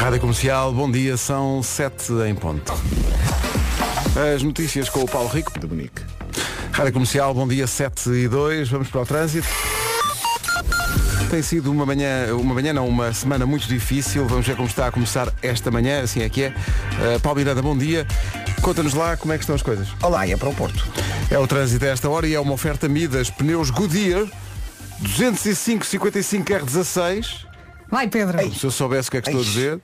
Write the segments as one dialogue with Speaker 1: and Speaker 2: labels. Speaker 1: Rádio Comercial, bom dia, são 7 em ponto. As notícias com o Paulo Rico.
Speaker 2: de Munique.
Speaker 1: Rádio Comercial, bom dia 7 e 2, vamos para o trânsito. Tem sido uma manhã, uma manhã não, uma semana muito difícil. Vamos ver como está a começar esta manhã, assim é que é. Uh, Paulo Miranda, bom dia. Conta-nos lá como é que estão as coisas.
Speaker 3: Olá, é para o Porto.
Speaker 1: É o trânsito a esta hora e é uma oferta Midas Pneus Goodyear 205-55R16.
Speaker 4: Vai, Pedro.
Speaker 1: Se eu soubesse o que é que estou a
Speaker 3: Ei.
Speaker 1: dizer,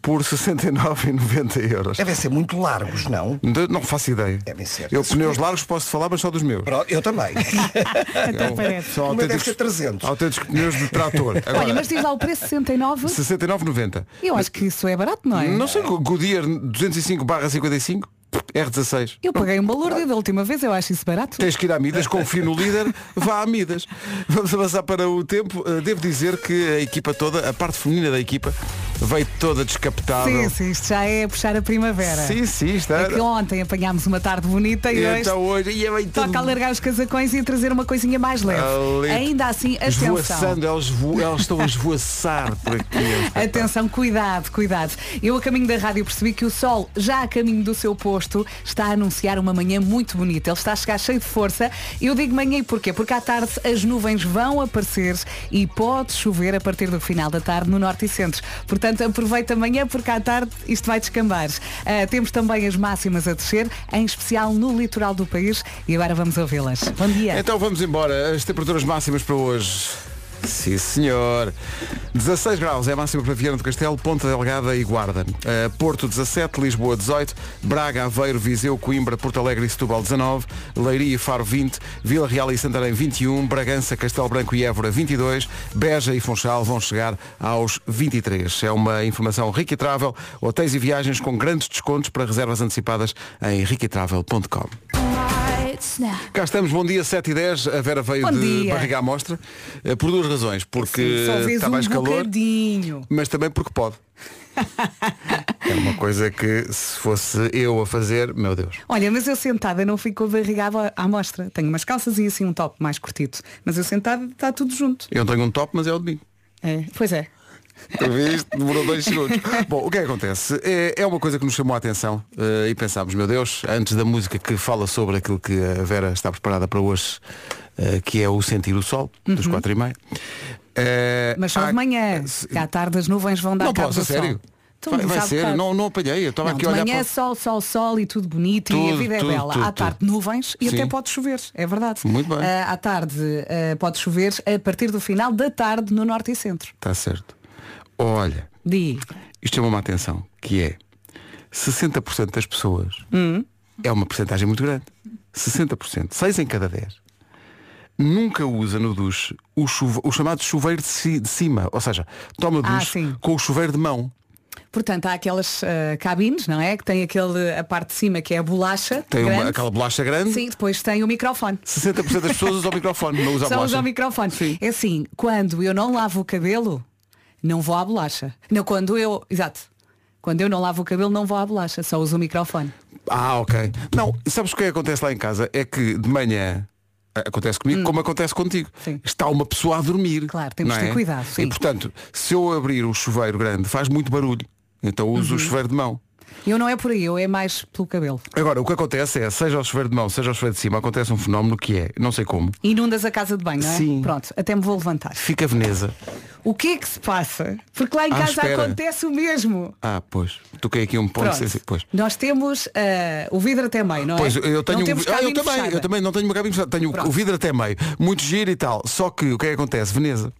Speaker 1: por 69,90 euros.
Speaker 4: É
Speaker 3: Devem ser muito largos, não?
Speaker 1: De- Não faço ideia.
Speaker 3: Devem ser.
Speaker 1: Eu pneus largos posso falar, mas só dos meus.
Speaker 4: É,
Speaker 3: Pro- Eu também.
Speaker 1: então,
Speaker 4: Até parece.
Speaker 1: São
Speaker 3: O meu deve
Speaker 1: autênticos,
Speaker 3: ser 300.
Speaker 1: autênticos pneus de trator.
Speaker 4: Olha,
Speaker 1: Agora,
Speaker 4: mas diz lá o preço 69.
Speaker 1: 69,90.
Speaker 4: Eu acho que isso é barato, não é?
Speaker 1: Não sei, Goodyear 205 55, R16.
Speaker 4: Eu paguei um valor da última vez, eu acho isso barato.
Speaker 1: Tens que ir à Midas, confio no líder, vá à Midas. Vamos avançar para o tempo. Uh, Devo dizer que a equipa toda, a parte feminina da equipa, veio toda descapetável.
Speaker 4: Sim, sim, isto já é puxar a primavera.
Speaker 1: sim, sim, está.
Speaker 4: É que ontem apanhámos uma tarde bonita e,
Speaker 1: E
Speaker 4: hoje
Speaker 1: então hoje, e é bem
Speaker 4: toca
Speaker 1: tudo
Speaker 4: alargar os casacões e trazer uma coisinha mais leve.
Speaker 1: Ali-
Speaker 4: Ainda assim, atenção.
Speaker 1: esvoaçando, elas, vo- elas estão a esvoaçar por aqui.
Speaker 4: Atenção, cuidado, cuidado. Eu a caminho da rádio percebi que o sol, já a caminho do seu posto, está a anunciar uma manhã muito bonita. Ele está a chegar cheio de força. Eu digo manhã e porquê? Porque à tarde as nuvens vão aparecer e pode chover a partir do final da tarde no norte e centro. Portanto, aproveita amanhã porque à tarde isto vai descambar. Ah, temos também as máximas a descer, em especial no litoral do país. E agora vamos ouvi-las. Bom dia.
Speaker 1: Então vamos embora. As temperaturas máximas para hoje. Sim, senhor. 16 graus é a máxima para Viana do Castelo, Ponta Delgada e Guarda. Eh, Porto 17, Lisboa 18, Braga, Aveiro, Viseu, Coimbra, Porto Alegre e Setúbal 19, Leiria e Faro 20, Vila Real e Santarém 21, Bragança, Castelo Branco e Évora 22, Beja e Funchal vão chegar aos 23. É uma informação riquitravel, hotéis e viagens com grandes descontos para reservas antecipadas em riquitravel.com. Cá estamos, bom dia, 7 e 10 A Vera veio
Speaker 4: Bom
Speaker 1: de
Speaker 4: dia.
Speaker 1: barriga à mostra eh, Por duas razões Porque
Speaker 4: Só vês
Speaker 1: está
Speaker 4: um
Speaker 1: eh, tá mais calor
Speaker 4: bocadinho.
Speaker 1: Mas também porque pode É uma coisa que se fosse eu a fazer Meu Deus
Speaker 4: Olha, mas eu sentada não fico com a barriga à vo- à mostra. Tenho umas calças e assim um top mais curtido. Mas eu sentada está tudo junto.
Speaker 1: Eu não tenho um top, mas é o domingo
Speaker 4: É, Pois é.
Speaker 1: Tu viste? Demorou dois segundos. Bom, o que é que acontece? É, é uma coisa que nos chamou a atenção eh, e pensámos, meu Deus, antes da música que fala sobre aquilo que a Vera está preparada para hoje, eh, que é o sentir o sol, dos quatro e meia. eh,
Speaker 4: Uhum. Mas só
Speaker 1: há-
Speaker 4: de manhã.
Speaker 1: se-
Speaker 4: Que à tarde as nuvens vão dar
Speaker 1: Não
Speaker 4: cabo
Speaker 1: posso, a
Speaker 4: do sol.
Speaker 1: sério.
Speaker 4: Tu
Speaker 1: Vai,
Speaker 4: me
Speaker 1: vai
Speaker 4: dizes há
Speaker 1: ser,
Speaker 4: bocado.
Speaker 1: não, não apanhei, eu estava
Speaker 4: Não,
Speaker 1: aqui
Speaker 4: de
Speaker 1: a olhar
Speaker 4: manhã é
Speaker 1: para.
Speaker 4: sol, sol, sol e tudo bonito e a
Speaker 1: Tudo,
Speaker 4: vida
Speaker 1: tudo,
Speaker 4: é bela.
Speaker 1: tudo,
Speaker 4: à tarde nuvens e
Speaker 1: Sim.
Speaker 4: até pode chover, é verdade.
Speaker 1: Muito bem.
Speaker 4: Ah, à tarde ah, pode chover a partir do final da tarde no norte e centro.
Speaker 1: Está Tá certo. Olha,
Speaker 4: Di,
Speaker 1: isto chama-me a atenção, que é 60% das pessoas
Speaker 4: Hum.
Speaker 1: é uma porcentagem muito grande. 60%, 6 em cada 10, nunca usa no duche o, chuve- o chamado chuveiro de, ci- de cima. Ou seja, toma
Speaker 4: Ah,
Speaker 1: duche
Speaker 4: sim.
Speaker 1: com o chuveiro de mão.
Speaker 4: portanto, há aquelas ah, cabines, não é? Que tem aquele, a parte de cima que é a bolacha.
Speaker 1: Tem uma-
Speaker 4: grande.
Speaker 1: aquela bolacha grande.
Speaker 4: Sim, depois tem o microfone.
Speaker 1: 60% das pessoas usam o microfone, não usa a
Speaker 4: Só
Speaker 1: bolacha.
Speaker 4: usa o microfone.
Speaker 1: Sim.
Speaker 4: É assim, quando eu não lavo o cabelo, não vou à bolacha. Não, quando eu. Exato. Quando eu não lavo o cabelo, não vou à bolacha, só uso o microfone.
Speaker 1: Ah, ok. Não, sabes o que é que acontece lá em casa? É que de manhã ah, acontece comigo como acontece contigo.
Speaker 4: Hum. Sim.
Speaker 1: Está uma pessoa a dormir.
Speaker 4: Claro, temos
Speaker 1: não
Speaker 4: de ter
Speaker 1: é?
Speaker 4: cuidado, sim.
Speaker 1: E portanto, se eu abrir o chuveiro grande, faz muito barulho. Então
Speaker 4: Uhum.
Speaker 1: uso o chuveiro de mão.
Speaker 4: Eu não é por aí, eu é mais pelo cabelo.
Speaker 1: Agora, o que acontece é, seja o chuveiro de mão, seja o chuveiro de cima, acontece um fenómeno que é, não sei como,
Speaker 4: Inundas a casa de banho, não é?
Speaker 1: Sim.
Speaker 4: Pronto, até me vou levantar.
Speaker 1: fica a Veneza.
Speaker 4: O que é que se passa? Porque lá em
Speaker 1: Ah,
Speaker 4: casa
Speaker 1: espera.
Speaker 4: acontece o mesmo.
Speaker 1: Ah, pois. Toquei aqui um ponto.
Speaker 4: Pronto,
Speaker 1: sim, sim, Pois.
Speaker 4: nós temos ah, o vidro até meio, não é?
Speaker 1: Pois, eu tenho
Speaker 4: não
Speaker 1: um-
Speaker 4: temos
Speaker 1: ah, eu
Speaker 4: cabine
Speaker 1: também,
Speaker 4: fechada.
Speaker 1: eu também não tenho uma cabine fechada. Tenho o-
Speaker 4: Pronto.
Speaker 1: o vidro até meio. Muito giro e tal. Só que o que é que acontece? Veneza.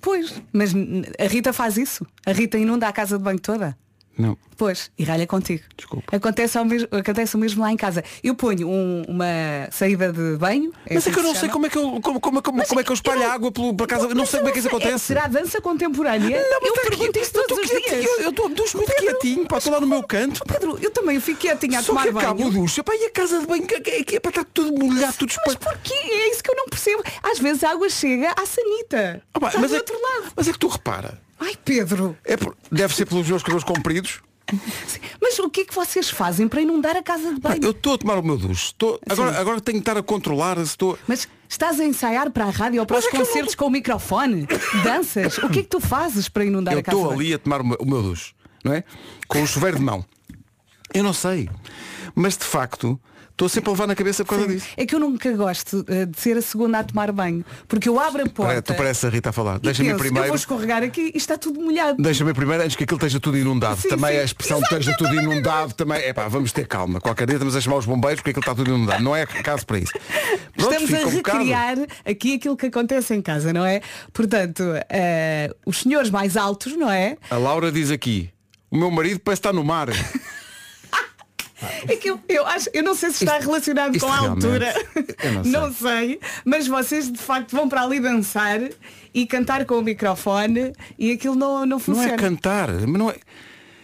Speaker 4: Pois, mas n- a Rita faz isso. A Rita inunda a casa de banho toda.
Speaker 1: Não.
Speaker 4: Pois, e ralha contigo.
Speaker 1: Desculpa.
Speaker 4: Acontece, ao mesmo, acontece o mesmo lá em casa. Eu ponho um- uma saída de banho. assim
Speaker 1: Mas é que eu não sei como é que eu, como, como, como, como é que eu espalho a água pelo, para casa. Eu não sei como é que isso acontece.
Speaker 4: será dança contemporânea?
Speaker 1: Não, mas
Speaker 4: eu
Speaker 1: está aqui,
Speaker 4: pergunto isto
Speaker 1: eu
Speaker 4: todos os
Speaker 1: estou
Speaker 4: dias.
Speaker 1: quietinho, eu- eu estou abducho muito quietinho, pá, estou lá no meu canto.
Speaker 4: Oh, Pedro, eu também fico quietinha a
Speaker 1: Só
Speaker 4: tomar
Speaker 1: que acabo o
Speaker 4: banho.
Speaker 1: duche. Epá, e a casa de banho que- que- que é para estar tudo molhado, tudo
Speaker 4: Mas
Speaker 1: espalhado.
Speaker 4: porquê? É isso que eu não percebo. Às vezes a água chega à sanita.
Speaker 1: Ah, pá,
Speaker 4: Está
Speaker 1: mas,
Speaker 4: do
Speaker 1: é,
Speaker 4: outro lado.
Speaker 1: mas é que tu repara.
Speaker 4: Ai, Pedro.
Speaker 1: É por- deve ser pelos meus cabelos compridos.
Speaker 4: Sim, Mas o que é que vocês fazem para inundar a casa de
Speaker 1: Pá,
Speaker 4: banho?
Speaker 1: eu estou a tomar o meu duche. Estou, agora, agora tenho que estar a controlar se estou.
Speaker 4: Mas estás a ensaiar para a rádio ou para
Speaker 1: Mas
Speaker 4: os
Speaker 1: é que eu não-
Speaker 4: concertos com o microfone? Danças? O que é que tu fazes para inundar
Speaker 1: Eu
Speaker 4: a casa de
Speaker 1: estou
Speaker 4: banho?
Speaker 1: ali a tomar o meu, o meu duche. não é? Com o chuveiro de mão. Eu não sei. Mas de facto, estou sempre a levar na cabeça por causa disso.
Speaker 4: É que eu nunca gosto eh, de ser a segunda a tomar banho. Porque eu abro a
Speaker 1: Pare- Tu
Speaker 4: porta.
Speaker 1: parece a Rita a falar.
Speaker 4: e
Speaker 1: Deixa-me
Speaker 4: penso, Eu
Speaker 1: primeiro.
Speaker 4: vou escorregar aqui e está tudo molhado.
Speaker 1: Deixa-me primeiro, antes que aquilo esteja tudo inundado.
Speaker 4: Sim,
Speaker 1: também
Speaker 4: sim.
Speaker 1: a expressão
Speaker 4: Exato,
Speaker 1: esteja
Speaker 4: eu
Speaker 1: tudo
Speaker 4: também não
Speaker 1: inundado também. É pá, vamos ter calma. Qualquer dia estamos a chamar os bombeiros porque aquilo está tudo inundado. Não é caso para isso. Pronto,
Speaker 4: Estamos
Speaker 1: fica
Speaker 4: a
Speaker 1: um bocado.
Speaker 4: recriar aqui aquilo que acontece em casa, não é? Portanto, eh, os senhores mais altos, não é?
Speaker 1: A Laura diz aqui, o meu marido parece estar no mar.
Speaker 4: É que eu, eu acho, eu não sei se está relacionado
Speaker 1: isto
Speaker 4: com a
Speaker 1: realmente,
Speaker 4: altura.
Speaker 1: eu não sei.
Speaker 4: Não sei, mas vocês de facto vão para ali dançar e cantar com o microfone e aquilo não, não
Speaker 1: não
Speaker 4: funciona.
Speaker 1: é cantar. Mas não é...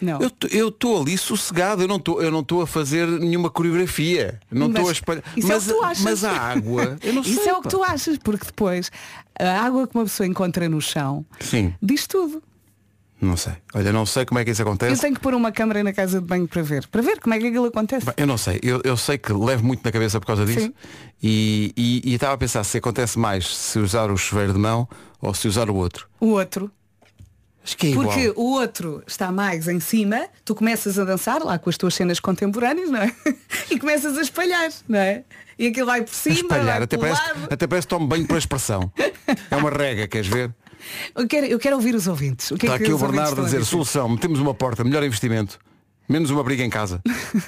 Speaker 4: Não.
Speaker 1: Eu t- Eu estou ali sossegado, eu não estou eu não estou a fazer nenhuma coreografia. Não
Speaker 4: Mas
Speaker 1: estou a espalhar.
Speaker 4: isso é o
Speaker 1: mas,
Speaker 4: que tu achas.
Speaker 1: mas a água, eu não sei.
Speaker 4: Isso é o que
Speaker 1: pá.
Speaker 4: tu achas, porque depois a água que uma pessoa encontra no chão
Speaker 1: Sim.
Speaker 4: diz tudo.
Speaker 1: Não sei. Olha, não sei como é que isso
Speaker 4: Eu
Speaker 1: acontece.
Speaker 4: tenho que pôr uma câmara na casa de banho para ver. Para ver como é que aquilo acontece.
Speaker 1: Bem, Eu não sei, eu, eu sei que levo muito na cabeça por causa disso
Speaker 4: Sim.
Speaker 1: e, e, e estava a pensar se acontece mais se usar o chuveiro de mão ou se usar o outro.
Speaker 4: O outro.
Speaker 1: Acho que é igual.
Speaker 4: Porque o outro está mais em cima, tu começas a dançar lá com as tuas cenas contemporâneas, não é? E começas a espalhar, não é? E aquilo vai por
Speaker 1: A
Speaker 4: cima,
Speaker 1: espalhar,
Speaker 4: vai
Speaker 1: até
Speaker 4: pelo
Speaker 1: parece,
Speaker 4: lado.
Speaker 1: até parece que tomo banho pela expressão. É uma rega, queres ver?
Speaker 4: Eu quero, eu quero ouvir os ouvintes. O que
Speaker 1: Está
Speaker 4: é que
Speaker 1: aqui o
Speaker 4: os ouvintes
Speaker 1: Bernardo a dizer,
Speaker 4: estão
Speaker 1: solução, metemos uma porta, melhor investimento. Menos uma briga em casa.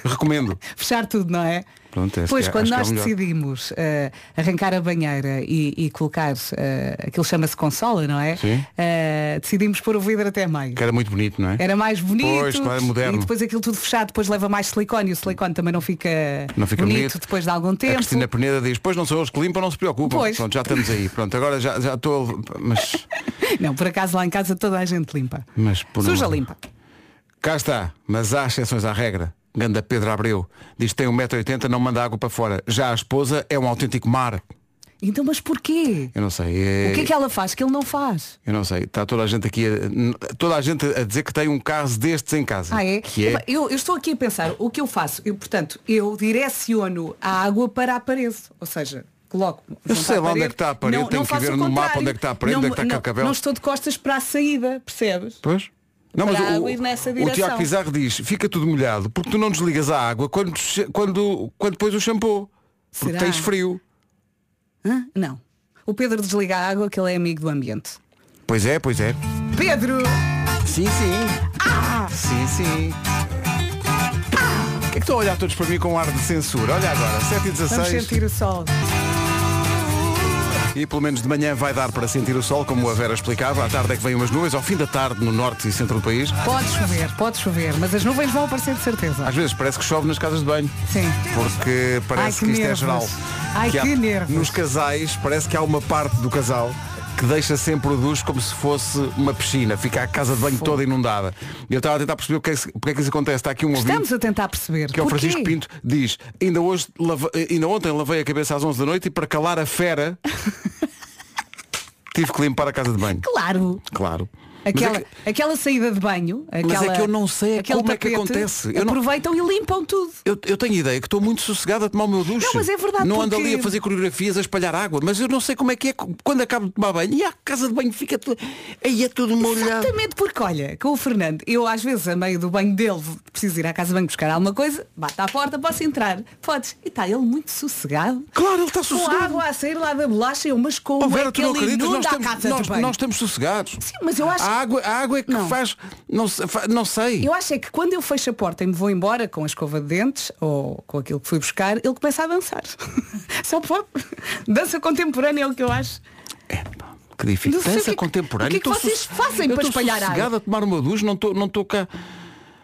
Speaker 1: Recomendo.
Speaker 4: Fechar tudo, não é?
Speaker 1: Pronto, acho
Speaker 4: pois,
Speaker 1: que é-
Speaker 4: quando
Speaker 1: acho que é
Speaker 4: nós
Speaker 1: o melhor.
Speaker 4: decidimos eh, arrancar a banheira e, e colocar, eh, aquilo chama-se consola, não é?
Speaker 1: Sim.
Speaker 4: Eh, decidimos pôr o vidro até meio.
Speaker 1: Que era muito bonito, não é?
Speaker 4: Era mais bonito.
Speaker 1: Pois, claro, é moderno.
Speaker 4: E depois aquilo tudo fechado, depois leva mais silicone e o silicone também não fica,
Speaker 1: Não fica bonito.
Speaker 4: depois de algum
Speaker 1: A
Speaker 4: tempo.
Speaker 1: Cristina Peneda diz, pois não são eles que limpam, não se preocupam.
Speaker 4: Pois.
Speaker 1: Pronto, já estamos aí. Pronto, agora já já estou. mas,
Speaker 4: Não, por acaso lá em casa toda a gente limpa.
Speaker 1: mas por
Speaker 4: Suja
Speaker 1: amor-
Speaker 4: limpa.
Speaker 1: Cá está, mas há exceções à regra. Ganda Pedro Abreu diz que tem 1,80m, não manda água para fora. Já a esposa é um autêntico mar.
Speaker 4: Então, mas porquê?
Speaker 1: Eu não sei. é-
Speaker 4: O que é que ela faz que ele não faz?
Speaker 1: Eu não sei. Está toda a gente aqui a... toda a gente a dizer que tem um caso destes em casa.
Speaker 4: Ah, é?
Speaker 1: Que é...
Speaker 4: Epá, Eu, eu estou aqui a pensar, o que eu faço? Eu, portanto, eu direciono a água para a parede. Ou seja, coloco.
Speaker 1: Eu
Speaker 4: junto
Speaker 1: sei
Speaker 4: à
Speaker 1: lá onde é que está a parede,
Speaker 4: Não-
Speaker 1: tenho
Speaker 4: não
Speaker 1: que
Speaker 4: faço
Speaker 1: ver
Speaker 4: o
Speaker 1: no mapa
Speaker 4: contrário.
Speaker 1: onde é que está a parede,
Speaker 4: Não
Speaker 1: onde é que está
Speaker 4: me-
Speaker 1: a
Speaker 4: não-
Speaker 1: cabelo.
Speaker 4: Não estou de costas para a saída, percebes?
Speaker 1: Pois? Não, mas
Speaker 4: Para
Speaker 1: o,
Speaker 4: água ir nessa
Speaker 1: o
Speaker 4: direção.
Speaker 1: Tiago Pizarro diz, fica tudo molhado, porque tu não desligas a água quando, che- quando, quando pões o shampoo. Porque
Speaker 4: Será?
Speaker 1: tens frio.
Speaker 4: Hã? Não. O Pedro desliga a água que ele é amigo do ambiente.
Speaker 1: Pois é, pois é.
Speaker 4: Pedro!
Speaker 1: Sim, sim.
Speaker 4: Ah!
Speaker 1: Sim, sim. O que é que estão a olhar todos para mim com um ar de censura? Olha agora, 7 e
Speaker 4: Vamos
Speaker 1: 16
Speaker 4: sentir o sol.
Speaker 1: e pelo menos de manhã vai dar para sentir o sol, como a Vera explicava. À tarde é que vem umas nuvens, ao fim da tarde no norte e centro do país.
Speaker 4: Pode chover, pode chover, mas as nuvens vão aparecer de certeza.
Speaker 1: Às vezes parece que chove nas casas de banho.
Speaker 4: Sim.
Speaker 1: Porque
Speaker 4: Ai,
Speaker 1: parece
Speaker 4: que
Speaker 1: que, isto é
Speaker 4: nervos.
Speaker 1: geral.
Speaker 4: Ai, que
Speaker 1: há-
Speaker 4: nervos.
Speaker 1: Nos casais parece que há uma parte do casal que deixa sempre o duche como se fosse uma piscina. Fica a casa de banho toda inundada. E eu estava a tentar perceber o que é que, se- porque é que isso acontece. Está aqui um ouvinte
Speaker 4: Estamos a tentar perceber.
Speaker 1: que é o
Speaker 4: Porquê?
Speaker 1: Francisco Pinto, diz ainda, hoje, lava- ainda ontem lavei a cabeça às 11 da noite e para calar a fera tive que limpar a casa de banho.
Speaker 4: Claro.
Speaker 1: Claro. Mas
Speaker 4: Aquela,
Speaker 1: é que-
Speaker 4: aquela saída de banho,
Speaker 1: é
Speaker 4: aquela,
Speaker 1: que eu não sei é
Speaker 4: aquele
Speaker 1: como é que
Speaker 4: tapete,
Speaker 1: acontece. Eu não-
Speaker 4: aproveitam e limpam tudo.
Speaker 1: eu, eu tenho ideia que estou muito sossegado a tomar o meu duche.
Speaker 4: Não, mas é verdade,
Speaker 1: Não ando
Speaker 4: porque-
Speaker 1: ali a fazer coreografias, a espalhar água, mas eu não sei como é que é quando acabo de tomar banho. E a casa de banho fica tudo. Aí é tudo molhado.
Speaker 4: Exatamente porque, olha, com o Fernando, eu às vezes a meio do banho dele vou- preciso ir à casa de banho buscar alguma coisa, bate à porta, posso entrar. Podes. E está ele muito sossegado.
Speaker 1: Claro, ele está
Speaker 4: Com
Speaker 1: sossegado.
Speaker 4: água a sair lá da bolacha, eu, mas com
Speaker 1: Oh,
Speaker 4: o
Speaker 1: Vera,
Speaker 4: é
Speaker 1: tu
Speaker 4: que
Speaker 1: não
Speaker 4: ele
Speaker 1: acreditas?
Speaker 4: inunda
Speaker 1: Nós
Speaker 4: a casa
Speaker 1: estamos, nós,
Speaker 4: de banho.
Speaker 1: nós estamos sossegados.
Speaker 4: Sim, mas eu acho
Speaker 1: A água, a água é que
Speaker 4: Não.
Speaker 1: faz. Não, se- fa- não sei.
Speaker 4: Eu acho é que quando eu fecho a porta e me vou embora com a escova de dentes ou com aquilo que fui buscar, ele começa a dançar. Só pop. Dança contemporânea é o que eu acho.
Speaker 1: Que difícil.
Speaker 4: Não sei o que
Speaker 1: Dança
Speaker 4: é que-
Speaker 1: contemporânea.
Speaker 4: o que é que
Speaker 1: Eu
Speaker 4: vocês
Speaker 1: estou sosse-
Speaker 4: fazem
Speaker 1: eu
Speaker 4: para
Speaker 1: estou
Speaker 4: espalhar água?
Speaker 1: sossegado a tomar uma luz, não estou não estou cá.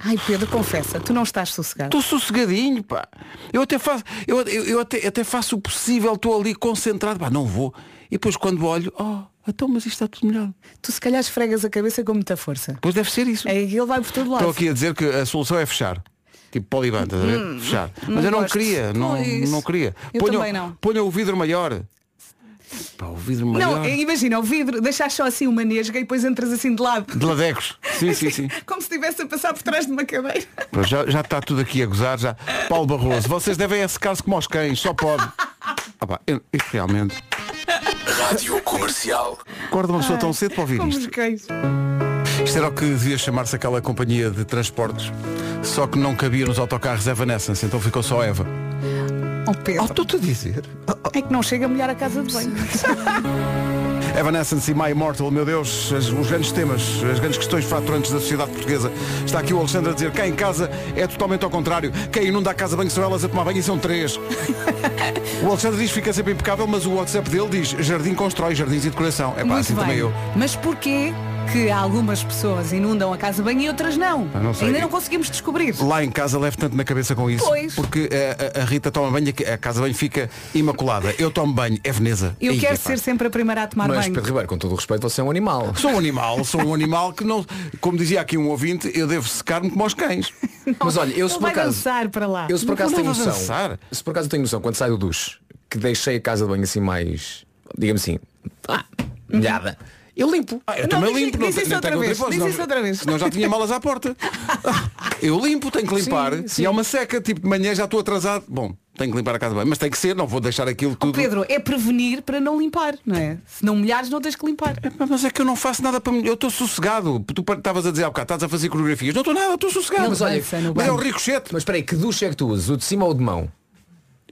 Speaker 4: Ai Pedro, confessa, tu não estás sossegado.
Speaker 1: Estou sossegadinho, pá. Eu até faço, eu, eu, eu até, até faço o possível, estou ali concentrado, pá, não vou. E depois quando olho, oh, então mas isto está tudo molhado.
Speaker 4: Tu se calhar esfregas a cabeça com muita força.
Speaker 1: Pois deve ser isso.
Speaker 4: É, ele vai por todo lado.
Speaker 1: Estou aqui a dizer que a solução é fechar. Tipo polibanda, fechar.
Speaker 4: não
Speaker 1: Mas eu não
Speaker 4: Hum, gosto.
Speaker 1: queria, não,
Speaker 4: Pois.
Speaker 1: não queria.
Speaker 4: Eu
Speaker 1: Ponham-
Speaker 4: também não.
Speaker 1: ponham o vidro maior. Pá, o vidro maior.
Speaker 4: Não, é imagina, o vidro, deixas só assim uma nesga e depois entras assim de lado.
Speaker 1: De ladecos. Sim, sim, sim.
Speaker 4: Como se estivesse a passar por trás de uma cadeira.
Speaker 1: Pronto, Já, já está tudo aqui a gozar já. Paulo Barroso, vocês devem é secar-se como aos cães, só pode. Ah pá, eu- isto realmente. Rádio Comercial. Acorda uma pessoa tão cedo para ouvir
Speaker 4: Como
Speaker 1: É isto.
Speaker 4: os cães.
Speaker 1: Isto Isso era o que devia chamar-se aquela companhia de transportes. Só que não cabia nos autocarros Evanescence, então ficou só Eva.
Speaker 4: Oh, Pedro,
Speaker 1: estou-te a dizer.
Speaker 4: é que não chega a mulher à casa de banho.
Speaker 1: Evanescence e My Immortal, meu Deus, as- os grandes temas, as grandes questões fraturantes da sociedade portuguesa. Está aqui o Alexandre a dizer, cá em casa é totalmente ao contrário. Quem inunda a casa de banho são elas a tomar banho e são três. o Alexandre diz que fica sempre impecável, mas o WhatsApp dele diz, jardim constrói jardins e decoração. É pá,
Speaker 4: Muito
Speaker 1: assim
Speaker 4: bem.
Speaker 1: também eu.
Speaker 4: Mas porquê que algumas pessoas inundam a casa de banho e outras não?
Speaker 1: Ah, não sei.
Speaker 4: Ainda não conseguimos descobrir.
Speaker 1: Lá em casa levo tanto na cabeça com isso
Speaker 4: Pois.
Speaker 1: Porque eh, a, a Rita toma banho e A casa de banho fica imaculada Eu tomo banho, é Veneza
Speaker 4: Eu
Speaker 1: Ih,
Speaker 4: quero
Speaker 1: epá.
Speaker 4: ser sempre a primeira a tomar
Speaker 2: Mas
Speaker 4: banho.
Speaker 2: Pedro Ribeiro, com todo o respeito, você é um animal.
Speaker 1: Sou um animal, sou um animal que não Como dizia aqui um ouvinte Eu devo secar-me como aos cães
Speaker 2: Mas olha, eu se por
Speaker 4: Ele vai
Speaker 2: acaso.
Speaker 4: dançar para lá.
Speaker 2: Eu se por
Speaker 1: Não
Speaker 2: acaso
Speaker 1: vou
Speaker 2: tenho
Speaker 1: nada
Speaker 2: noção.
Speaker 1: dançar.
Speaker 2: Se por acaso eu tenho noção, quando saio do duche, que deixei a casa de banho assim mais, digamos assim, ah, molhada. Eu limpo.
Speaker 1: Ah, eu
Speaker 4: Não,
Speaker 1: também
Speaker 4: diz-
Speaker 1: limpo
Speaker 4: diz isso
Speaker 1: não
Speaker 4: outra
Speaker 1: tenho
Speaker 4: vez,
Speaker 1: hipótese,
Speaker 4: diz
Speaker 1: não-
Speaker 4: isso outra vez.
Speaker 1: Senão já tinha malas à porta Eu limpo, tenho que limpar
Speaker 2: Sim,
Speaker 1: Se há uma seca, tipo de manhã já estou atrasado Bom, tenho que limpar a casa de banho Mas tem que ser, não vou deixar aquilo tudo
Speaker 4: Pedro, é prevenir para não limpar, não é? Se não molhares, não tens que limpar.
Speaker 1: Mas é que eu não faço nada para mim. Eu estou sossegado. Tu par- estavas a dizer há bocado, estás a fazer coreografias. Não estou nada, eu estou sossegado.
Speaker 4: Ele
Speaker 1: Mas, olha,
Speaker 4: dança no
Speaker 1: mas é um
Speaker 4: banho.
Speaker 1: ricochete.
Speaker 2: Mas espera aí, que duche é que tu usas? O de cima ou o de mão?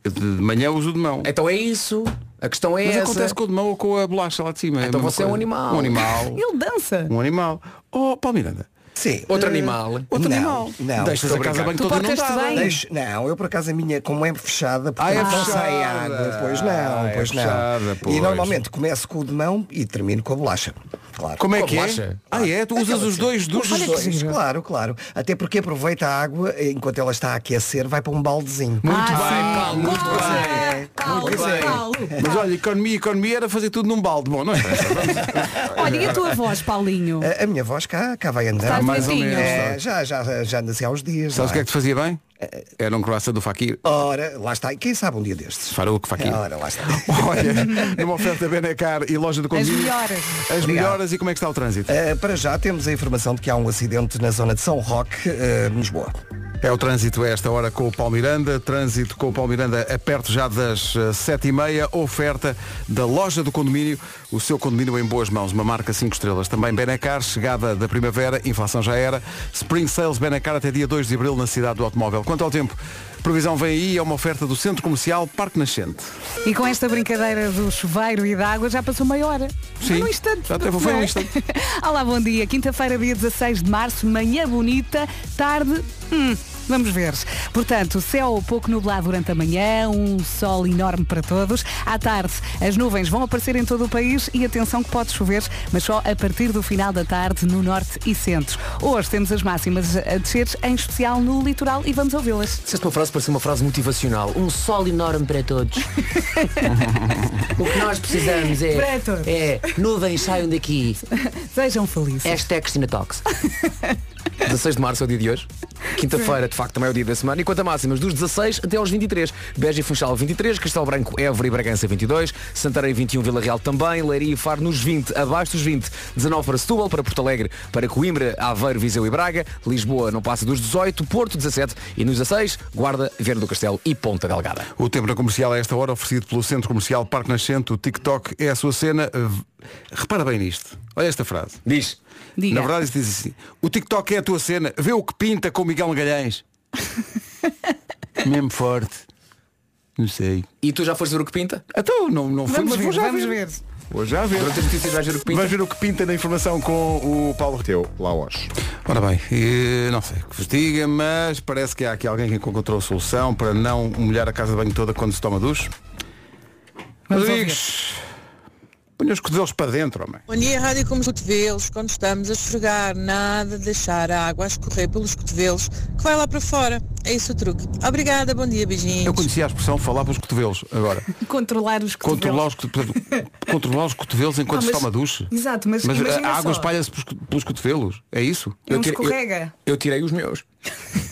Speaker 1: De manhã uso de mão.
Speaker 2: Então é isso. A questão é
Speaker 1: mas
Speaker 2: essa.
Speaker 1: acontece com o de mão ou com a bolacha lá de cima. a
Speaker 2: Então
Speaker 1: mesma
Speaker 2: você é um
Speaker 1: coisa.
Speaker 2: animal.
Speaker 1: Um animal.
Speaker 4: Ele dança.
Speaker 1: um animal. Oh, Paulo Miranda.
Speaker 3: Sim.
Speaker 2: Outro
Speaker 3: Eh,
Speaker 2: animal.
Speaker 1: Outro
Speaker 3: não,
Speaker 1: animal.
Speaker 3: Não,
Speaker 1: Deixas
Speaker 3: estou
Speaker 1: a casa
Speaker 3: brincar.
Speaker 1: bem
Speaker 4: Tu
Speaker 1: toda
Speaker 4: portas-te
Speaker 1: inundada.
Speaker 4: bem?
Speaker 3: Deixo- não, eu por acaso a minha, como é fechada, porque
Speaker 1: Ah, é
Speaker 3: não
Speaker 1: fechada.
Speaker 3: sai água, pois não,
Speaker 1: Ah, é
Speaker 3: pois não.
Speaker 1: fechada, pois.
Speaker 3: E normalmente começo com o de mão e termino com a bolacha. Claro.
Speaker 1: Como é
Speaker 2: Com a
Speaker 1: que é?
Speaker 2: bolacha?
Speaker 1: Ah, é? Tu usas
Speaker 3: Aquela
Speaker 1: os
Speaker 3: que-
Speaker 1: dois dos
Speaker 3: os dois,
Speaker 4: giro.
Speaker 3: claro, claro. Até porque aproveita a água, enquanto ela está a aquecer, vai para um baldezinho.
Speaker 1: Muito
Speaker 4: Ah,
Speaker 1: bem,
Speaker 4: sim.
Speaker 1: Paulo, muito
Speaker 4: Paulo,
Speaker 1: bem.
Speaker 4: é, Paulo,
Speaker 1: Muito bem.
Speaker 4: Paulo.
Speaker 1: Mas olha, economia, economia era fazer tudo num balde. Bom, não é?
Speaker 4: Olha, e a tua voz, Paulinho?
Speaker 3: A, a minha voz cá, cá vai andando.
Speaker 4: Está
Speaker 1: mais ou
Speaker 4: direitinho.
Speaker 1: menos,
Speaker 4: É.
Speaker 3: É, já, já, já anda assim há uns dias.
Speaker 1: Sabes
Speaker 3: não
Speaker 1: o que é
Speaker 3: é?
Speaker 1: que te fazia bem? Era um croissant do Fakir.
Speaker 3: Ora, lá está. E quem sabe um dia destes?
Speaker 1: Farouk Fakir.
Speaker 3: Ora, lá está.
Speaker 1: Olha, numa oferta Benacar e loja do
Speaker 4: As
Speaker 1: condomínio.
Speaker 4: melhoras.
Speaker 1: As melhoras e como é que está o trânsito?
Speaker 3: Eh, para já temos a informação de que há um acidente na zona de São Roque, eh, em Lisboa.
Speaker 1: É o trânsito a esta hora com o Paulo Miranda. Trânsito com o Paulo Miranda a perto já das eh, sete e meia. Oferta da loja do condomínio. O seu condomínio em boas mãos. Uma marca cinco estrelas. Também Benacar. Chegada da primavera. Inflação já era. Spring Sales Benacar até dia 2 de abril na cidade do automóvel. Quanto ao tempo, previsão vem aí. É uma oferta do Centro Comercial Parque Nascente.
Speaker 4: E com esta brincadeira do chuveiro e da água já passou meia hora.
Speaker 1: Sim,
Speaker 4: Foi um instante.
Speaker 1: já teve- foi um
Speaker 4: Não é?
Speaker 1: instante.
Speaker 4: Olá, bom dia. Quinta-feira, dia 16 de março, manhã bonita, tarde. hum, Vamos ver. Portanto, céu pouco nublado durante a manhã, um sol enorme para todos. À tarde, as nuvens vão aparecer em todo o país e atenção que pode chover, mas só a partir do final da tarde no norte e centro. Hoje temos as máximas a descer, em especial no litoral, e vamos ouvi-las.
Speaker 2: Disseste uma frase que parecia uma frase motivacional. Um sol enorme para todos. o que nós precisamos
Speaker 4: Para
Speaker 2: é,
Speaker 4: todos.
Speaker 2: é nuvens saiam daqui.
Speaker 4: Sejam felizes.
Speaker 2: Hashtag Cristina Talks. 16 de março é o dia de hoje. Quinta-feira, de facto, também é o dia da semana. E quanto a máximas, dos 16 até aos 23. Beja e Funchal, 23. Castelo Branco, Évora e Bragança, 22. Santarém, 21. Vila Real também. Leiria e Faro, nos 20. Abaixo dos 20. 19 para Setúbal, para Porto Alegre, para Coimbra, Aveiro, Viseu e Braga. Lisboa não passa dos 18. Porto, 17. E nos 16, Guarda, Vieira do Castelo e Ponta Delgada.
Speaker 1: O tempo na comercial a esta hora, oferecido pelo Centro Comercial Parque Nascente, o TikTok é a sua cena. Eh, Repara bem nisto. Olha esta frase.
Speaker 2: Diz.
Speaker 4: Diga.
Speaker 1: Na verdade isto diz assim, o TikTok é a tua cena, vê o que pinta com o Miguel Magalhães. Mesmo forte. Não sei.
Speaker 2: E tu já foste ver o que pinta?
Speaker 1: Então não, não fui,
Speaker 4: Vamos
Speaker 1: mas
Speaker 4: ver,
Speaker 1: vou já
Speaker 4: vamos
Speaker 1: ver.
Speaker 4: ver.
Speaker 1: Vou já ver.
Speaker 2: Durante as notícias vais ver o que pinta?
Speaker 1: Vais ver o que pinta na informação com o Paulo Reteu.
Speaker 5: Laos.
Speaker 1: Ora bem, eh, não sei o que vos diga, mas parece que há aqui alguém que encontrou a solução para não molhar a casa de banho toda quando se toma duche. Meus
Speaker 4: Vamos ouvir.
Speaker 1: amigos, ponha os cotovelos para dentro, homem.
Speaker 6: Bom dia, Rádio Como os Cotovelos. Quando estamos a esfregar, nada de deixar a água a escorrer pelos cotovelos, que vai lá para fora. É isso o truque. Obrigada, bom dia, beijinhos.
Speaker 1: Eu conhecia a expressão falar pelos cotovelos agora.
Speaker 4: Controlar os cotovelos.
Speaker 1: Controlar os, cotovelos- controlar os cotovelos enquanto
Speaker 4: Ah,
Speaker 1: se
Speaker 4: mas-
Speaker 1: toma duche.
Speaker 4: Exato, mas
Speaker 1: a-
Speaker 4: imagina
Speaker 1: a
Speaker 4: só.
Speaker 1: água espalha-se pelos, pelos cotovelos. É isso?
Speaker 4: É um
Speaker 2: tirei-
Speaker 4: escorrega.
Speaker 2: eu tirei os meus.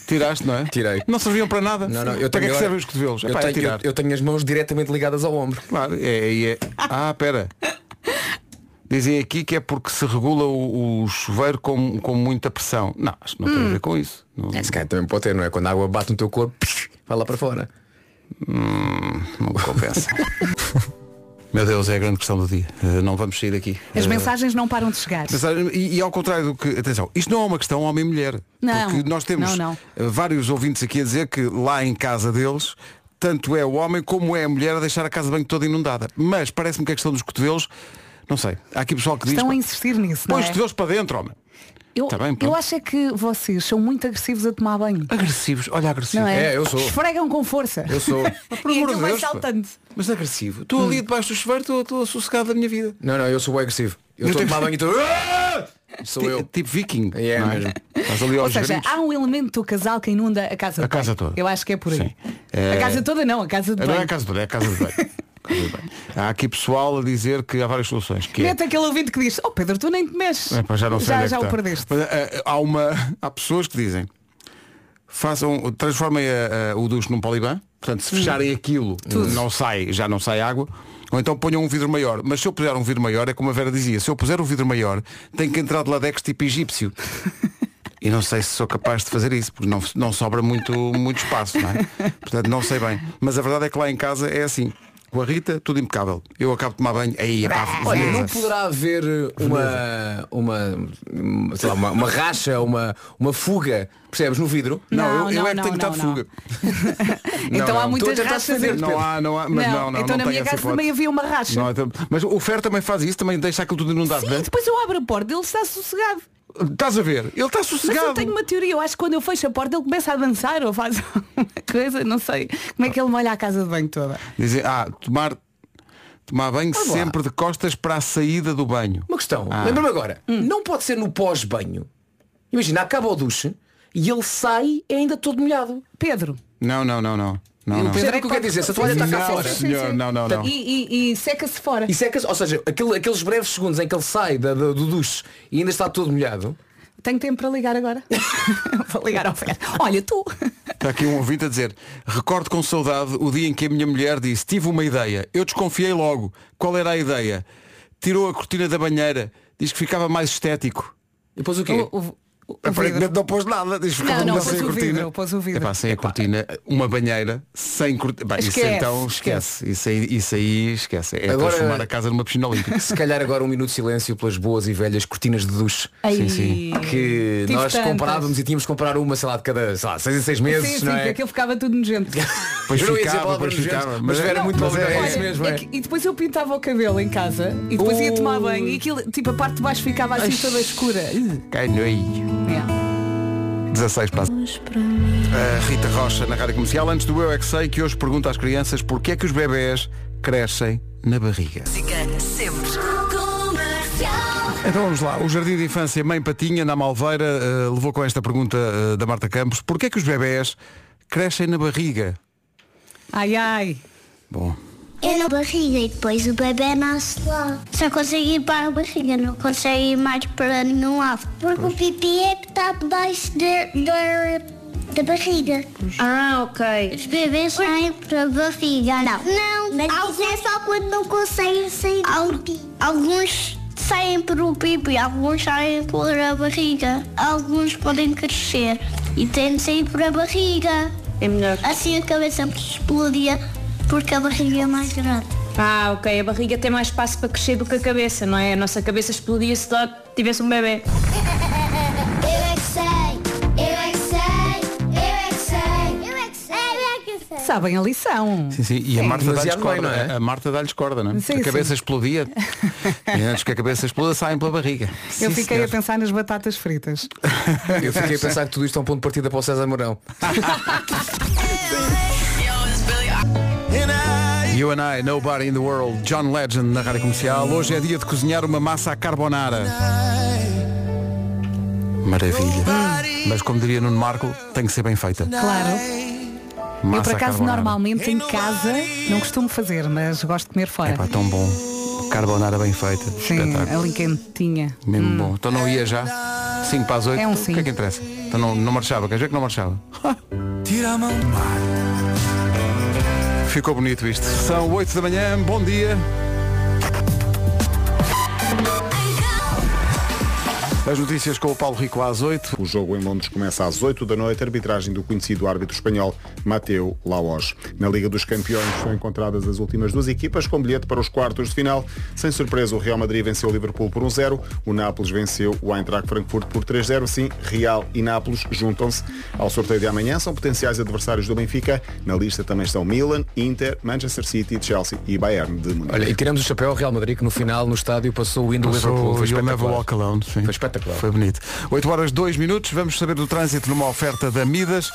Speaker 1: Tiraste, não é?
Speaker 2: Tirei.
Speaker 1: Não serviam para nada.
Speaker 2: Não, não, eu
Speaker 1: para que é
Speaker 2: tenho
Speaker 1: que
Speaker 2: agora-
Speaker 1: servem os cotovelos?
Speaker 2: Eu,
Speaker 1: Epá, é
Speaker 2: tenho,
Speaker 1: tirar.
Speaker 2: eu- eu tenho as mãos diretamente ligadas ao ombro.
Speaker 1: Claro, é, é- é- Ah, pera. Dizem aqui que é porque se regula o, o chuveiro com, com muita pressão. Não, acho que não
Speaker 4: Hum.
Speaker 1: tem a ver com isso. Não,
Speaker 2: É, se calhar também pode ter, não é? Quando a água bate no teu corpo, vai lá para fora.
Speaker 1: não compensa. Meu Deus, é a grande questão do dia. Eh, não vamos sair daqui.
Speaker 4: As
Speaker 1: Eh,
Speaker 4: mensagens não param de chegar.
Speaker 1: mensagem- E, e ao contrário do que. Atenção, isto não é uma questão homem e mulher.
Speaker 4: Não,
Speaker 1: Porque nós temos
Speaker 4: não, não.
Speaker 1: eh, vários ouvintes aqui a dizer que lá em casa deles. Tanto é o homem como é a mulher a deixar a casa de banho toda inundada. Mas parece-me que a questão dos cotovelos, não sei. Há aqui pessoal que diz.
Speaker 4: Estão
Speaker 1: "Pá,
Speaker 4: a insistir nisso, não
Speaker 1: Põe
Speaker 4: é?
Speaker 1: os cotovelos para dentro, homem.
Speaker 4: Eu,
Speaker 1: Tá bem,
Speaker 4: eu
Speaker 1: pronto.
Speaker 4: acho é que vocês são muito agressivos a tomar banho.
Speaker 1: Agressivos, olha agressivo.
Speaker 4: Não é?
Speaker 2: É, eu sou.
Speaker 4: Esfregam com força.
Speaker 1: Eu sou. Hum. Mas,
Speaker 4: E
Speaker 1: amor de
Speaker 4: aquilo vai
Speaker 1: Deus, pá.
Speaker 4: saltando.
Speaker 1: Mas agressivo. Estou ali debaixo do chuveiro, estou- estou sossegado da minha vida.
Speaker 2: Não, não, eu sou o agressivo. Eu
Speaker 1: Eu
Speaker 2: estou a
Speaker 1: tenho-
Speaker 2: tomar banho e estou. Ah! Sou
Speaker 1: Ti-
Speaker 2: eu.
Speaker 1: Tipo viking.
Speaker 2: É,
Speaker 1: não
Speaker 2: mesmo.
Speaker 1: Estás ali
Speaker 4: Ou
Speaker 1: aos
Speaker 4: seja,
Speaker 1: gritos.
Speaker 4: há um elemento do casal que inunda a casa
Speaker 1: A
Speaker 4: de banho.
Speaker 1: casa toda.
Speaker 4: Eu acho que é por aí.
Speaker 1: Sim. É-
Speaker 4: A casa toda não, a casa de
Speaker 1: Não é
Speaker 4: banho.
Speaker 1: a casa toda, é a casa de banho. Casa de banho. Há aqui pessoal a dizer que há várias soluções. Que é,
Speaker 4: Mete aquele ouvinte que diz, oh Pedro, tu nem te mexes.
Speaker 1: É, pá, já não sei onde
Speaker 4: já,
Speaker 1: é que
Speaker 4: já o
Speaker 1: está.
Speaker 4: perdeste.
Speaker 1: Mas, eh, há, uma, há pessoas que dizem façam, transformem a- a- o ducho num poliban, portanto se fecharem aquilo não sai, já não sai água, ou então ponham um vidro maior. Mas se eu puser um vidro maior, é como a Vera dizia, se eu puser um vidro maior, tem que entrar de ladex tipo egípcio. E não sei se sou capaz de fazer isso, porque não, não sobra muito, muito espaço, não é? Portanto, não sei bem. Mas a verdade é que lá em casa é assim. Com a Rita, tudo impecável. Eu acabo de tomar banho, aí é pá,
Speaker 2: Olha, não
Speaker 1: beleza.
Speaker 2: poderá haver eh, uma, uma, sei lá, uma, uma racha, uma, uma fuga, percebes, no vidro?
Speaker 1: Não, eu, eu
Speaker 4: Não,
Speaker 1: é que
Speaker 4: não,
Speaker 1: tenho que estar
Speaker 4: não,
Speaker 1: de
Speaker 4: não.
Speaker 1: fuga.
Speaker 4: então
Speaker 2: não.
Speaker 4: há muitas
Speaker 2: Estou a tentar
Speaker 4: raças
Speaker 2: defender-te,
Speaker 1: Não há, não há, mas não, não, não
Speaker 4: Então na
Speaker 1: tem
Speaker 4: minha
Speaker 1: essa
Speaker 4: casa
Speaker 1: hipótese.
Speaker 4: também havia uma racha.
Speaker 1: Não, então- mas o Fer também faz isso, também deixa aquilo tudo inundado,
Speaker 4: Sim,
Speaker 1: né?
Speaker 4: depois eu abro a porta, ele está sossegado.
Speaker 1: Estás a ver? Ele está
Speaker 4: Mas eu
Speaker 1: sossegado.
Speaker 4: Ah, tenho uma teoria, eu acho que quando eu fecho a porta ele começa a dançar ou faz alguma coisa, não sei. Como é que ele molha a casa de banho toda?
Speaker 1: Dizem, ah, tomar, tomar banho
Speaker 2: Vamos lá.
Speaker 1: sempre de costas para a saída do banho.
Speaker 2: Uma questão,
Speaker 1: Ah.
Speaker 2: lembra-me agora,
Speaker 4: Hum.
Speaker 2: não pode ser no pós-banho. Imagina, acaba o duche e ele sai ainda todo molhado.
Speaker 4: Pedro.
Speaker 1: Não, não, não, não. Não, não.
Speaker 2: Pedro-
Speaker 4: Pedro é
Speaker 2: o que eu quero dizer, se a toalha está cá
Speaker 1: fora. senhor, não, não,
Speaker 2: Então.
Speaker 1: não.
Speaker 4: E, e- e seca-se fora.
Speaker 2: E seca é ou seja, aquele- aqueles breves segundos em que ele sai da- da- do duche e ainda está todo molhado.
Speaker 4: Tenho tempo para ligar agora. Vou ligar ao Fer. Olha, tu.
Speaker 1: Está aqui um ouvinte a dizer, recordo com saudade o dia em que a minha mulher disse, tive uma ideia. Eu desconfiei logo. Qual era a ideia? Tirou a cortina da banheira, diz que ficava mais estético.
Speaker 2: E depois o quê?
Speaker 4: O- o- o vidro.
Speaker 1: Aparentemente não pôs nada, diz que
Speaker 4: Não,
Speaker 1: ficava
Speaker 4: não,
Speaker 1: melhor sem
Speaker 4: pôs
Speaker 1: a
Speaker 4: o
Speaker 1: cortina.
Speaker 4: vidro, pôs o vidro.
Speaker 1: Epá, É sem a cortina, uma banheira, sem cortina. Isso
Speaker 4: Esquece,
Speaker 1: então esquece. Isso aí, isso aí esquece. É
Speaker 2: Agora-
Speaker 1: transformar a casa numa piscina olímpica.
Speaker 2: Se calhar agora um minuto de silêncio pelas boas e velhas cortinas de duche.
Speaker 4: Ai,
Speaker 1: sim.
Speaker 2: Que
Speaker 4: tive
Speaker 2: nós
Speaker 4: tantas.
Speaker 2: comprávamos e tínhamos que comprar uma, sei lá, de cada, sei lá, seis em seis meses,
Speaker 4: Sim, sim,
Speaker 2: não
Speaker 4: que
Speaker 2: é?
Speaker 4: aquilo ficava tudo nojento.
Speaker 1: Pois
Speaker 2: Eu não ia dizer a
Speaker 1: ficava,
Speaker 2: palavra
Speaker 1: pois
Speaker 2: nojento,
Speaker 1: ficava.
Speaker 2: mas era muito
Speaker 1: mas
Speaker 2: bom, era
Speaker 1: é
Speaker 4: Olha,
Speaker 2: isso mesmo, é.
Speaker 4: que- e depois eu pintava o cabelo em casa e depois ia tomar
Speaker 2: Ui.
Speaker 4: banho e aquilo, tipo, a parte de baixo ficava assim toda escura.
Speaker 1: Canoio.
Speaker 4: É.
Speaker 1: 16 para a Rita Rocha na Rádio Comercial. Antes do Eu É Que Sei, que hoje pergunta às crianças porquê é que os bebés crescem na barriga. Então vamos lá. O Jardim de Infância Mãe Patinha, na Malveira, eh, levou com esta pergunta eh, da Marta Campos. Porquê é que os bebés crescem na barriga?
Speaker 4: Ai, ai.
Speaker 1: Bom,
Speaker 5: É na barriga e depois o bebê nasce lá. Só consegue ir para a barriga, não consegue ir mais para nenhum lado. Porque o pipi é que está debaixo da, da, da barriga.
Speaker 7: Ah, ok.
Speaker 5: Os bebês saem para a barriga. Não. Não, mas é só quando não conseguem sair Alguns saem para o pipi, alguns saem para a barriga. Alguns podem crescer e têm de sair para a barriga.
Speaker 7: É melhor.
Speaker 5: Assim a cabeça explodia porque a barriga é mais grande.
Speaker 7: Ah, ok. A barriga tem mais espaço para crescer do que a cabeça, não é? A nossa cabeça explodia se só tivesse um bebê.
Speaker 5: Eu é que sei, eu é que sei, eu é que sei, eu é que sei, eu é que sei.
Speaker 4: Sabem a lição.
Speaker 1: sim, sim. E a Marta dá-lhes
Speaker 2: demasiado
Speaker 1: corda,
Speaker 2: bem, não é?
Speaker 1: A Marta dá-lhes corda, não é?
Speaker 4: Sim,
Speaker 1: a cabeça
Speaker 4: sim.
Speaker 1: explodia. e antes que a cabeça exploda, saem pela barriga. Sim,
Speaker 4: Eu fiquei
Speaker 1: senhor.
Speaker 4: a pensar nas batatas fritas.
Speaker 2: Eu fiquei a pensar que tudo isto é um ponto de partida para o César Mourão.
Speaker 1: You and I, Nobody in the World, John Legend na Rádio Comercial. Hoje é dia de cozinhar uma massa à carbonara. Maravilha. Mas como diria Nuno Marco, tem que ser bem feita.
Speaker 4: Claro.
Speaker 1: Massa
Speaker 4: eu por
Speaker 1: à
Speaker 4: acaso
Speaker 1: carbonara.
Speaker 4: normalmente em casa não costumo fazer, mas gosto de comer fora.
Speaker 1: Pá, tão bom. Carbonara bem feita.
Speaker 4: Sim,
Speaker 1: Espetáculo.
Speaker 4: ali quentinha.
Speaker 1: Mesmo bom. Então não ia já? 5 para as 8?
Speaker 4: Hum. É um
Speaker 1: O que é
Speaker 4: sim.
Speaker 1: que interessa? Então não, não marchava. Queres ver que não marchava? Ficou bonito isto. São 8 da manhã. Bom dia. As notícias com o Paulo Rico às 8.
Speaker 8: O jogo em Londres começa às 8 da noite, arbitragem do conhecido árbitro espanhol Mateu Laos. Na Liga dos Campeões são encontradas as últimas duas equipas com bilhete para os quartos de final. Sem surpresa, o Real Madrid venceu o Liverpool por 1-0, o Nápoles venceu o Eintracht Frankfurt por 3-0. Sim, Real e Nápoles juntam-se ao sorteio de amanhã. São potenciais adversários do Benfica. Na lista também estão Milan, Inter, Manchester City, Chelsea e Bayern de Munique.
Speaker 2: Olha, e tiramos o chapéu ao Real Madrid que no final, no estádio, passou o Indo Liverpool.
Speaker 1: Passou
Speaker 2: Foi
Speaker 1: o You'll
Speaker 2: espetacular.
Speaker 1: Never Walk Alone. sim.
Speaker 2: Foi espetacular.
Speaker 1: Foi bonito. 8 horas 2 minutos, vamos saber do trânsito numa oferta da Midas.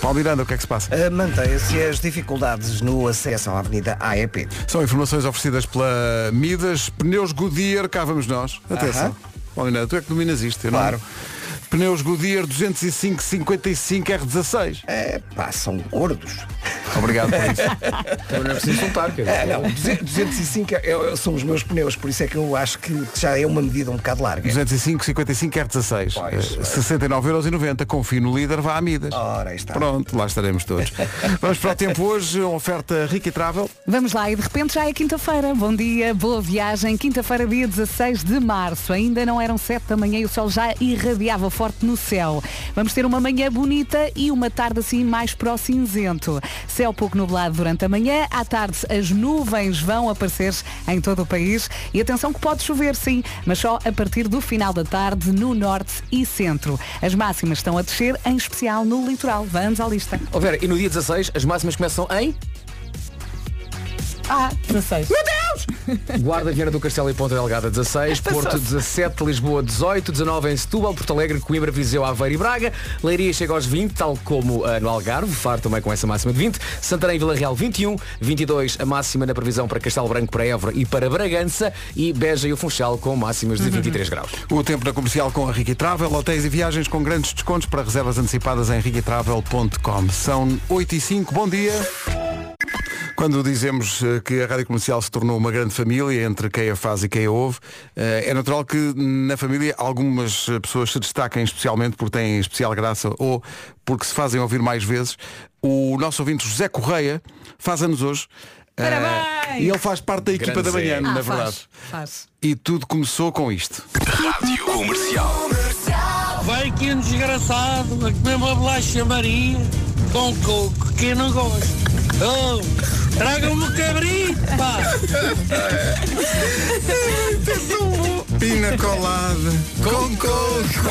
Speaker 1: Paulo Miranda, o que é que se passa?
Speaker 3: Uh, Mantêm-se as dificuldades no acesso à Avenida AEP.
Speaker 1: São informações oferecidas pela Midas, pneus Goodyear, cá vamos nós. Atenção.
Speaker 3: Aham.
Speaker 1: Paulo Miranda, tu é que dominas isto, eu
Speaker 3: Claro.
Speaker 1: não. Pneus Goodyear 205 55 R16.
Speaker 3: É, pá, são gordos.
Speaker 1: Obrigado por isso.
Speaker 2: Também não é preciso contar, quer dizer.
Speaker 3: É, não, 200 205 é- é- são os meus pneus, por isso é que eu acho que já é uma medida um bocado larga.
Speaker 1: 205 55 R16.
Speaker 3: Pois,
Speaker 1: Eh, 69,90€. Confie no líder, vá a Midas.
Speaker 3: Ora, aí está.
Speaker 1: Pronto, lá estaremos todos. vamos para o tempo hoje, uma oferta rica e travel.
Speaker 4: Vamos lá, e de repente já é quinta-feira. Bom dia, boa viagem. Quinta-feira, dia 16 de março. Ainda não eram 7 da manhã e o sol já irradiava forte no céu. Vamos ter uma manhã bonita e uma tarde assim mais para o cinzento. Céu pouco nublado durante a manhã. À tarde as nuvens vão aparecer em todo o país. E atenção que pode chover, sim, mas só a partir do final da tarde no norte e centro. As máximas estão a descer, em especial no litoral. Vamos à lista.
Speaker 2: Ó Oh, Vera, e no dia 16 as máximas começam em
Speaker 4: Ah, 16.
Speaker 2: Guarda, Viana do Castelo e Ponta Delgada 16, Porto 17, Lisboa 18, 19 em Setúbal, Porto Alegre, Coimbra, Viseu, Aveiro e Braga, Leiria chega aos 20, tal como ah, no Algarve, Faro também com essa máxima de 20, Santarém e um. Vila Real 21, 22 a máxima na previsão para Castelo Branco, para Évora e para Bragança e Beja e o Funchal com máximas de 23 graus.
Speaker 1: O tempo na comercial com a Rica e Travel, hotéis e viagens com grandes descontos para reservas antecipadas em riquitravel.com. São 8 e 5, bom dia. Quando dizemos eh, que a Rádio Comercial se tornou uma grande família entre quem a faz e quem a ouve, eh, é natural que na família algumas eh, pessoas se destaquem especialmente porque têm especial graça ou porque se fazem ouvir mais vezes. O nosso ouvinte José Correia faz anos hoje. eh,
Speaker 4: Parabéns!
Speaker 1: E ele faz parte da equipa
Speaker 2: Grande
Speaker 1: da manhã,
Speaker 2: Zé.
Speaker 1: na
Speaker 4: Ah, faz,
Speaker 1: verdade.
Speaker 4: faz.
Speaker 1: E tudo começou com isto.
Speaker 6: Vai que um desgraçado a comer uma bolacha Maria com coco, que eu não gosto. Oh, traga-me um cabrito, pá!
Speaker 1: Pina colada com coco.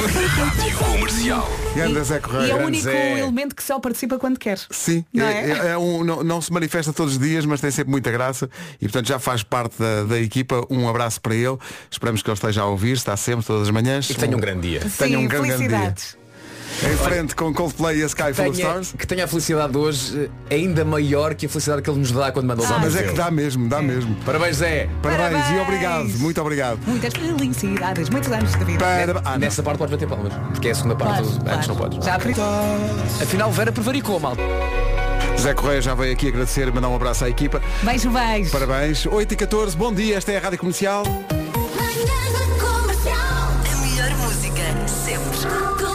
Speaker 1: Ganda Zé
Speaker 4: E é
Speaker 1: Correia.
Speaker 4: o
Speaker 1: grande
Speaker 4: único
Speaker 1: Zé.
Speaker 4: elemento que só participa quando quer.
Speaker 1: Sim,
Speaker 4: Não
Speaker 1: é-
Speaker 4: é?
Speaker 1: é- é um- não, não se manifesta todos os dias, mas tem sempre muita graça e portanto já faz parte da, da equipa. Um abraço para ele. Esperamos que ele esteja a ouvir, está sempre, todas as manhãs.
Speaker 2: E que tenha um grande dia.
Speaker 1: Tenha
Speaker 4: Sim,
Speaker 1: um grande, grande dia.
Speaker 4: felicidades.
Speaker 1: Em frente com Coldplay e a Sky Full of Stars.
Speaker 2: que tenha a felicidade de hoje eh, ainda maior que a felicidade que ele nos dá quando manda os
Speaker 4: Ah,
Speaker 1: Mas
Speaker 2: homens.
Speaker 1: é que dá mesmo, dá mesmo.
Speaker 2: Parabéns, Zé.
Speaker 1: Parabéns, e
Speaker 4: Parabéns.
Speaker 1: obrigado, muito obrigado.
Speaker 4: Muitas felicidades, muitos anos de vida.
Speaker 1: Parabéns. Ah, não.
Speaker 2: Nessa parte podes bater palmas, porque é a segunda parte,
Speaker 4: Claro,
Speaker 2: antes
Speaker 4: claro.
Speaker 2: não podes.
Speaker 4: Já aprendi.
Speaker 2: Afinal, Vera prevaricou, mal.
Speaker 1: Zé Correia já veio aqui agradecer e mandar um abraço à equipa.
Speaker 4: Beijo, beijo.
Speaker 1: Parabéns. 8 e 14 bom dia, esta é a Rádio Comercial.
Speaker 5: Manhãs da comercial.
Speaker 9: A melhor música sempre.
Speaker 5: Comercial.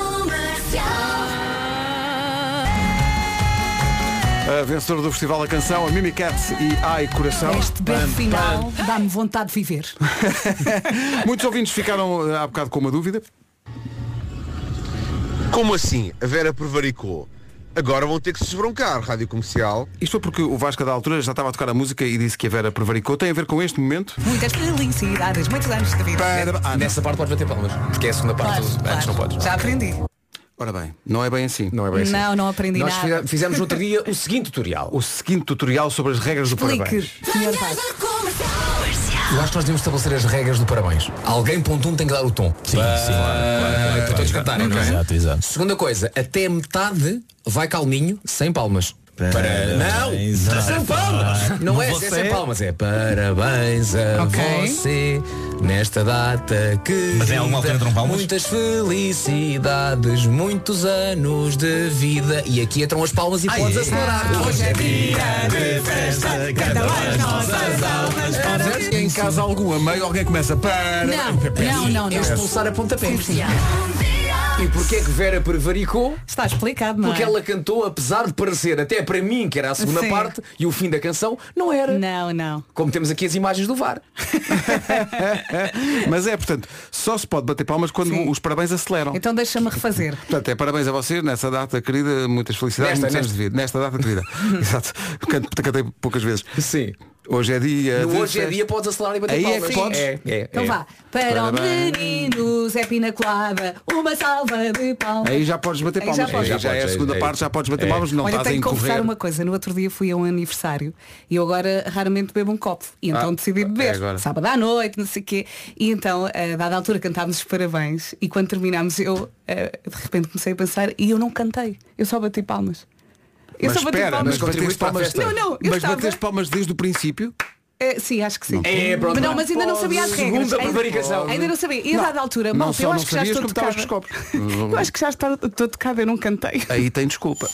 Speaker 1: A vencedora do Festival da Canção, a Mimi Cats e Ai Coração.
Speaker 4: Este belo final dá-me vontade de viver.
Speaker 1: Muitos ouvintes ficaram eh, há bocado com uma dúvida.
Speaker 10: Como assim? A Vera prevaricou. Agora vão ter que se esbroncar, Rádio Comercial.
Speaker 1: Isto foi porque o Vasco da altura já estava a tocar a música e disse que a Vera prevaricou. Tem a ver com este momento?
Speaker 4: Muitas felicidades, muitos anos de vida.
Speaker 1: Ah, não.
Speaker 2: Nessa parte podes bater palmas, porque é a segunda parte,
Speaker 4: Claro,
Speaker 2: antes
Speaker 4: claro.
Speaker 2: não podes.
Speaker 4: Já aprendi.
Speaker 1: Ora bem, não é bem assim.
Speaker 2: Não é bem assim.
Speaker 4: Não, não aprendi
Speaker 2: Nós
Speaker 4: nada.
Speaker 2: fize- fizemos no outro dia o seguinte tutorial.
Speaker 1: O seguinte tutorial sobre as regras do
Speaker 4: Clique,
Speaker 1: parabéns.
Speaker 4: senhor pai.
Speaker 2: Eu acho que nós devemos estabelecer as regras do parabéns. Alguém, ponto um, tem que dar o tom. Ah, Sim, sim. Para todos cantarem, não é? Exato, exato. Segunda coisa, até a metade vai calminho, sem palmas. Para... Não! Sem palmas! Não, é, é sem palmas, é parabéns a
Speaker 4: Ok.
Speaker 2: você nesta data que. Mas é alguma altura entram palmas? Muitas felicidades, muitos anos de vida. E aqui entram as palmas e podes acelerar. Hoje é dia de festa, canta lá as nossas almas.
Speaker 1: Em caso algum, a meio alguém começa para.
Speaker 4: Não, não, não,
Speaker 2: É
Speaker 4: não.
Speaker 2: expulsar a pontapé.
Speaker 4: Sim, sim.
Speaker 2: E porquê que Vera prevaricou?
Speaker 4: Está explicado, não é?
Speaker 2: Porque ela cantou, apesar de parecer, até para mim, que era a segunda
Speaker 4: Sim.
Speaker 2: parte e o fim da canção, não era.
Speaker 4: Não, não.
Speaker 2: Como temos aqui as imagens do VAR.
Speaker 1: Mas é, portanto, só se pode bater palmas quando os parabéns aceleram.
Speaker 4: Então deixa-me refazer.
Speaker 1: Portanto, é parabéns a vocês nessa data querida, muitas felicidades,
Speaker 2: Nesta,
Speaker 1: muitos anos de vida. Nesta data querida. Exato. Canto- Cantei poucas vezes.
Speaker 2: Sim.
Speaker 1: Hoje é dia.
Speaker 2: No
Speaker 1: de
Speaker 2: hoje é
Speaker 1: festa.
Speaker 2: dia, podes acelerar e bater
Speaker 1: Aí é
Speaker 2: palmas.
Speaker 1: que podes.
Speaker 2: É, é,
Speaker 4: Então
Speaker 2: é.
Speaker 4: vá. Para o
Speaker 1: Parabéns.
Speaker 4: meninos é pina colada, uma salva de palmas.
Speaker 1: Aí já podes bater
Speaker 4: Aí
Speaker 1: palmas.
Speaker 4: já podes.
Speaker 1: já, é a segunda parte, já podes bater palmas, não
Speaker 4: Olha,
Speaker 1: estás a
Speaker 4: tenho que
Speaker 1: incorrer.
Speaker 4: confessar uma coisa. No outro dia fui a um aniversário e eu agora raramente bebo um copo. E então
Speaker 1: Ah,
Speaker 4: decidi
Speaker 1: é
Speaker 4: beber.
Speaker 1: agora.
Speaker 4: Sábado à noite, não sei o quê. E então, a dada altura, cantámos os parabéns. E quando terminámos, eu eh, de repente comecei a pensar e eu não cantei. Eu só bati palmas. Eu
Speaker 1: Mas
Speaker 4: só bati
Speaker 1: espera,
Speaker 4: palmas.
Speaker 1: mas bateste
Speaker 2: Contribuíste para a
Speaker 1: palmas.
Speaker 2: festa.
Speaker 4: Não, não, eu
Speaker 1: mas
Speaker 4: estava-
Speaker 1: bateste palmas desde o princípio?
Speaker 4: Eh, sim, acho que sim.
Speaker 2: É, pronto.
Speaker 4: Mas não, mas ainda não sabia as regras.
Speaker 2: Segunda
Speaker 4: Ainda-
Speaker 2: prevaricação.
Speaker 4: Ainda não sabia. E a dada altura,
Speaker 1: não
Speaker 4: malta,
Speaker 1: só
Speaker 4: eu
Speaker 1: não
Speaker 4: acho que já
Speaker 1: sabias,
Speaker 4: estou
Speaker 1: como estavas
Speaker 4: tocada.
Speaker 1: com os
Speaker 4: Eu acho que já está- estou tocada, eu não cantei.
Speaker 1: Aí tem desculpa.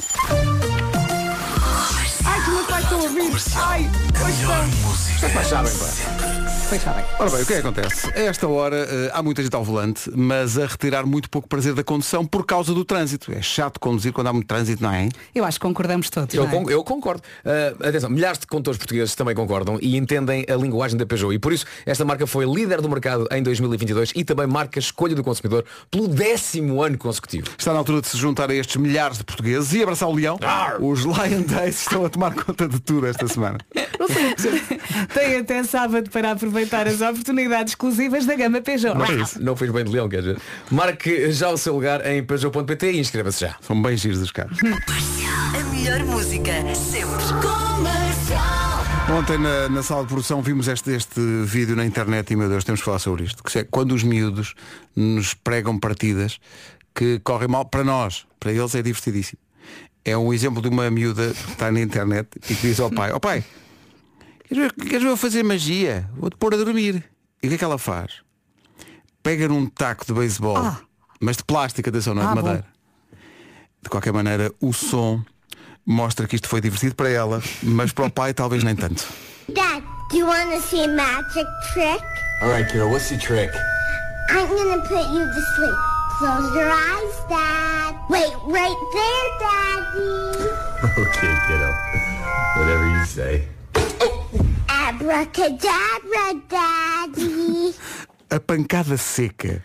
Speaker 4: Ai, que meus pais estão a ouvir. Ai, pois estão. Pois está bem.
Speaker 1: Ora bem, o que é que acontece? A esta hora eh, há muita gente ao volante, mas a retirar muito pouco prazer da condução por causa do trânsito. É chato conduzir quando há muito trânsito, não é? hein?
Speaker 4: Eu acho que concordamos todos.
Speaker 2: Eu,
Speaker 4: não é?
Speaker 2: con- eu concordo. Ah, atenção, milhares de condutores portugueses também concordam e entendem a linguagem da Peugeot. E por isso, esta marca foi líder do mercado em 2022 e também marca escolha do consumidor pelo décimo ano consecutivo.
Speaker 1: Está na altura de se juntar a estes milhares de portugueses e abraçar o leão. Os Lion Days estão a tomar conta de tudo esta semana.
Speaker 4: Tem até sábado para aproveitar as oportunidades exclusivas da gama Peugeot.
Speaker 1: é
Speaker 2: Não, não fez bem de leão, quer dizer. Marque já o seu lugar em Peugeot.pt e inscreva-se já.
Speaker 1: São bem giros os carros.
Speaker 9: A melhor música sempre.
Speaker 1: Ontem na, na sala de produção vimos este, este vídeo na internet e meu Deus, temos que falar sobre isto. Que é quando os miúdos nos pregam partidas que correm mal para nós, para eles é divertidíssimo. É um exemplo de uma miúda que está na internet e que diz ao pai, ó pai, queres ver, queres ver eu fazer magia? Vou-te pôr a dormir. E o que é que ela faz? Pega num taco de beisebol,
Speaker 4: Ah.
Speaker 1: mas de plástico, atenção, não é
Speaker 4: Ah,
Speaker 1: de
Speaker 4: bom.
Speaker 1: madeira. De qualquer maneira, o som mostra que isto foi divertido para ela, mas para o pai talvez nem tanto.
Speaker 5: Dad, do you want to see a magic trick? All right, kiddo, what's the trick? I'm going to put you to sleep. Close your eyes, Dad. Wait, right there, Daddy. okay, kiddo. Whatever you say. Abracadabra, Daddy.
Speaker 1: a pancada seca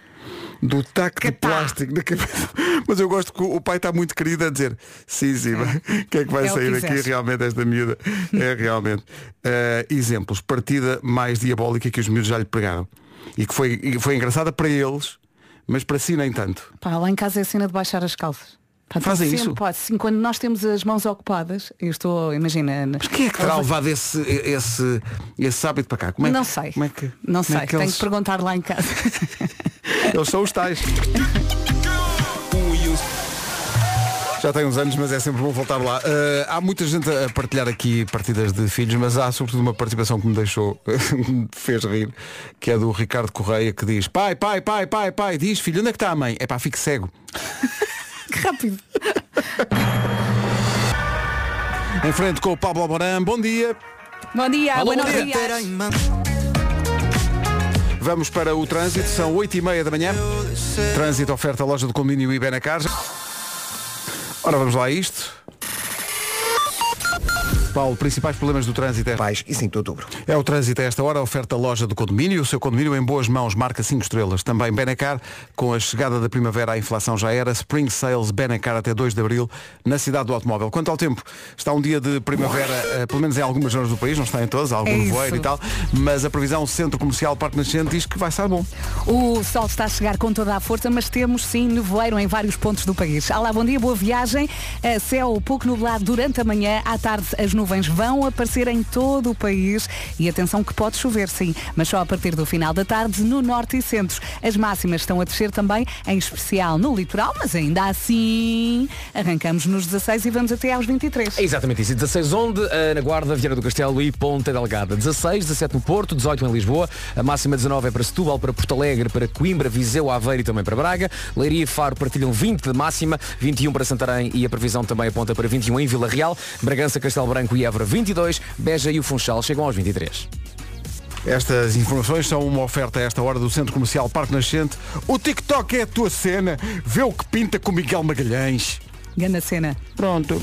Speaker 1: do taco de plástico na cabeça. Mas eu gosto que o pai está muito querido a dizer sim, sim, o que é que vai
Speaker 4: É o que
Speaker 1: sair
Speaker 4: fizeste.
Speaker 1: daqui realmente esta miúda? É realmente. Eh, exemplos, partida mais diabólica que os miúdos já lhe pregaram. E que foi, e foi engraçada para eles, mas para si nem tanto.
Speaker 4: Pá, lá em casa é a cena de baixar as calças. Pá,
Speaker 1: Fazem
Speaker 4: sempre,
Speaker 1: isso?
Speaker 4: Pá, sim, quando nós temos as mãos ocupadas, eu estou, imagina. Mas
Speaker 1: Quem é que terá levado esse, esse, esse hábito para cá? Como é que-
Speaker 4: Não sei.
Speaker 1: Como é que, como
Speaker 4: não sei.
Speaker 1: é que
Speaker 4: Tenho
Speaker 1: eles,
Speaker 4: que perguntar lá em casa.
Speaker 1: eles são os tais. Já tem uns anos, mas é sempre bom voltar lá. Eh, há muita gente a partilhar aqui partidas de filhos, mas há sobretudo uma participação que me deixou, me fez rir, que é do Ricardo Correia, que diz, pai, pai, pai, pai, pai, diz, filho, onde é que está a mãe? É pá, fique cego.
Speaker 4: que rápido.
Speaker 1: Em frente com o Pablo Alborán, bom dia.
Speaker 4: Bom dia,
Speaker 2: Alô,
Speaker 4: buenos
Speaker 2: bom dia.
Speaker 4: dias.
Speaker 1: Vamos para o trânsito, são 8 e meia da manhã. Trânsito oferta à loja do condomínio Ibenacar. Ora, vamos lá a isto. Paulo, principais problemas do trânsito é
Speaker 3: Pais e 5 de outubro.
Speaker 1: É o trânsito a esta hora, oferta loja do condomínio. O seu condomínio em boas mãos, marca 5 estrelas. Também Benacar, com a chegada da primavera, a inflação já era. Spring Sales Benacar até 2 de abril, na cidade do automóvel. Quanto ao tempo, está um dia de primavera, eh, pelo menos em algumas zonas do país, não está em todas, há algum
Speaker 4: É isso.
Speaker 1: nevoeiro e tal. Mas a previsão Centro Comercial Parque Nascente diz que vai estar bom.
Speaker 4: O sol está a chegar com toda a força, mas temos sim nevoeiro em vários pontos do país. Olá, bom dia, boa viagem. Eh, Céu pouco nublado durante a manhã. À tarde as nuvens vão aparecer em todo o país. E atenção que pode chover, sim, mas só a partir do final da tarde no norte e centro. As máximas estão a descer também, em especial no litoral, mas ainda assim arrancamos nos 16 e vamos até aos 23.
Speaker 2: É exatamente isso. E 16 onde? Ah, na Guarda, Vieira do Castelo e Ponta Delgada. 16, 17 no Porto, 18 em Lisboa. A máxima 19 é para Setúbal, para Porto Alegre, para Coimbra, Viseu, Aveiro e também para Braga. Leiria e Faro partilham 20 de máxima, 21 para Santarém e a previsão também aponta para 21 em Vila Real. Bragança, Castelo Branco e Évora 22. Beja e o Funchal chegam aos 23.
Speaker 1: Estas informações são uma oferta a esta hora do Centro Comercial Parque Nascente. O TikTok é a tua cena. Vê o que pinta com Miguel Magalhães.
Speaker 4: Ganda cena.
Speaker 1: Pronto.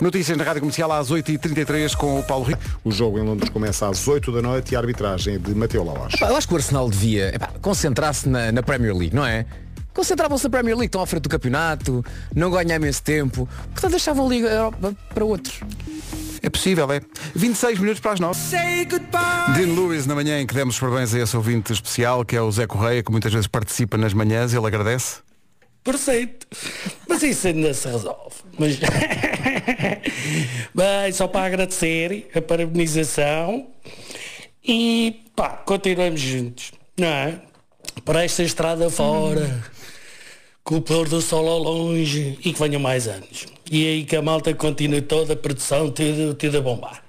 Speaker 1: Notícias na Rádio Comercial às 8h33 com o Paulo Rico.
Speaker 8: O jogo em Londres começa às 8 da noite e a arbitragem é de Mateu Laos.
Speaker 2: Epá, eu acho que o Arsenal devia epá, concentrar-se na, na Premier League, não é? Concentravam-se na Premier League, estão à frente do campeonato, não ganham imenso tempo, portanto deixavam a Liga Europa para outros.
Speaker 1: É possível, é. 26 minutos para as 9. Dean Lewis, na manhã em que demos os parabéns a esse ouvinte especial, que é o Zé Correia, que muitas vezes participa nas manhãs, ele agradece.
Speaker 11: Perfeito. Mas isso ainda se resolve. Mas... Bem, só para agradecer a parabenização e pá, continuamos juntos, não é? Para esta estrada fora, com o pôr do sol ao longe e que venham mais anos. E aí que a malta continue toda a produção, tudo, tudo a bombar.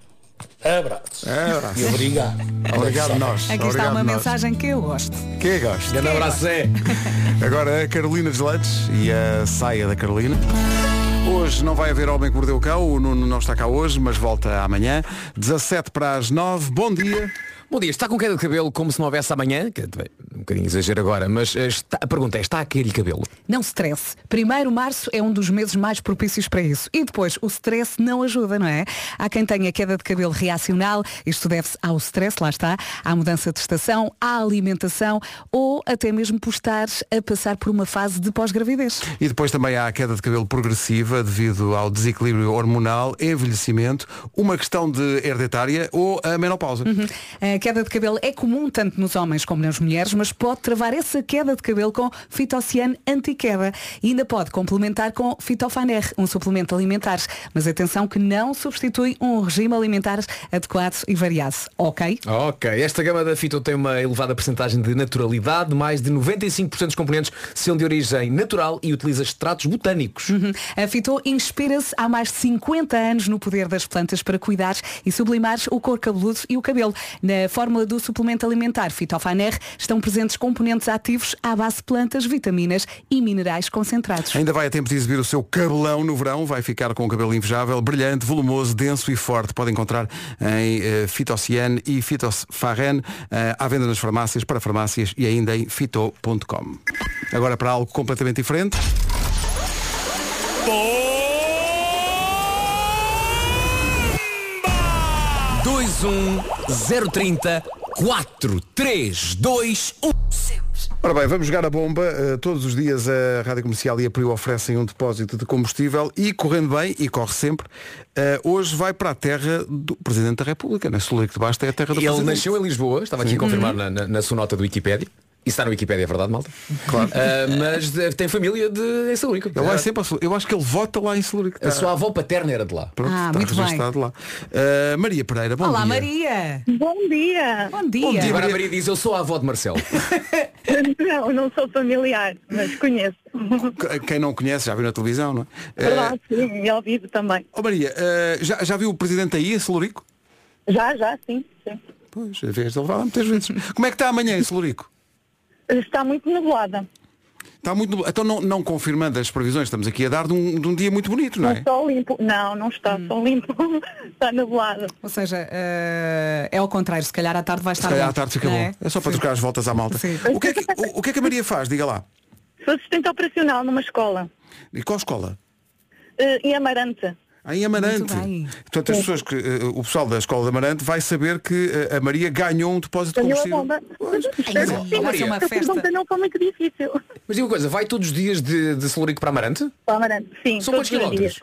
Speaker 11: Abraço.
Speaker 1: Abraço.
Speaker 11: E obrigado.
Speaker 1: Obrigado nós.
Speaker 4: Aqui está
Speaker 1: Obrigado
Speaker 4: uma
Speaker 1: nós.
Speaker 4: mensagem que eu gosto.
Speaker 1: Quem é gosta?
Speaker 2: Grande abraço, Zé.
Speaker 1: Agora a Carolina Deslantes e a saia da Carolina. Hoje não vai haver Homem que Mordeu o Cão, o Nuno não está cá hoje, mas volta amanhã. 17 para as 9, bom dia.
Speaker 2: Bom dia, está com queda de cabelo como se não houvesse amanhã, que bem, um bocadinho exagero agora, mas eh, está- a pergunta é, está a cair-lhe cabelo?
Speaker 4: Não stress. Primeiro março é um dos meses mais propícios para isso. E depois, o stress não ajuda, não é? Há quem tenha queda de cabelo reacional, isto deve-se ao stress, lá está, à mudança de estação, à alimentação ou até mesmo por estares a passar por uma fase de pós-gravidez.
Speaker 1: E depois também há a queda de cabelo progressiva devido ao desequilíbrio hormonal, envelhecimento, uma questão de hereditária ou a menopausa.
Speaker 4: Uhum. A queda de cabelo é comum tanto nos homens como nas mulheres, mas pode travar essa queda de cabelo com fitociano anti-queda. E ainda pode complementar com fitofaner, um suplemento alimentar. Mas atenção que não substitui um regime alimentar adequado e variado, ok?
Speaker 2: Ok, esta gama da Fito tem uma elevada percentagem de naturalidade, mais de 95% dos componentes são de origem natural e utiliza extratos botânicos.
Speaker 4: Uhum. A Fito inspira-se há mais de 50 anos no poder das plantas para cuidar e sublimar o couro cabeludo e o cabelo. Na fórmula do suplemento alimentar Fitofaner estão presentes componentes ativos à base de plantas, vitaminas e minerais concentrados.
Speaker 1: Ainda vai a tempo de exibir o seu cabelão no verão, vai ficar com o cabelo invejável, brilhante, volumoso, denso e forte. Pode encontrar em eh, Fitocian e Fitosfarren eh, à venda nas farmácias, para farmácias e ainda em fito.com. Agora para algo completamente diferente.
Speaker 2: um um.
Speaker 1: Ora bem, vamos jogar a bomba. Eh, todos os dias a Rádio Comercial e a Priu oferecem um depósito de combustível e, correndo bem, e corre sempre, eh, hoje vai para a terra do Presidente da República. Na Soleil que de Basta é a terra do
Speaker 2: Ele
Speaker 1: Presidente.
Speaker 2: nasceu em Lisboa, estava aqui a confirmar na, na, na sua nota do Wikipédia. Isso está no Wikipédia, é verdade, malta? Claro. mas eh, tem família de, é em Salurico.
Speaker 1: Ele vai sempre a Soleil. Eu acho que ele vota lá em Celurico.
Speaker 2: Ah, A sua avó paterna era de lá.
Speaker 1: Pronto,
Speaker 4: Ah,
Speaker 1: está
Speaker 4: muito bem.
Speaker 1: registado lá. Eh, Maria Pereira, bom
Speaker 4: Olá
Speaker 1: dia.
Speaker 4: Maria!
Speaker 12: Bom dia!
Speaker 4: Bom dia!
Speaker 1: Bom
Speaker 2: E
Speaker 1: dia.
Speaker 2: agora a Maria diz, eu sou a avó de Marcelo.
Speaker 12: Não, não sou familiar, mas conheço.
Speaker 1: Que- Quem não conhece já viu na televisão, não é? Eh,
Speaker 12: Verdade, sim, e ao vivo também.
Speaker 1: ó Maria, eh, já, já viu o Presidente aí, em Celurico?
Speaker 12: Já, já, sim, sim.
Speaker 1: Pois, a vez ele vai lá muitas vezes. Como é que está amanhã em Celurico?
Speaker 12: Está muito nublada.
Speaker 1: Está muito... nubla- Então, não, não confirmando as previsões, estamos aqui a dar de um, de um dia muito bonito, não
Speaker 12: Um
Speaker 1: é? Hum.
Speaker 12: sol limpo. Não, não está sol limpo. está nublado.
Speaker 4: Ou seja, eh, é ao contrário, se calhar à tarde vai estar
Speaker 1: Se calhar
Speaker 4: bom,
Speaker 1: à tarde fica
Speaker 4: não
Speaker 1: bom.
Speaker 4: é?
Speaker 1: É só para trocar as voltas à malta.
Speaker 4: Sim.
Speaker 1: O que, é que, o, o que é que a Maria faz? Diga lá.
Speaker 12: Sou assistente operacional numa escola.
Speaker 1: E qual escola?
Speaker 12: Eh, em Amarante.
Speaker 1: Ah, Em Amarante.
Speaker 4: Muito bem. É.
Speaker 1: Portanto, as pessoas que, eh, o pessoal da escola de Amarante vai saber que eh, a Maria ganhou um depósito de
Speaker 12: Ganhou a
Speaker 1: combustível.
Speaker 12: bomba.
Speaker 1: Pois.
Speaker 12: Espero que sim,
Speaker 4: Vai ser uma
Speaker 12: essa
Speaker 4: festa.
Speaker 12: pergunta não foi muito difícil.
Speaker 2: Mas diga uma coisa, vai todos os dias de, de Salurico para Amarante?
Speaker 12: Para Amarante, sim.
Speaker 2: São quantos
Speaker 12: todos os
Speaker 2: quilómetros?
Speaker 12: dias.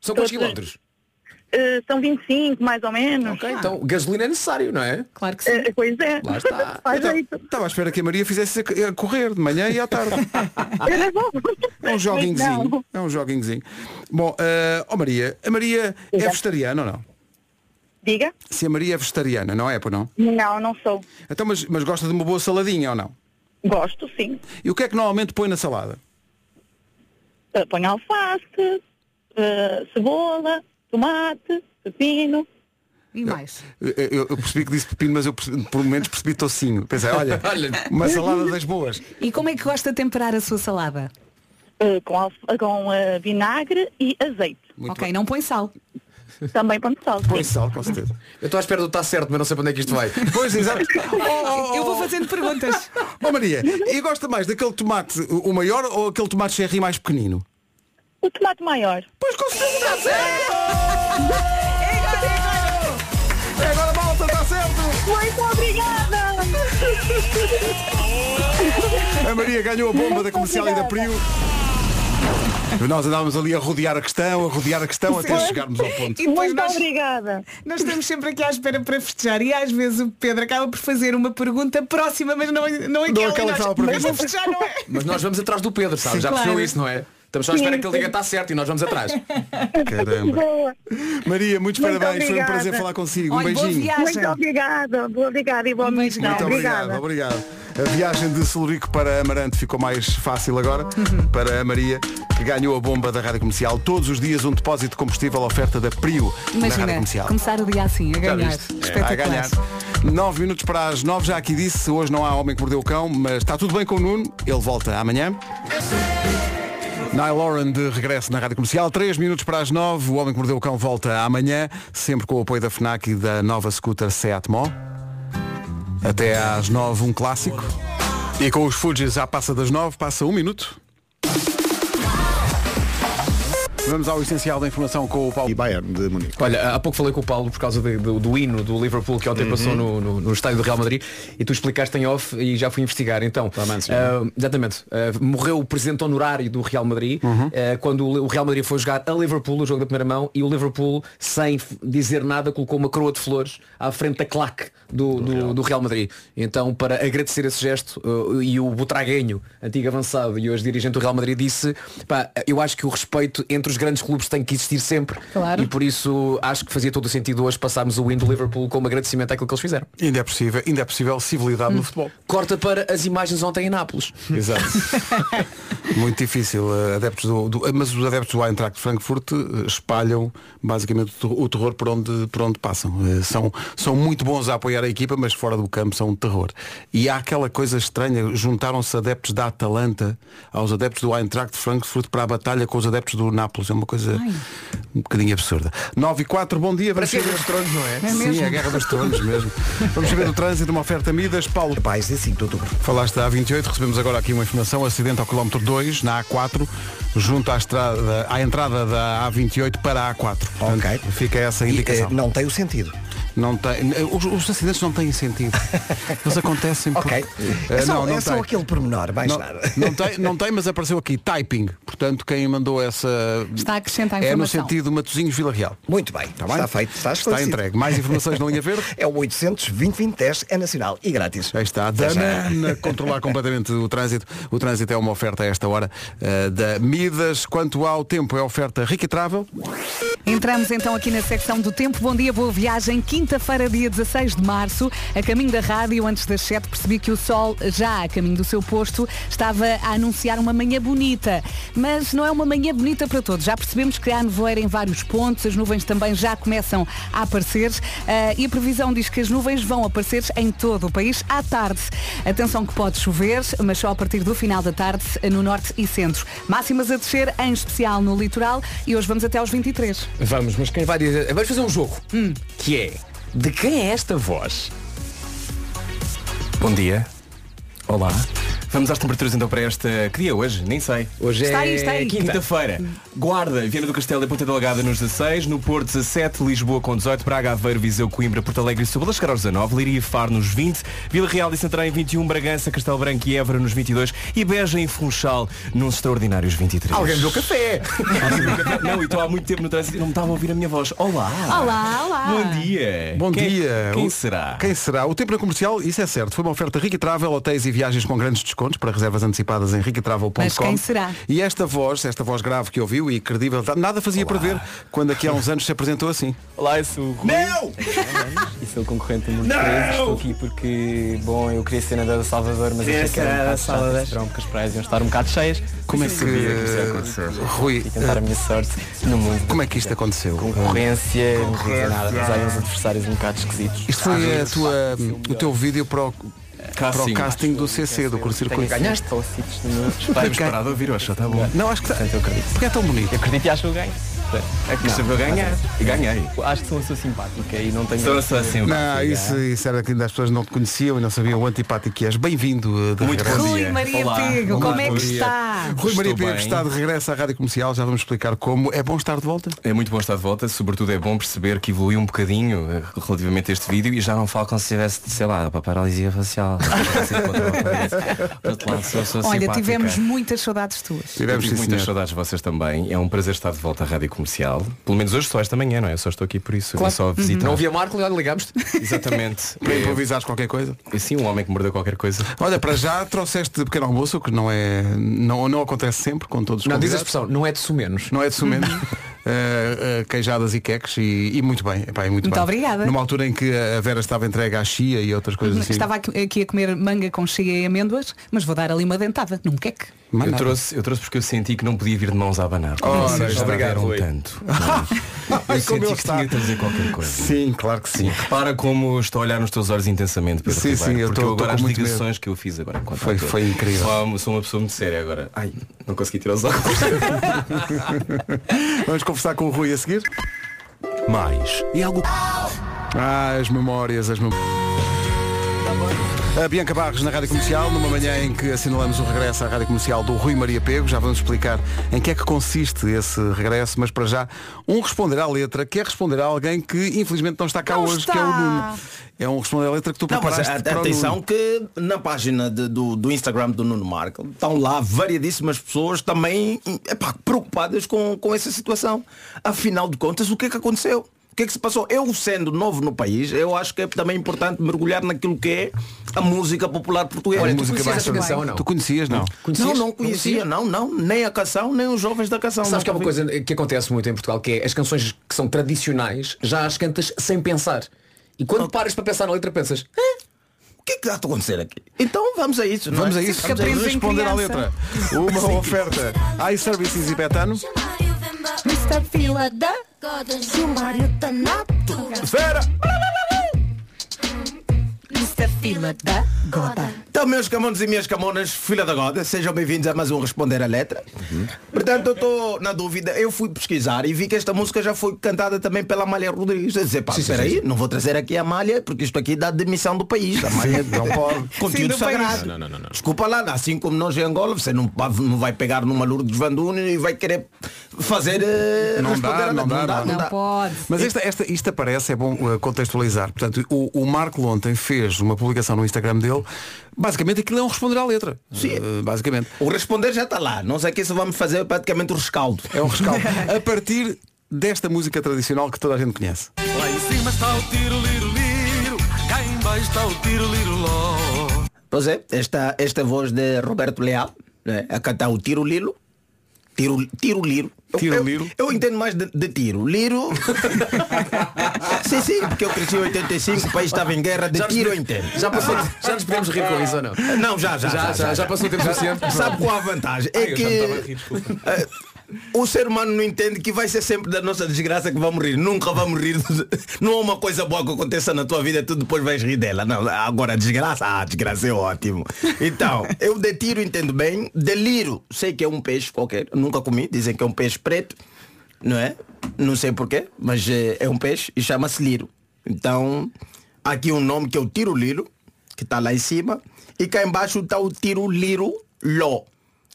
Speaker 2: São quantos
Speaker 12: Todos.
Speaker 2: quilómetros?
Speaker 12: Eh, são 25, mais ou menos.
Speaker 2: Ok, então gasolina é necessário, não é?
Speaker 4: Claro que sim.
Speaker 12: Eh, pois é.
Speaker 2: Lá está.
Speaker 12: Faz
Speaker 1: Então,
Speaker 12: jeito.
Speaker 1: Estava à espera que a Maria fizesse a- a correr de manhã e à tarde.
Speaker 12: Era bom.
Speaker 1: É um
Speaker 12: Mas não.
Speaker 1: joguinhozinho. É um joguinhozinho. Bom, eh, ó Maria, a Maria é
Speaker 12: Diga.
Speaker 1: vegetariana ou não?
Speaker 12: Diga?
Speaker 1: Se a Maria é vegetariana, não é, pois não?
Speaker 12: Não, não sou.
Speaker 1: Então, mas, mas gosta de uma boa saladinha ou não?
Speaker 12: Gosto, sim.
Speaker 1: E o que é que normalmente põe na salada?
Speaker 12: Eh, Põe alface, eh, cebola, tomate, pepino.
Speaker 4: E mais.
Speaker 1: Eu, Eh, eu- eu percebi que disse pepino, mas eu perce- por momentos percebi tocinho. Pensei, olha,
Speaker 2: Olha.
Speaker 1: uma salada das boas.
Speaker 4: E como é que gosta de temperar a sua salada?
Speaker 12: eh, com, alf- com eh, vinagre e azeite.
Speaker 1: Muito
Speaker 4: ok,
Speaker 1: bem.
Speaker 4: não põe sal.
Speaker 12: Também põe sal.
Speaker 1: Põe sal, com certeza.
Speaker 2: Eu estou à espera do está certo, mas não sei para onde é que isto vai.
Speaker 1: Pois, exato. Oh,
Speaker 4: Eu vou fazendo perguntas.
Speaker 1: Ó Oh, Maria, e gosta mais daquele tomate o o maior ou aquele tomate cherry mais pequenino?
Speaker 12: O tomate maior.
Speaker 1: Pois com certeza está certo!
Speaker 12: É
Speaker 1: agora, malta, está certo!
Speaker 12: Muito obrigada!
Speaker 1: A Maria ganhou a bomba da comercial e da Priu. Nós andávamos ali a rodear a questão, a rodear a questão até
Speaker 4: Sim.
Speaker 1: chegarmos ao ponto.
Speaker 4: E depois nós, obrigada. Nós estamos sempre aqui à espera para festejar e às vezes o Pedro acaba por fazer uma pergunta próxima, mas não, não é
Speaker 2: Não
Speaker 4: aquela,
Speaker 2: aquela
Speaker 4: e nós,
Speaker 2: que estava
Speaker 4: mas
Speaker 2: prevista."
Speaker 4: vou festejar, não é?
Speaker 2: Mas nós vamos atrás do Pedro, sabe?
Speaker 4: Sim,
Speaker 2: Já percebeu
Speaker 4: claro.
Speaker 2: isso, não é? Estamos só à espera
Speaker 4: Sim,
Speaker 2: que ele diga
Speaker 4: sim.
Speaker 2: está certo e nós vamos atrás.
Speaker 1: Caramba.
Speaker 12: Boa.
Speaker 1: Maria, muitos
Speaker 12: Muito
Speaker 1: parabéns. Foi um
Speaker 12: obrigada.
Speaker 1: prazer falar consigo. Um beijinho.
Speaker 12: Muito obrigada, boa obrigada e boa noite.
Speaker 1: Muito obrigado,
Speaker 12: Obrigada.
Speaker 1: obrigado. A viagem de Celurico para Amarante ficou mais fácil agora
Speaker 12: Uhum.
Speaker 1: para a Maria, que ganhou a bomba da Rádio Comercial. Todos os dias um depósito de combustível oferta da Prio na Rádio
Speaker 4: Imagina,
Speaker 1: Comercial.
Speaker 4: começar o dia assim, a
Speaker 1: Já
Speaker 4: ganhar.
Speaker 1: viste? É,
Speaker 4: Espetacular.
Speaker 1: a ganhar. 9 minutos para as 9, já aqui disse, hoje não há homem que mordeu o cão, mas está tudo bem com o Nuno, ele volta amanhã. Nile Lauren de regresso na Rádio Comercial, 3 minutos para as 9, o Homem que Mordeu o Cão volta amanhã, sempre com o apoio da FNAC e da nova scooter Seat Mó. Até às 9, um clássico. E com os Fujis já passa das 9, passa um minuto. Vamos ao essencial da informação com o Paulo.
Speaker 8: E Bayern de Munique.
Speaker 2: Olha, há pouco falei com o Paulo por causa de- do, do hino do Liverpool que ontem
Speaker 8: Uhum.
Speaker 2: passou no, no- no estádio do Real Madrid e tu explicaste em off e já fui investigar. Então, ah, exatamente, ah, morreu o presidente honorário do Real Madrid ah, quando o Real Madrid foi jogar a Liverpool o jogo da primeira mão e o Liverpool, sem f- dizer nada, colocou uma coroa de flores à frente da claque do, do- do Real. Madrid. Então, para agradecer esse gesto, ah, e o Butraguenho, antigo avançado e hoje dirigente do Real Madrid, disse, pá, eu acho que o respeito entre os grandes clubes tem que existir sempre.
Speaker 4: Claro.
Speaker 2: E por isso acho que fazia todo o sentido hoje passarmos o win do Liverpool como agradecimento àquilo que eles fizeram.
Speaker 1: Ainda é possível, ainda é possível civilidade no futebol.
Speaker 2: Corta para as imagens ontem em Nápoles.
Speaker 1: Exato. Muito difícil. eh, Adeptos do, do- mas os adeptos do Eintracht de Frankfurt eh, espalham basicamente o ter- o terror por onde, por onde passam. Eh, São, são muito bons a apoiar a equipa, mas fora do campo são um terror. E há aquela coisa estranha, juntaram-se adeptos da Atalanta aos adeptos do Eintracht de Frankfurt para a batalha com os adeptos do Nápoles. É uma coisa um bocadinho absurda. 9 e 4, bom dia. Vamos saber-
Speaker 2: Parece a Guerra dos Tronos, não é? É
Speaker 1: Sim,
Speaker 2: mesmo.
Speaker 1: a Guerra dos Tronos mesmo. Vamos saber o trânsito, uma oferta Midas. Paulo
Speaker 3: Paz, de 5 de outubro.
Speaker 1: Falaste da A28, recebemos agora aqui uma informação, acidente ao quilómetro 2, na A4, junto à, estrada, à entrada da A28 para a A4. ok. Fica essa a indicação.
Speaker 3: eh, não tem o sentido.
Speaker 1: Não tem, os, os acidentes não têm sentido. Eles acontecem porque...
Speaker 3: Ok. É
Speaker 1: Eh,
Speaker 3: só,
Speaker 1: não, não
Speaker 3: é só
Speaker 1: tem.
Speaker 3: aquele pormenor, mais
Speaker 1: não,
Speaker 3: nada.
Speaker 1: não tem, não tem, mas apareceu aqui typing. Portanto, quem mandou essa
Speaker 4: Está a acrescentar
Speaker 1: é no
Speaker 4: informação.
Speaker 1: sentido Matosinhos Vila Real.
Speaker 3: Muito bem,
Speaker 1: Está,
Speaker 3: está,
Speaker 1: Tá bem?
Speaker 3: feito, está,
Speaker 1: está
Speaker 3: esclarecido.
Speaker 1: entregue. Mais informações na linha verde?
Speaker 3: É o 800 2010 é nacional e grátis.
Speaker 1: Aí está,
Speaker 3: Até já.
Speaker 1: Danana, controlar completamente o trânsito. O trânsito é uma oferta a esta hora eh, da Midas. Quanto ao tempo, é oferta Rica Travel.
Speaker 4: Entramos então aqui na secção do tempo. Bom dia, boa viagem. Quinta-feira, dia 16 de março, a caminho da rádio, antes das 7, percebi que o sol, já a caminho do seu posto, estava a anunciar uma manhã bonita. Mas não é uma manhã bonita para todos. Já percebemos que há nevoeiro em vários pontos, as nuvens também já começam a aparecer eh, e a previsão diz que as nuvens vão aparecer em todo o país à tarde. Atenção que pode chover, mas só a partir do final da tarde no norte e centro. Máximas a descer, em especial no litoral, e hoje vamos até aos 23.
Speaker 2: Vamos, mas quem vai dizer. Vamos fazer um jogo. Que é de quem é esta voz? Bom dia. Olá.
Speaker 13: Vamos às temperaturas então para esta. Que dia é hoje? Nem sei. Hoje
Speaker 2: Está aí, está aí.
Speaker 13: quinta-feira. Guarda, Viana do Castelo e Ponta Delgada nos 16, no Porto 17, Lisboa com 18, Braga, Aveiro, Viseu, Coimbra, Porto Alegre e Setúbal a chegar aos 19, Leiria e Faro nos 20, Vila Real e Santarém 21, Bragança, Castelo Branco e Évora nos 22 e Beja e Funchal nos extraordinários 23.
Speaker 2: Alguém bebeu café.
Speaker 13: Alguém bebeu café? Não, e estou há muito tempo no trânsito e não me estava a ouvir a minha voz. Olá.
Speaker 4: Olá, olá.
Speaker 13: Bom dia.
Speaker 1: Bom
Speaker 13: Quem-
Speaker 1: dia.
Speaker 13: Quem
Speaker 1: O-
Speaker 13: será?
Speaker 1: Quem será? O tempo na comercial, isso é certo. Foi uma oferta Rica Travel, hotéis e viagens com grandes descontos para reservas antecipadas em ricatravel.com.
Speaker 4: Mas quem será?
Speaker 1: E esta voz, esta voz grave que ouviu e credível, nada fazia prever quando aqui há uns anos se apresentou assim.
Speaker 14: Olá, eu sou o Rui. Não! E sou o concorrente do número
Speaker 1: Não!
Speaker 14: 13. Estou aqui porque, bom, eu queria ser nadador do Salvador, mas
Speaker 1: Queria
Speaker 14: achei que
Speaker 1: ser nadador
Speaker 14: era um bocado
Speaker 1: do
Speaker 14: chato
Speaker 1: Salvador.
Speaker 14: esse verão, porque as praias iam estar um bocado cheias.
Speaker 1: Como é
Speaker 14: Mas
Speaker 1: que-
Speaker 14: eu sabia que isso ia acontecer.
Speaker 1: Rui, eh,
Speaker 14: E tentar a minha sorte no mundo.
Speaker 1: Como é que isto aconteceu?
Speaker 14: Concorrência, não quer dizer nada, mas há uns adversários um bocado esquisitos.
Speaker 1: Isto foi a tua, o teu vídeo para o, para o casting do CC, do Curso Circuito.
Speaker 14: Ganhaste? Estou a sítios no meu.
Speaker 1: Tenho esperado tá
Speaker 13: ouvir, acho que está bom.
Speaker 1: Não, acho que está. Porque é tão bonito.
Speaker 14: Eu acredito e acho que eu ganho. outra.
Speaker 13: É que sabeu ganhar. E ganhei.
Speaker 14: Acho que sou uma pessoa simpática e não tenho...
Speaker 13: Sou uma pessoa
Speaker 1: Não, isso, isso era que ainda as pessoas não te conheciam e não sabiam o antipático que és. Bem-vindo uh, de
Speaker 13: Muito
Speaker 1: regresso.
Speaker 13: bom dia. Rui Maria Olá. Pego, Olá, como é que bom dia. está?
Speaker 1: Rui Maria
Speaker 13: Estou
Speaker 1: Pego
Speaker 13: bem.
Speaker 1: está de regresso à Rádio Comercial, já vamos explicar como. É bom estar de volta?
Speaker 13: É muito bom estar de volta, sobretudo é bom perceber que evoluiu um bocadinho eh, relativamente a este vídeo e já não falo como se tivesse, sei lá, para a paralisia facial. Outro lado, sou- sou
Speaker 4: Olha,
Speaker 13: simpática.
Speaker 4: tivemos muitas saudades tuas.
Speaker 13: Tivemos muitas saudades de vocês também. É um prazer estar de volta à Rádio Comercial. Pelo menos hoje só esta manhã, não é? Eu só estou aqui por isso.
Speaker 2: Claro. Uhum.
Speaker 13: Eu só é visitar.
Speaker 2: Não havia Marco, já ligámos-te.
Speaker 13: Exatamente.
Speaker 1: Para improvisares qualquer coisa?
Speaker 13: Sim, um homem que mordeu qualquer coisa.
Speaker 1: Olha, para já trouxeste pequeno almoço, o que não é. não, não acontece sempre com todos os
Speaker 13: Não, diz a Uhum.
Speaker 1: expressão, não é de sumenos. Não é de sumenos. Eh, eh, queijadas e queques e, e muito bem. Epá, e muito
Speaker 4: Muito
Speaker 1: bem.
Speaker 4: obrigada. Uhum,
Speaker 1: Numa altura em que a Vera estava entregue à chia e outras coisas assim.
Speaker 4: Estava aqui aqui a comer manga com chia e amêndoas, mas vou dar ali uma dentada num queque.
Speaker 13: Eu trouxe, eu trouxe porque eu senti que não podia vir de mãos a abanar.
Speaker 1: Ora,
Speaker 13: Vocês já
Speaker 1: obrigado,
Speaker 13: deram
Speaker 1: Rui.
Speaker 13: tanto.
Speaker 1: Ai,
Speaker 13: Eu
Speaker 1: como
Speaker 13: senti
Speaker 1: ele
Speaker 13: que
Speaker 1: está.
Speaker 13: tinha de trazer qualquer coisa.
Speaker 1: Sim, claro que sim.
Speaker 13: Repara como estou a olhar nos teus olhos intensamente, Pedro
Speaker 1: Sim,
Speaker 13: Ribeiro,
Speaker 1: sim, eu
Speaker 13: porque
Speaker 1: tô-
Speaker 13: eu agora
Speaker 1: tô com
Speaker 13: as
Speaker 1: muito
Speaker 13: ligações
Speaker 1: medo.
Speaker 13: que eu fiz agora. enquanto
Speaker 1: Foi-
Speaker 13: ator,
Speaker 1: foi incrível.
Speaker 13: Sou, sou uma pessoa muito séria agora. Ai, não consegui tirar os óculos.
Speaker 1: Vamos conversar com o Rui a seguir? Mais. E algo. Ah, as memórias, as memórias. A Bianca Barros na Rádio Comercial, numa manhã em que assinalamos o regresso à Rádio Comercial do Rui Maria Pego, já vamos explicar em que é que consiste esse regresso, mas para já, um responder à letra, quer responder a alguém que infelizmente não está cá hoje, que é o Nuno. É um responder à letra que tu
Speaker 15: Não, mas
Speaker 1: preparaste
Speaker 15: a-
Speaker 1: para o
Speaker 15: atenção
Speaker 1: Nuno.
Speaker 15: que na página de- do, do Instagram do Nuno Marco estão lá variedíssimas pessoas também epá, preocupadas com, com essa situação. Afinal de contas, o que é que aconteceu? O que é que se passou? Eu sendo novo no país, eu acho que é também importante mergulhar naquilo que é a música popular portuguesa.
Speaker 1: Olha, tu Música conhecias essa baixa- canção ou não? Tu conhecias, não?
Speaker 15: Não,
Speaker 1: Conhecias?
Speaker 15: não conhecia, não, não. Nem a canção, nem os jovens da canção.
Speaker 2: Sabes
Speaker 1: é
Speaker 2: que há uma
Speaker 15: Nunca vi.
Speaker 2: coisa que acontece muito em Portugal, que é as canções que são tradicionais, já as cantas sem pensar. E quando paras para pensar na letra, pensas, "Hã?
Speaker 15: o que é que está a acontecer aqui? Então vamos a isso.
Speaker 1: Vamos a isso, vamos a responder à letra. Uma oferta. iServices e Betano.
Speaker 9: Mr. Fila da
Speaker 15: Vera!
Speaker 9: Mr. Fila da Goda.
Speaker 15: Então, meus camões e minhas camonas, filha da goda, sejam bem-vindos a mais um Responder a Letra. Portanto, eu estou na dúvida, eu fui pesquisar e vi que esta música já foi cantada também pela Amália Rodrigues. Eu disse, pá,
Speaker 2: Sim, sim,
Speaker 15: espera aí,
Speaker 2: sim.
Speaker 15: não vou trazer aqui a Amália, porque isto aqui dá demissão do país. A Amália
Speaker 2: Sim, não pode.
Speaker 15: Conteúdo
Speaker 2: Sim, do
Speaker 15: sagrado.
Speaker 2: país. Não, não, não, não.
Speaker 15: Desculpa lá, assim como nós em Angola, você não, pa- não vai pegar numa Lourdes Vandune e vai querer fazer... eh,
Speaker 1: Não
Speaker 15: responder
Speaker 1: dá,
Speaker 15: a-
Speaker 1: não dá, não dá.
Speaker 4: pode.
Speaker 1: Mas esta, esta, isto aparece, é bom uh, contextualizar. Portanto, o, o Marco ontem fez uma publicação no Instagram dele. Basicamente aquilo é um responder à letra. Sim. basicamente.
Speaker 15: O responder já está lá. Nós aqui só é vamos fazer praticamente o rescaldo.
Speaker 1: É um rescaldo. a partir desta música tradicional que toda a gente conhece.
Speaker 16: Lá em cima está o tiro, liro, liro. Cá em baixo está o tiro, liro, ló.
Speaker 15: Pois é, esta, esta voz de Roberto Leal, né, a cantar o Tiro Lilo. Tiro, tiro Liro. Tiro eu, Liro. Eu, entendo mais de, de tiro. Liro. sim, sim, porque eu cresci em 85, o país estava em guerra, de
Speaker 2: Já nos
Speaker 15: tiro eu
Speaker 2: podemos-
Speaker 15: entendo.
Speaker 2: já passou- já nos podemos rir com isso ou não?
Speaker 15: Não, já, já.
Speaker 2: Já, já, já passou o tempo suficiente.
Speaker 15: Sabe qual a vantagem?
Speaker 2: Ai,
Speaker 15: É
Speaker 2: eu
Speaker 15: que
Speaker 2: já me estava a rir,
Speaker 15: eh, o ser humano não entende que vai ser sempre da nossa desgraça que vamos rir. Nunca vamos rir. Não há uma coisa boa que aconteça na tua vida, tu depois vais rir dela. Não, agora desgraça, ah, desgraça é ótimo. Então, eu de tiro entendo bem. Deliro, sei que é um peixe qualquer. Nunca comi, dizem que é um peixe preto. Não é? Não sei porquê, mas eh, é um peixe e chama-se liro. Então, há aqui um nome que é o tiro liro, que está lá em cima. E cá embaixo está o tiro liro ló.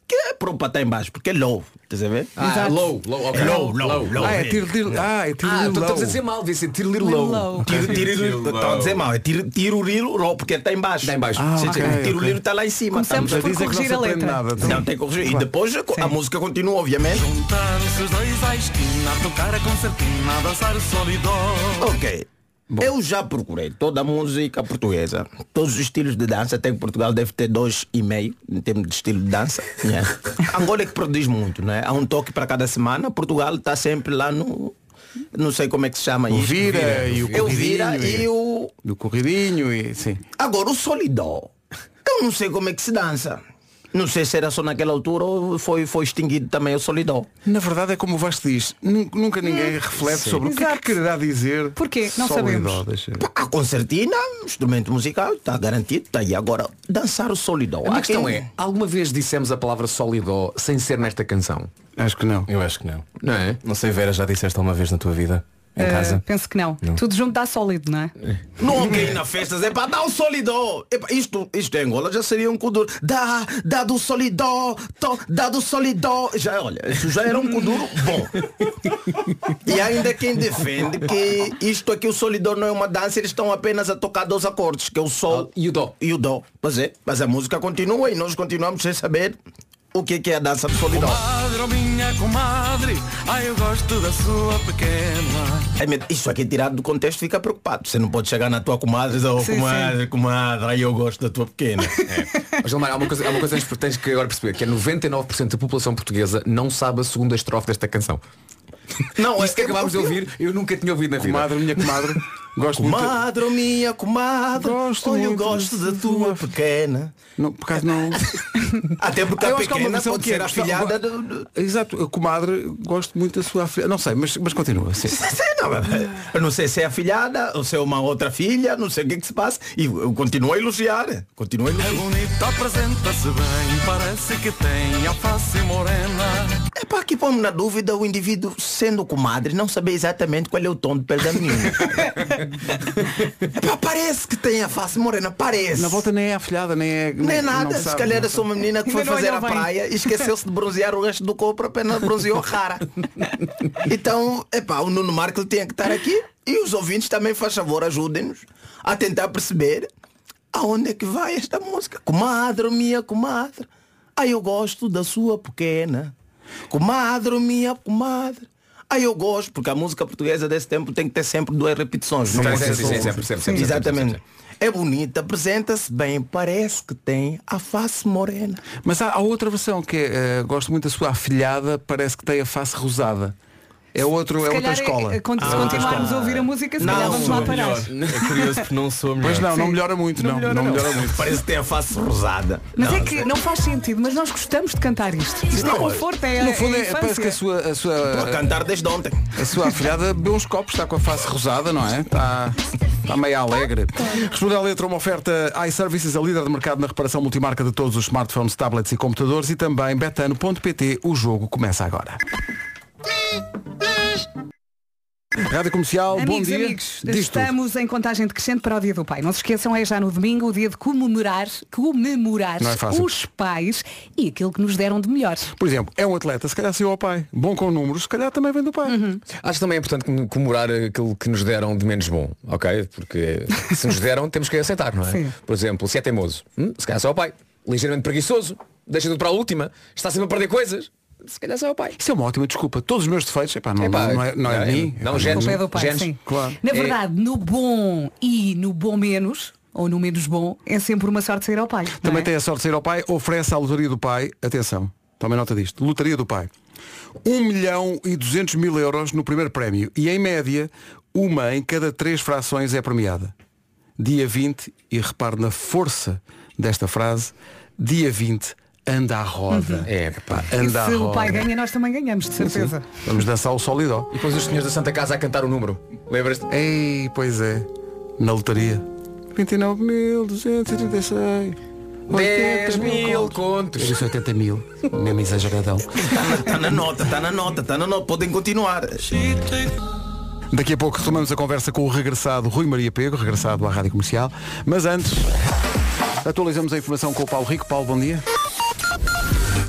Speaker 15: Que é para estar em baixo, porque é low. Estás a ver?
Speaker 2: Ah, é low, low, ok.
Speaker 15: É low, low, low.
Speaker 2: Ah, é tiro, tiro,
Speaker 1: ah, é
Speaker 2: tiro, Ah, tiro, então low. estamos a dizer mal, devia ser tiro, tiro, low.
Speaker 15: Tiro,
Speaker 2: Ok.
Speaker 15: tiro,
Speaker 2: Tiro,
Speaker 15: estão a dizer mal, é tiro, tiro, liro, low, porque está em baixo. Está em
Speaker 2: baixo.
Speaker 1: Ah,
Speaker 15: sim, sim.
Speaker 1: ok,
Speaker 15: tiro,
Speaker 1: ok.
Speaker 15: liro está lá em cima. tá?
Speaker 1: Começamos
Speaker 15: Estamos
Speaker 1: por
Speaker 15: dizer que
Speaker 1: corrigir
Speaker 15: não
Speaker 1: a
Speaker 15: se
Speaker 1: letra.
Speaker 15: aprende
Speaker 1: Nada, então.
Speaker 15: Não, tem que corrigir.
Speaker 1: Claro.
Speaker 15: E depois a co- a música continua, obviamente.
Speaker 16: Juntaram-se os dois à esquina a tocar a concertina, a dançar o sol e dó.
Speaker 15: Ok. Eu já procurei toda a música portuguesa, todos os estilos de dança, até que Portugal deve ter dois e meio em termos de estilo de dança. né? Angola é que produz muito, né? Há um toque para cada semana, Portugal está sempre lá no. Não sei como é que se chama
Speaker 1: O
Speaker 15: isso.
Speaker 1: vira e o
Speaker 15: Eu vira
Speaker 1: corridinho
Speaker 15: e o.
Speaker 1: Do corridinho e sim.
Speaker 15: Agora o solidó. Eu não sei como é que se dança. Não sei se era só naquela altura ou foi, foi extinguido também a solidão.
Speaker 1: Na verdade é como o Vasco diz, nun- nunca ninguém reflete
Speaker 15: Sim.
Speaker 1: sobre o que é que quererá dizer.
Speaker 4: Porquê? Não
Speaker 1: solidão.
Speaker 4: sabemos.
Speaker 1: Deixa eu ver.
Speaker 15: A concertina, um instrumento musical, está garantido, está aí. Agora, dançar o solidão.
Speaker 2: A minha
Speaker 15: Há quem-
Speaker 2: questão é, alguma vez dissemos a palavra solidó sem ser nesta canção?
Speaker 1: Acho que não.
Speaker 13: Eu acho que não.
Speaker 2: Não é?
Speaker 13: Não sei, Vera, já disseste alguma vez na tua vida? Em
Speaker 4: Eh,
Speaker 13: casa?
Speaker 4: penso que não.
Speaker 13: Não.
Speaker 4: Tudo junto dá sólido, não é?
Speaker 15: Não há quem ir na festas é para dar o solidó. Epá, isto, isto em Angola já seria um kuduro. Dá, dá do solidó, to, dá do solidó. Já, olha, isso já era um kuduro bom. E ainda quem defende que isto aqui, o solidó não é uma dança, eles estão apenas a tocar dois acordes, que é o sol
Speaker 2: Oh, e o dó.
Speaker 15: E o dó. Pois é, mas a música continua e nós continuamos sem saber o que que é a dança do solidó.
Speaker 16: Comadre, oh minha comadre, ai eu gosto da sua pequena.
Speaker 15: Ai, meu, Isso aqui tirado do contexto fica preocupado. Você não pode chegar na tua comadre e dizer, oh,
Speaker 16: Sim,
Speaker 15: comadre, comadre, aí eu gosto da tua pequena.
Speaker 2: Mas Gilmar, há uma coisa, há uma coisa que tens que agora perceber, que é 99% da população portuguesa não sabe a segunda estrofe desta canção.
Speaker 1: é
Speaker 15: Não,
Speaker 2: Isto é que acabámos de ouvir, eu nunca tinha ouvido na vida.
Speaker 1: Comadre, minha comadre, gosto
Speaker 15: Comadre, oh minha comadre, olha, eu gosto da tua pequena.
Speaker 1: Não, por acaso não.
Speaker 15: Até porque
Speaker 1: Ah,
Speaker 15: a
Speaker 1: eu acho que há uma
Speaker 15: pequena
Speaker 1: versão
Speaker 15: pode
Speaker 1: que
Speaker 15: ser
Speaker 1: é, gostava-
Speaker 15: afilhada
Speaker 1: go-
Speaker 15: do...
Speaker 1: Exato, a comadre, gosto muito da sua afilhada. Não sei, mas, mas continua. Sim.
Speaker 15: Sei não, eu não sei se é afilhada ou se é uma outra filha, não sei o que, que se passa. E eu continuo a elogiar. Continuo a
Speaker 16: É
Speaker 15: elogiar.
Speaker 16: bonita, apresenta-se bem, parece que tem a face morena.
Speaker 15: É para que põe na dúvida o indivíduo sendo comadre, não saber exatamente qual é o tom de pele da menina. Epá, parece que tem a face morena, parece.
Speaker 1: Na volta nem é afilhada, nem é.
Speaker 15: Nem é
Speaker 1: não
Speaker 15: nada, se
Speaker 1: sabe,
Speaker 15: calhar
Speaker 1: não
Speaker 15: é só uma menina que foi
Speaker 1: Ainda não
Speaker 15: fazer à
Speaker 1: olhou bem.
Speaker 15: praia e esqueceu-se de bronzear o resto do corpo, apenas bronzeou a cara. Então, epá, o Nuno Marco tinha que estar aqui e os ouvintes também, faz favor, ajudem-nos a tentar perceber aonde é que vai esta música. Comadre, minha comadre, ai eu gosto da sua pequena. Comadre, minha comadre. Aí eu gosto, porque a música portuguesa desse tempo tem que ter sempre duas repetições.
Speaker 2: Sim,
Speaker 15: não é? pode
Speaker 2: sim,
Speaker 15: ser
Speaker 2: sim,
Speaker 15: só
Speaker 2: sim,
Speaker 15: uma.
Speaker 2: sempre, sempre, sempre,
Speaker 15: Exatamente.
Speaker 2: sempre,
Speaker 15: É bonita, apresenta-se bem, parece que tem a face morena.
Speaker 13: é-
Speaker 1: Mas há, há outra versão que é eh, gosto muito da sua afilhada, parece que tem a face rosada. É, outro, é
Speaker 4: Se
Speaker 1: outra
Speaker 4: calhar,
Speaker 1: escola.
Speaker 4: eh, con- se continuarmos a ouvir a música, se calhar vamos lá parar.
Speaker 13: É curioso porque não sou melhor.
Speaker 1: Pois não, não melhora muito, não. Não, melhora muito.
Speaker 15: Parece que tem a face rosada.
Speaker 4: Mas é que não faz sentido, mas nós gostamos de cantar isto. Isto é
Speaker 1: Não,
Speaker 4: conforto, é,
Speaker 1: no fundo,
Speaker 4: é
Speaker 1: é-
Speaker 4: infância.
Speaker 1: parece que a sua. A sua
Speaker 15: Estou a cantar desde ontem.
Speaker 1: A sua afilhada bebeu uns copos, está com a face rosada, não é? Está, está meio alegre. Responde à letra uma oferta iServices, a líder de mercado na reparação multimarca de todos os smartphones, tablets e computadores e também betano.pt. O jogo começa agora. Rádio Comercial, bom
Speaker 4: Amigos,
Speaker 1: dia.
Speaker 4: amigos,
Speaker 1: Diz tudo.
Speaker 4: estamos em contagem decrescente para o Dia do Pai. Não se esqueçam, é já no domingo o dia de comemorar, comemorar
Speaker 1: Não é fácil.
Speaker 4: os pais e aquilo que nos deram de melhores.
Speaker 1: Por exemplo, é um atleta, se calhar saiu ao pai. Bom com números, se calhar também vem do pai.
Speaker 4: Uhum.
Speaker 2: Acho que também é importante com- comemorar aquilo que nos deram de menos bom, ok? Porque se nos deram temos que aceitar, não é?
Speaker 4: Sim.
Speaker 2: Por exemplo, se é teimoso, hum, se calhar só o pai, ligeiramente preguiçoso, deixa tudo para a última, está sempre a perder coisas, se calhar só o pai.
Speaker 1: Isso é uma ótima desculpa. Todos os meus defeitos, epá, não,
Speaker 2: Epá,
Speaker 1: não é, não é de mim.
Speaker 2: não,
Speaker 1: Epá,
Speaker 2: genes,
Speaker 4: Culpa é do pai,
Speaker 2: genes,
Speaker 4: sim.
Speaker 1: claro.
Speaker 4: Na
Speaker 2: É-
Speaker 4: verdade, no bom e no bom menos, ou no menos bom, é sempre uma sorte sair ao pai. não
Speaker 1: Também
Speaker 4: é?
Speaker 1: tem a sorte de sair ao pai, oferece à lotaria do pai, atenção, tome nota disto, lotaria do pai, 1 milhão e 200 mil euros no primeiro prémio e em média uma em cada três frações é premiada. Dia 20, e repare na força desta frase, dia 20 anda à roda. É, pá,
Speaker 4: Uhum. E
Speaker 1: anda à
Speaker 4: se o pai
Speaker 1: roda.
Speaker 4: ganha, nós também ganhamos, de certeza.
Speaker 1: Vamos dançar o solidó.
Speaker 2: E depois os senhores da Santa Casa a cantar o número. Lembras-te?
Speaker 1: Ei, pois é, na lotaria. 29.236.
Speaker 2: 10 mil contos.
Speaker 1: Eu disse 80 mil, mesmo exageradão.
Speaker 15: Está Ah, tá na nota, está na nota, está na nota. Podem continuar.
Speaker 1: Daqui a pouco retomamos a conversa com o regressado Rui Maria Pego, regressado à Rádio Comercial. Mas antes, atualizamos a informação com o Paulo Rico. Paulo, bom dia.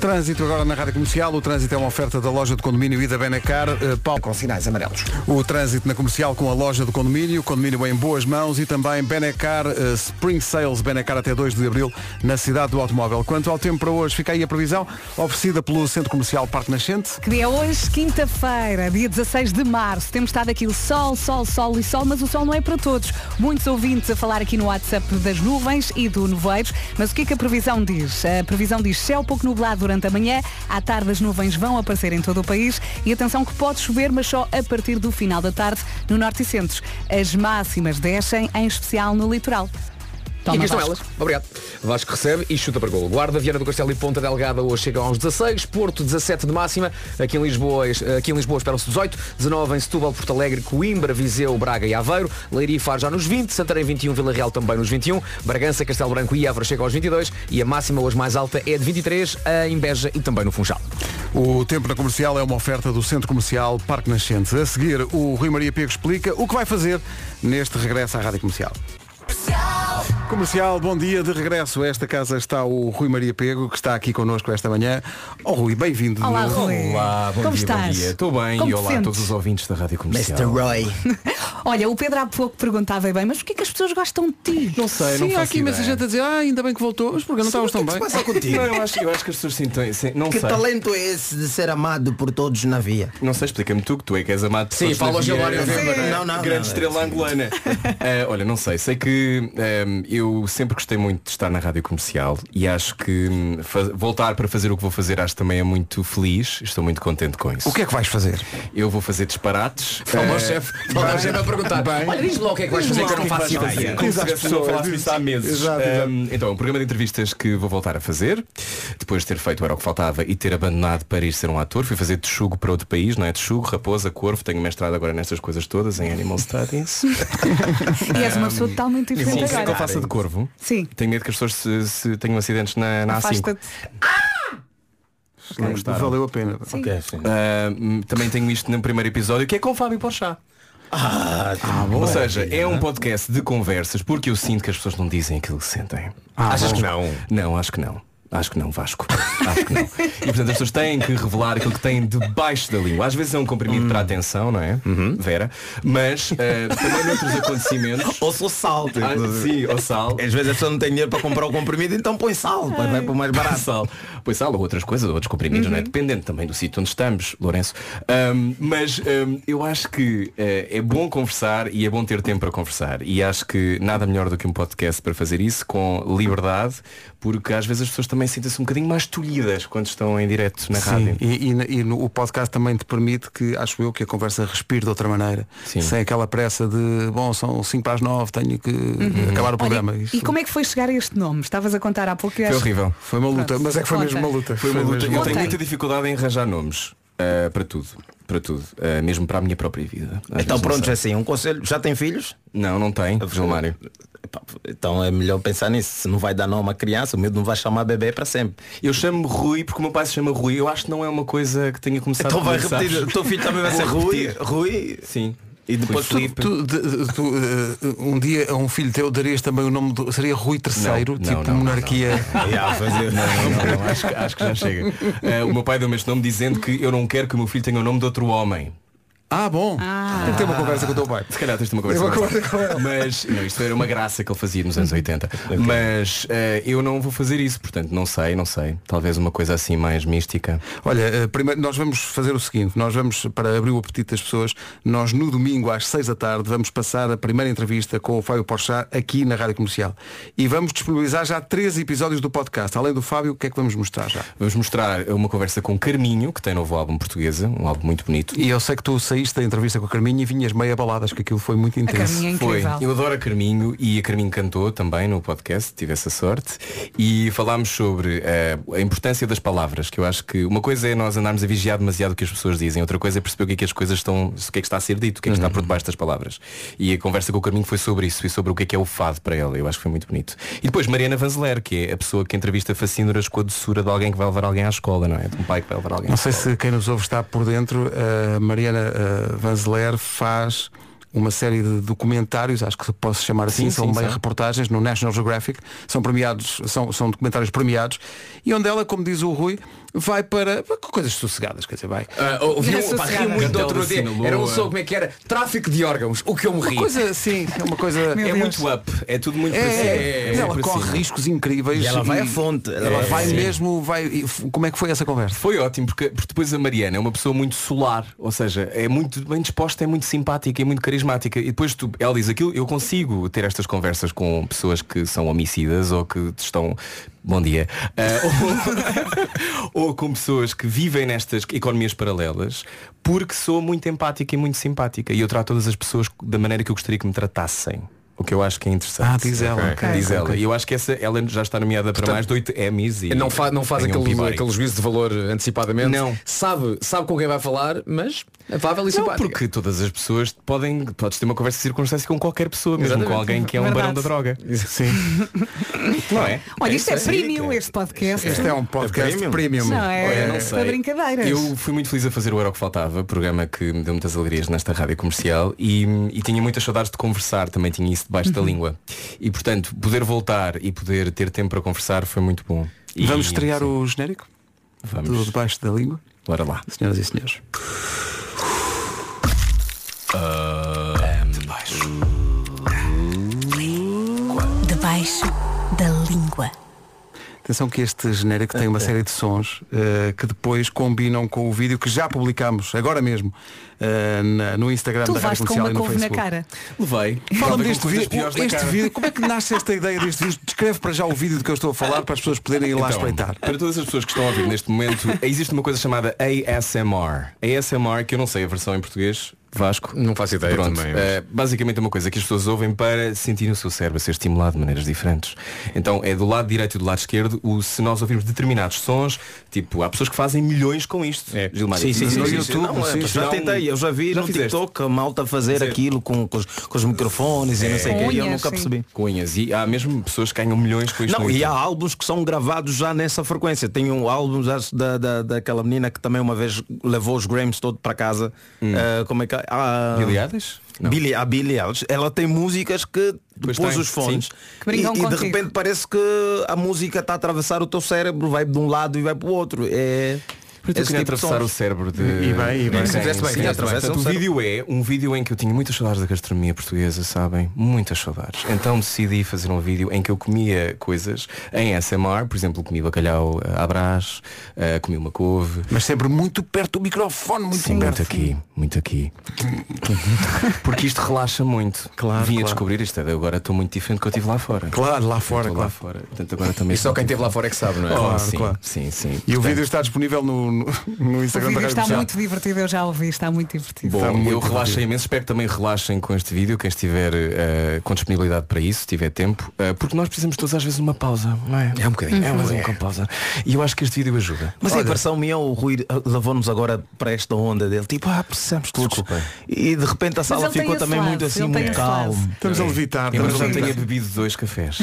Speaker 1: Trânsito agora na Rádio Comercial. O trânsito é uma oferta da loja de condomínio e da Benacar. Eh, Paulo.
Speaker 3: Com sinais amarelos.
Speaker 1: O trânsito na comercial com a loja do condomínio, condomínio em boas mãos e também Benecar eh, Spring Sales, Benecar até 2 de abril, na cidade do automóvel. Quanto ao tempo para hoje, fica aí a previsão oferecida pelo Centro Comercial Parque Nascente.
Speaker 4: Que dia é hoje? Quinta-feira, dia 16 de março. Temos estado aqui o sol, sol, sol e sol, mas o sol não é para todos. Muitos ouvintes a falar aqui no WhatsApp das nuvens e do nevoeiro. Mas o que é que a previsão diz? A previsão diz céu pouco nublado durante a manhã, à tarde as nuvens vão aparecer em todo o país e atenção que pode chover, mas só a partir do final da tarde no norte e centro. As máximas descem, em especial no litoral.
Speaker 2: e
Speaker 4: Toma,
Speaker 2: aqui estão
Speaker 4: Vasco.
Speaker 2: elas. Obrigado. Vasco recebe e chuta para golo. Guarda, Viana do Castelo e Ponta Delgada hoje chegam aos 16. Porto, 17 de máxima. Aqui em Lisboa, aqui em Lisboa esperam-se 18. 19 em Setúbal, Porto Alegre, Coimbra, Viseu, Braga e Aveiro. Leiria e Faro já nos 20. Santarém 21, Vila Real também nos 21. Bragança, Castelo Branco e Évora chegam aos 22. E a máxima hoje mais alta é de 23 em Beja e também no Funchal.
Speaker 1: O tempo na comercial é uma oferta do Centro Comercial Parque Nascente. A seguir, o Rui Maria Pego explica o que vai fazer neste regresso à Rádio Comercial. Comercial, bom dia, de regresso a esta casa está o Rui Maria Pego, que está aqui connosco esta manhã. Oh Rui, bem-vindo. de
Speaker 4: Olá,
Speaker 1: novo.
Speaker 4: Rui.
Speaker 13: Olá, bom
Speaker 4: Como
Speaker 13: dia, bom
Speaker 4: estás?
Speaker 13: dia. Estou bem
Speaker 4: Como
Speaker 13: e
Speaker 4: te
Speaker 13: olá a
Speaker 4: sentes?
Speaker 13: todos os ouvintes da Rádio Comercial.
Speaker 15: Roy.
Speaker 4: Olha, o Pedro há pouco perguntava bem, mas porquê que as pessoas gostam de ti? Não
Speaker 13: sei, não
Speaker 1: Sim, há
Speaker 13: faço
Speaker 1: aqui imensa
Speaker 13: ideia.
Speaker 1: gente a dizer, ah, ainda bem que voltou, mas porque não estávamos tão bem.
Speaker 13: é Não, eu acho, eu acho que as pessoas sentem... se- Não
Speaker 15: Que
Speaker 13: sei.
Speaker 15: talento é esse de ser amado por todos na via?
Speaker 13: Não sei, explica-me tu que tu é que és amado
Speaker 15: Sim, fala ao Gilmário Weber,
Speaker 13: Weber,
Speaker 15: É não, não,
Speaker 13: Grande
Speaker 15: não.
Speaker 13: estrela angolana.
Speaker 2: Eh,
Speaker 13: Ah, olha, não sei, sei que ahm, eu sempre gostei muito de estar na rádio comercial e acho que hum, fa- voltar para fazer o que vou fazer acho que também é muito feliz. Estou muito contente com isso.
Speaker 1: O que é que vais fazer?
Speaker 13: Eu vou fazer disparates.
Speaker 2: Fala ao
Speaker 13: Ah,
Speaker 2: chefe, fala ao chefe a perguntar. Olha, diz lá o que é que vais
Speaker 13: Diz
Speaker 2: fazer
Speaker 13: lá
Speaker 2: que eu não
Speaker 13: o
Speaker 2: faço
Speaker 13: vais
Speaker 2: ideia.
Speaker 13: fazer. Como
Speaker 2: Diz
Speaker 13: se
Speaker 2: às
Speaker 13: as pessoas
Speaker 2: pessoas,
Speaker 13: falassem
Speaker 2: diz.
Speaker 13: isto há meses.
Speaker 2: Exato,
Speaker 13: Um, então, um programa de entrevistas que vou voltar a fazer, depois de ter feito Era o que Faltava e ter abandonado para ir ser um ator, fui fazer Texugo para outro país, não é? Texugo, Raposa, Corvo, tenho mestrado agora nestas coisas todas, em Animal Studies.
Speaker 4: E és uma pessoa totalmente
Speaker 13: Sim,
Speaker 4: diferente
Speaker 13: quer que eu
Speaker 4: agora.
Speaker 13: faça de corvo?
Speaker 4: Sim.
Speaker 3: Ah,
Speaker 13: Tenho medo que as pessoas se, se tenham acidentes na, na A5.
Speaker 4: Afasta-te.
Speaker 13: Não gostaram.
Speaker 1: é Valeu a pena.
Speaker 13: Ok, Ah, hum, também tenho isto no primeiro episódio, que é com o Fábio Porchat. Ah, Ou seja, é um podcast de conversas porque eu sinto que as pessoas não dizem aquilo que sentem.
Speaker 16: Ah,
Speaker 13: Achas
Speaker 16: bom.
Speaker 13: que não? Não, acho que não. Acho que não, Vasco. Acho que não. E portanto as pessoas têm que revelar aquilo que têm debaixo da língua. Às vezes é um comprimido
Speaker 15: Hum.
Speaker 13: para a atenção, não é?
Speaker 15: Uhum.
Speaker 13: Vera. Mas ah, também noutros acontecimentos.
Speaker 15: Ou sou sal. tipo,
Speaker 13: Ah, sim, ou sal. Ah.
Speaker 15: Às vezes a pessoa não tem dinheiro para comprar o comprimido, então põe sal. Vai vai para o mais barato. Uhum.
Speaker 13: sal. Pois sal ou outras coisas, outros comprimidos, não é? Dependendo também do sítio onde estamos, Lourenço. Ahm, mas ahm, eu acho que eh, é bom conversar e é bom ter tempo para conversar. E acho que nada melhor do que um podcast para fazer isso com liberdade, porque às vezes as pessoas também sentem-se um bocadinho mais tolhidas quando estão em direto na
Speaker 1: Sim,
Speaker 13: rádio.
Speaker 1: E, e na- e no- o podcast também te permite que, acho eu, que a conversa respire de outra maneira. Sem aquela pressa de, bom, são 5 para as 9, tenho que acabar o programa.
Speaker 4: Uhum. Olha,
Speaker 1: Isto
Speaker 4: E como é que foi chegar a este nome? Estavas a contar há pouco e
Speaker 13: Foi
Speaker 4: acho-
Speaker 13: horrível.
Speaker 1: Foi uma luta,
Speaker 4: Pronto,
Speaker 1: mas é que foi
Speaker 4: conta.
Speaker 1: mesmo uma luta.
Speaker 13: Foi uma luta.
Speaker 1: mesmo
Speaker 13: Eu tenho
Speaker 4: Ontem.
Speaker 13: muita dificuldade em arranjar nomes. ah, para tudo, para tudo, Ah, mesmo para a minha própria vida. Às
Speaker 15: Então
Speaker 13: vezes não
Speaker 15: pronto,
Speaker 13: sei.
Speaker 15: assim, um conselho. Já tem filhos?
Speaker 13: Não, não tem, Gilmário.
Speaker 15: Então é melhor pensar nisso. Se não vai dar nome a uma criança, o meu não vai chamar bebê para sempre.
Speaker 13: Eu chamo Rui porque o meu pai se chama Rui. Eu acho que não é uma coisa que tenha começado
Speaker 15: Então vai
Speaker 13: comigo, sabes?
Speaker 15: repetir. O teu filho também vai
Speaker 13: Vou
Speaker 15: ser Rui.
Speaker 13: repetir.
Speaker 15: Rui.
Speaker 13: Sim. E depois
Speaker 1: Tu,
Speaker 13: Filipe.
Speaker 1: tu- de- de- tu, eh, um dia a um filho teu darias também o nome do. Seria Rui III,
Speaker 13: Não, não,
Speaker 1: tipo
Speaker 13: não, não,
Speaker 1: monarquia.
Speaker 13: Yeah, fazer- não, não, não, não, acho, que- acho que já chega. Eh, o meu pai deu-me este nome dizendo que eu não quero que o meu filho tenha o nome de outro homem.
Speaker 1: Ah, bom. Tem que ter uma conversa com o teu pai.
Speaker 13: Se calhar tens de uma conversa,
Speaker 1: Eu vou
Speaker 13: com ele. Mas não, isto era uma graça que ele fazia nos anos 80. Mas eh, eu não vou fazer isso, portanto não sei, não sei. Talvez uma coisa assim mais mística.
Speaker 1: Olha, eh, primeiro nós vamos fazer o seguinte, nós vamos, para abrir o apetite das pessoas, nós no domingo às 6 da tarde vamos passar a primeira entrevista com o Fábio Porchat aqui na Rádio Comercial. E vamos disponibilizar já três episódios do podcast. Além do Fábio, o que é que vamos mostrar já?
Speaker 13: Vamos mostrar uma conversa com Carminho, que tem novo álbum portuguesa, um álbum muito bonito.
Speaker 1: E eu sei que tu saíste da entrevista com a Carminha e vinhas meio abaladas, que aquilo foi muito intenso.
Speaker 13: Foi. Eu adoro a Carminho e a Carminho cantou também no podcast, tive essa sorte. E falámos sobre eh, a importância das palavras, que eu acho que uma coisa é nós andarmos a vigiar demasiado o que as pessoas dizem, outra coisa é perceber o que é que as coisas estão, o que é que está a ser dito, o que é que está
Speaker 1: Uhum.
Speaker 13: por debaixo das palavras. E a conversa com o Carminho foi sobre isso e sobre o que é que é o fado para ela. Eu acho que foi muito bonito. E depois Mariana Vanzeler, que é a pessoa que entrevista facínoras com a doçura de alguém que vai levar alguém à escola, não é? De um pai que vai levar alguém à
Speaker 1: Não sei se quem nos ouve está por dentro, a Mariana eh, Vanzeler faz uma série de documentários, acho que se posso chamar assim,
Speaker 13: Sim,
Speaker 1: são
Speaker 13: sim,
Speaker 1: meio
Speaker 13: são.
Speaker 1: reportagens no National Geographic, são premiados, são, são documentários premiados, e onde ela, como diz o Rui, vai para para coisas sossegadas, quer dizer, vai.
Speaker 2: Ah, ouvi
Speaker 1: Não é
Speaker 2: um- pá, ri
Speaker 1: sossegada.
Speaker 2: muito do
Speaker 1: Cartel
Speaker 2: outro
Speaker 1: da
Speaker 2: dia.
Speaker 1: Sinaloa.
Speaker 2: Era um som, como é que era? Tráfico de órgãos. O que eu morri.
Speaker 1: Uma coisa assim, é uma coisa.
Speaker 13: É muito up, é tudo muito
Speaker 1: É,
Speaker 13: para cima.
Speaker 1: é,
Speaker 13: muito
Speaker 1: ela
Speaker 13: para
Speaker 1: corre
Speaker 13: cima.
Speaker 1: riscos incríveis.
Speaker 13: E ela vai à fonte, ela
Speaker 1: Ela,
Speaker 13: vai-
Speaker 1: vai
Speaker 13: Sim.
Speaker 1: mesmo, vai. e f- Como é que foi essa conversa?
Speaker 13: Foi ótimo, porque, porque depois a Mariana é uma pessoa muito solar, ou seja, é muito bem disposta, é muito simpática, é muito carismática. E depois tu, ela diz aquilo, eu consigo ter estas conversas com pessoas que são homicidas ou que estão. Bom dia. Ah, ou, ou com pessoas que vivem nestas economias paralelas, porque sou muito empática e muito simpática. E eu trato todas as pessoas da maneira que eu gostaria que me tratassem. O que eu acho que é interessante.
Speaker 1: Ah, diz ela, ok.
Speaker 13: Diz ela.
Speaker 1: ok.
Speaker 13: E eu acho que essa, ela já está nomeada para mais de 8 Emmys. E
Speaker 2: Não, fa não faz
Speaker 13: tem um
Speaker 2: aquele,
Speaker 13: Peabody.
Speaker 2: aquele juízo de valor antecipadamente.
Speaker 13: Não.
Speaker 2: Sabe, sabe com quem vai falar, mas afável e
Speaker 13: Não,
Speaker 2: simpática.
Speaker 13: porque todas as pessoas podem, podes ter uma conversa de circunstância com qualquer pessoa, mesmo
Speaker 2: Exatamente.
Speaker 13: com alguém que é um
Speaker 2: Verdade.
Speaker 13: barão da droga. Sim. Não é?
Speaker 4: Olha, isto é,
Speaker 13: isso,
Speaker 4: premium, este podcast.
Speaker 1: Este é um podcast
Speaker 13: É premium?
Speaker 1: premium.
Speaker 4: Não é?
Speaker 13: Olha,
Speaker 4: não
Speaker 13: sei.
Speaker 4: brincadeiras.
Speaker 13: Eu fui muito feliz a fazer o Era o que Faltava, programa que me deu muitas alegrias nesta rádio comercial e, e tinha muitas saudades de conversar, também tinha isso debaixo da
Speaker 1: Uhum.
Speaker 13: língua. E portanto, poder voltar e poder ter tempo para conversar foi muito bom. E,
Speaker 1: Vamos estrear o genérico?
Speaker 13: Vamos.
Speaker 1: Do debaixo da língua?
Speaker 13: Bora lá.
Speaker 1: Senhoras e senhores. Ah,
Speaker 16: Debaixo.
Speaker 9: Debaixo da língua.
Speaker 1: Atenção que este genérico tem uma série de sons eh, que depois combinam com o vídeo que já publicamos agora mesmo eh, na- no Instagram
Speaker 4: Tu
Speaker 1: da Rádio
Speaker 4: levaste com
Speaker 1: Comercial
Speaker 4: uma
Speaker 1: e no
Speaker 4: couve na
Speaker 1: Facebook.
Speaker 4: cara.
Speaker 1: Fala-me
Speaker 13: Levei. Levei com
Speaker 1: deste
Speaker 13: coisas
Speaker 1: vídeo,
Speaker 13: piores na
Speaker 1: este
Speaker 13: cara.
Speaker 1: vídeo, como é que nasce esta ideia deste vídeo? Descreve para já o vídeo do que eu estou a falar para as pessoas poderem ir lá
Speaker 13: Então,
Speaker 1: espreitar.
Speaker 13: Para todas as pessoas que estão a ouvir neste momento, existe uma coisa chamada ASMR. ASMR, que eu não sei a versão em português. Vasco.
Speaker 2: Não faço ideia
Speaker 13: Pronto,
Speaker 2: também,
Speaker 13: eh, basicamente é uma coisa que as pessoas ouvem para sentir o seu cérebro a ser estimulado de maneiras diferentes. Então é do lado direito e do lado esquerdo, o, se nós ouvirmos determinados sons, tipo, há pessoas que fazem milhões com isto. É. Gilmar,
Speaker 15: Sim, sim, sim,
Speaker 13: no
Speaker 15: sim, sim.
Speaker 13: YouTube,
Speaker 15: Não, é,
Speaker 13: sim,
Speaker 15: já
Speaker 13: não-
Speaker 15: tentei, eu já vi
Speaker 13: já
Speaker 15: no
Speaker 13: fizeste.
Speaker 15: TikTok a malta fazer
Speaker 13: Fazer.
Speaker 15: aquilo com, com, os, com os microfones e não sei o que, eu nunca percebi.
Speaker 13: Com unhas. E há mesmo pessoas que ganham milhões com isto.
Speaker 15: Não,
Speaker 13: no
Speaker 15: e
Speaker 13: YouTube.
Speaker 15: há álbuns que são gravados já nessa frequência. Tem um álbum já da, da, daquela menina que também uma vez levou os Grams todo para casa. Eh, como é que a
Speaker 13: Hum. Billie Eilish? Não.
Speaker 15: Billie, a Billie Eilish. Ela tem músicas que
Speaker 13: Pois
Speaker 15: pôs
Speaker 13: tem,
Speaker 15: os fones
Speaker 13: sim.
Speaker 4: Que
Speaker 15: e,
Speaker 4: brincam
Speaker 15: e de
Speaker 4: contigo.
Speaker 15: repente parece que a música está a atravessar o teu cérebro, vai de um lado e vai para o outro. É
Speaker 13: Porque eu
Speaker 15: esse
Speaker 13: queria
Speaker 15: tipo de
Speaker 13: atravessar o
Speaker 15: sons.
Speaker 13: cérebro de.
Speaker 15: E bem, e bem.
Speaker 13: de-
Speaker 15: Sim, fizeste
Speaker 13: é?
Speaker 15: bem, Então,
Speaker 13: Sim,
Speaker 15: já atravessa
Speaker 13: Portanto,
Speaker 15: o
Speaker 13: o vídeo é um vídeo em que eu tinha muitas saudades da gastronomia portuguesa, sabem? Muitas saudades. Então decidi fazer um vídeo em que eu comia coisas em SMR, por exemplo, comi bacalhau eh, à brás, eh, comi uma couve.
Speaker 1: Mas sempre muito perto do microfone, muito
Speaker 13: Sim, muito
Speaker 1: perto.
Speaker 13: aqui, muito aqui. Porque isto relaxa muito. Claro. Vim a
Speaker 1: claro.
Speaker 13: descobrir isto, é, agora estou muito diferente do que eu tive lá fora.
Speaker 1: Claro, lá fora,
Speaker 13: Estou
Speaker 1: claro.
Speaker 13: lá fora. Portanto, agora também
Speaker 2: E só quem esteve lá fora é que sabe, não é?
Speaker 13: Claro,
Speaker 2: Claro,
Speaker 13: sim,
Speaker 2: claro.
Speaker 13: sim, sim.
Speaker 1: E o
Speaker 13: Portanto,
Speaker 1: vídeo está disponível no, no, no
Speaker 4: O
Speaker 1: Instagram da
Speaker 4: vídeo
Speaker 1: é Rádio
Speaker 4: está
Speaker 1: Comercial.
Speaker 4: muito divertido, eu já ouvi, está muito divertido.
Speaker 13: Bom,
Speaker 1: muito
Speaker 13: eu relaxo
Speaker 1: divertido.
Speaker 13: imenso, espero que também relaxem com este vídeo, quem estiver eh, com disponibilidade para isso, se tiver tempo, eh, porque nós precisamos todos às vezes de uma pausa, não é? É um bocadinho, é mais um bocadinho de pausa. E eu acho que este vídeo ajuda.
Speaker 15: Mas é a versão minha, o Rui ah, levou-nos agora para esta onda dele. Tipo, ah, precisamos todos. E de repente a sala
Speaker 13: ele tem
Speaker 15: ficou
Speaker 13: a
Speaker 15: também
Speaker 13: fase,
Speaker 15: muito assim,
Speaker 13: ele tem
Speaker 15: muito
Speaker 13: a
Speaker 15: calmo.
Speaker 13: fase. Estamos a levitar, Eu estamos a não levitar. tenha bebido dois cafés.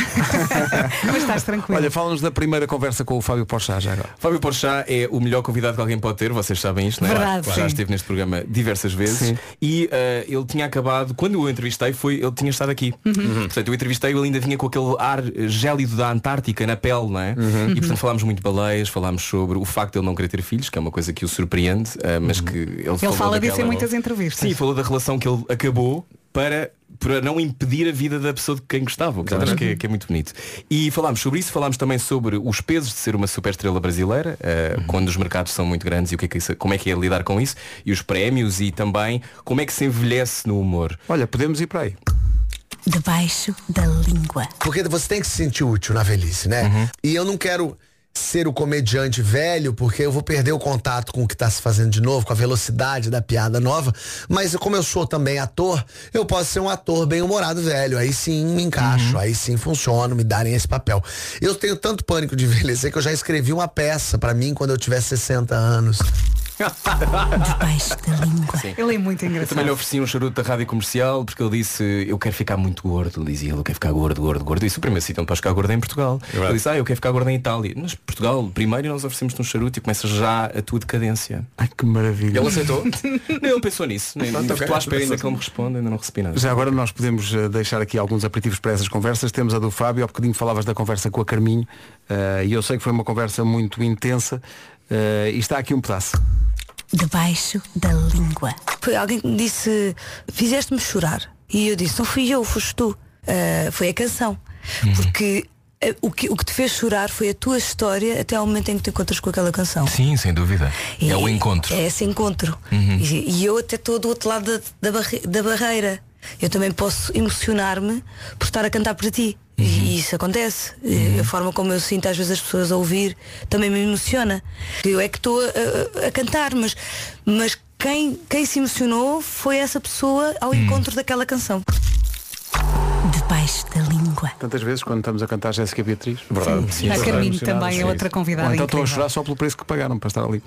Speaker 4: Mas estás tranquilo.
Speaker 1: Olha, fala-nos da primeira conversa com o Fábio Porchá já agora.
Speaker 13: Fábio Porchá é o melhor convidado que alguém pode ter, vocês sabem isto, não é?
Speaker 4: Verdade,
Speaker 13: Já
Speaker 4: sim.
Speaker 13: esteve neste programa diversas vezes e eh, ele tinha acabado, quando eu o entrevistei, foi, ele tinha estado aqui.
Speaker 4: Uhum.
Speaker 13: Uhum. Portanto, eu entrevistei, ele ainda vinha com aquele ar eh, gélido da Antártica na pele, não é?
Speaker 4: Uhum.
Speaker 13: E portanto falámos muito de baleias, falámos sobre o facto de ele não querer ter filhos, que é uma coisa que o surpreende, eh, mas que ele,
Speaker 4: Uhum. Ele
Speaker 13: falou
Speaker 4: fala disso em
Speaker 13: daquela-
Speaker 4: muitas entrevistas.
Speaker 13: Sim, falou da relação que ele acabou para, para não impedir a vida da pessoa de quem gostava, o que eu acho que é, que é muito bonito. E falámos sobre isso, falámos também sobre os pesos de ser uma superestrela brasileira, eh, quando os mercados são muito grandes e o que é que isso- como é que é lidar com isso, e os prémios e também como é que se envelhece no humor.
Speaker 1: Olha, podemos ir para aí.
Speaker 9: Debaixo da língua.
Speaker 17: Porque você tem que se sentir útil na velhice, né? E eu não quero ser o comediante velho, porque eu vou perder o contato com o que tá se fazendo de novo, com a velocidade da piada nova. Mas como eu sou também ator, eu posso ser um ator bem-humorado velho. Aí sim me encaixo, aí sim funciona, me darem esse papel. Eu tenho tanto pânico de envelhecer que eu já escrevi uma peça pra mim quando eu tiver 60 anos.
Speaker 9: Debaixo da língua.
Speaker 4: Ele é muito
Speaker 13: Eu também lhe
Speaker 4: engraçado.
Speaker 13: ofereci um charuto da rádio comercial porque ele disse eu quero ficar muito gordo, ele dizia ele, eu quero ficar gordo, gordo, gordo. E disse, o primeiro sítio onde podes ficar gordo é em Portugal. Ele disse, ah, eu quero ficar gordo em Itália. Mas Portugal, primeiro nós oferecemos-te um charuto e começas já a tua decadência.
Speaker 1: Ai, que maravilha.
Speaker 13: Ele aceitou? não, ele pensou nisso. Nem,
Speaker 1: Pronto, ok.
Speaker 13: Estou à espera ainda que ele me responda, ainda não recebi nada.
Speaker 1: Já agora nós podemos eh, deixar aqui alguns aperitivos para essas conversas. Temos a do Fábio, há bocadinho falavas da conversa com a Carminho eh, e eu sei que foi uma conversa muito intensa eh, e está aqui um pedaço.
Speaker 9: Debaixo da língua. Foi alguém que me disse, fizeste-me chorar. E eu disse, não fui eu, foste tu. Ah, foi a canção. Porque ah, o, que, o que te fez chorar foi a tua história até ao momento em que te encontras com aquela canção.
Speaker 13: Sim, sem dúvida.
Speaker 9: E
Speaker 13: é o encontro.
Speaker 9: É esse encontro.
Speaker 13: Uhum.
Speaker 9: E, e eu até estou do outro lado da, da, barre- da barreira. Eu também posso emocionar-me por estar a cantar para ti. E isso acontece. E A forma como eu sinto às vezes as pessoas a ouvir também me emociona. Eu é que estou a, a- a cantar, mas, mas quem, quem se emocionou foi essa pessoa ao encontro daquela canção.
Speaker 18: debaixo da língua.
Speaker 1: Tantas vezes quando estamos a cantar Jéssica Beatriz.
Speaker 4: Verdade. Sim, A Carminho também é outra convidada
Speaker 1: Ou então estou
Speaker 4: incrível.
Speaker 1: a chorar só pelo preço que pagaram para estar ali.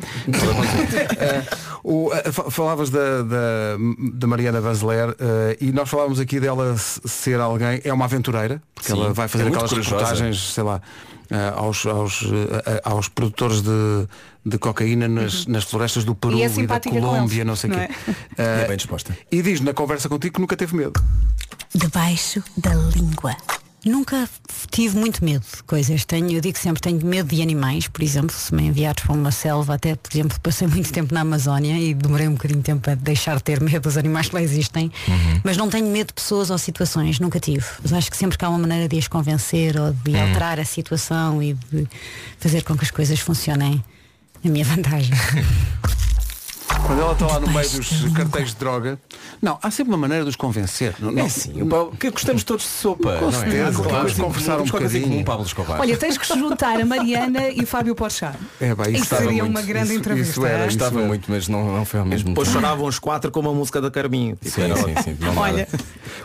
Speaker 1: Eh, o, eh, fa- falavas da, da, da Mariana Vanzeler eh, e nós falávamos aqui dela s- ser alguém, é uma aventureira, porque
Speaker 13: Sim.
Speaker 1: ela vai fazer
Speaker 13: É muito
Speaker 1: aquelas
Speaker 13: corajosa.
Speaker 1: reportagens, sei lá, eh, aos, aos, eh, aos produtores de, de cocaína nas, nas florestas do Peru
Speaker 4: E
Speaker 1: e,
Speaker 4: é
Speaker 1: da
Speaker 4: simpática com
Speaker 1: Colômbia,
Speaker 4: eles,
Speaker 1: não sei o
Speaker 4: não é?
Speaker 1: quê. Eh,
Speaker 13: bem disposta.
Speaker 1: E diz na conversa contigo que nunca teve medo.
Speaker 18: Debaixo da língua. Nunca f- tive muito medo de coisas. Tenho, eu digo sempre tenho medo de animais, por exemplo, se me enviares para uma selva, até por exemplo, passei muito tempo na Amazónia e demorei um bocadinho de tempo a deixar de ter medo dos animais que lá existem. Mas não tenho medo de pessoas ou situações, nunca tive. Mas acho que sempre que há uma maneira de as convencer ou de
Speaker 13: Hum.
Speaker 18: alterar a situação e de fazer com que as coisas funcionem na minha vantagem.
Speaker 1: Quando ela está lá no meio dos cartéis de droga, não, há sempre uma maneira de os convencer. Não, não,
Speaker 13: É sim, o Paulo- que gostamos todos de sopa.
Speaker 1: Com
Speaker 13: não é?
Speaker 1: certeza,
Speaker 13: Há qualquer
Speaker 1: claro.
Speaker 13: coisa em comum,
Speaker 1: Conversar um
Speaker 13: temos qualquer coisa em
Speaker 1: bocadinho.
Speaker 13: comum, Pablo Escobar.
Speaker 4: Olha, tens que se juntar a Mariana e o Fábio Porchat.
Speaker 1: É, pá,
Speaker 4: isso
Speaker 13: gostava
Speaker 4: seria
Speaker 13: muito.
Speaker 4: uma grande
Speaker 13: Isso-
Speaker 4: entrevista.
Speaker 13: Isso era,
Speaker 18: é?
Speaker 4: hein?
Speaker 13: gostava muito, mas não, não foi ao mesmo
Speaker 14: Depois
Speaker 13: tempo.
Speaker 14: choravam os quatro com uma música da Carminho. Tipo,
Speaker 13: Sim,
Speaker 14: era
Speaker 13: sim,
Speaker 14: ótimo.
Speaker 13: sim.
Speaker 4: Olha.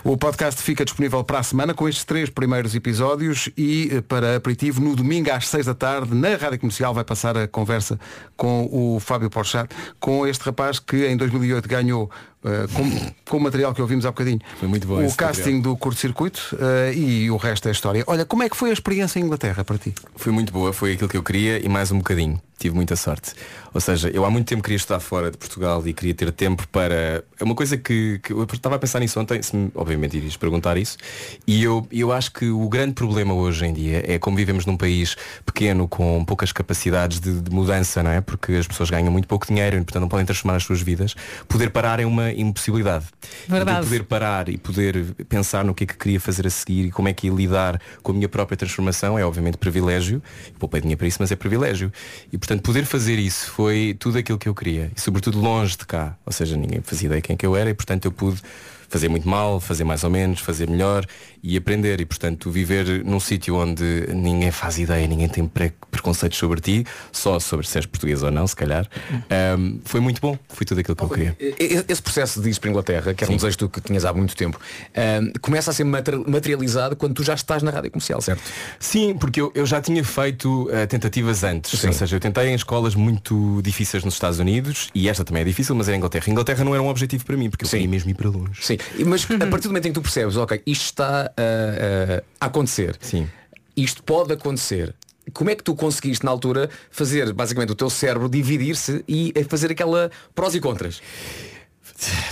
Speaker 1: O podcast fica disponível para a semana com estes três primeiros episódios e eh, para aperitivo no domingo às seis da tarde na Rádio Comercial vai passar a conversa com o Fábio Porchat, com este rapaz que em 2008 ganhou eh, com, com o material que ouvimos há bocadinho
Speaker 13: bom
Speaker 1: o
Speaker 13: esse
Speaker 1: casting do curto-circuito eh, e o resto é história. Olha, como é que foi a experiência em Inglaterra para ti?
Speaker 13: Foi muito boa, foi aquilo que eu queria e mais um bocadinho. Tive muita sorte. Ou seja, eu há muito tempo queria estar fora de Portugal e queria ter tempo para. É uma coisa que, que eu estava a pensar nisso ontem, se me, obviamente irias perguntar isso. E eu, eu acho que o grande problema hoje em dia é como vivemos num país pequeno, com poucas capacidades de, de mudança, não é? Porque as pessoas ganham muito pouco dinheiro e portanto não podem transformar as suas vidas. Poder parar é uma impossibilidade.
Speaker 4: Verdade.
Speaker 13: Então, poder parar e poder pensar no que é que queria fazer a seguir e como é que ia lidar com a minha própria transformação é obviamente privilégio. Eu Poupei dinheiro para isso, mas é privilégio. E portanto poder fazer isso foi tudo aquilo que eu queria. E sobretudo longe de cá. Ou seja, ninguém fazia ideia quem é que eu era e portanto eu pude fazer muito mal, fazer mais ou menos, fazer melhor e aprender. E portanto viver num sítio onde ninguém faz ideia, ninguém tem pre preconceitos sobre ti, só sobre se és português ou não, se calhar. Ahm, foi muito bom. Foi tudo aquilo que eu queria.
Speaker 2: E- Esse processo de ir para a Inglaterra, que era um desejo tu que tinhas há muito tempo, ahm, começa a ser mater- materializado quando tu já estás na rádio comercial, certo?
Speaker 13: Sim, porque eu, eu já tinha feito eh, tentativas antes. Ou seja, eu tentei em escolas muito difíceis nos Estados Unidos e esta também é difícil, mas é a Inglaterra. A Inglaterra não era um objetivo para mim, porque eu queria mesmo ir para longe.
Speaker 2: Sim, e- mas a partir do momento em que tu percebes, ok, isto está ah, ah, a acontecer, Sim. isto pode acontecer, como é que tu conseguiste na altura fazer basicamente o teu cérebro dividir-se e eh, fazer aquela prós e contras?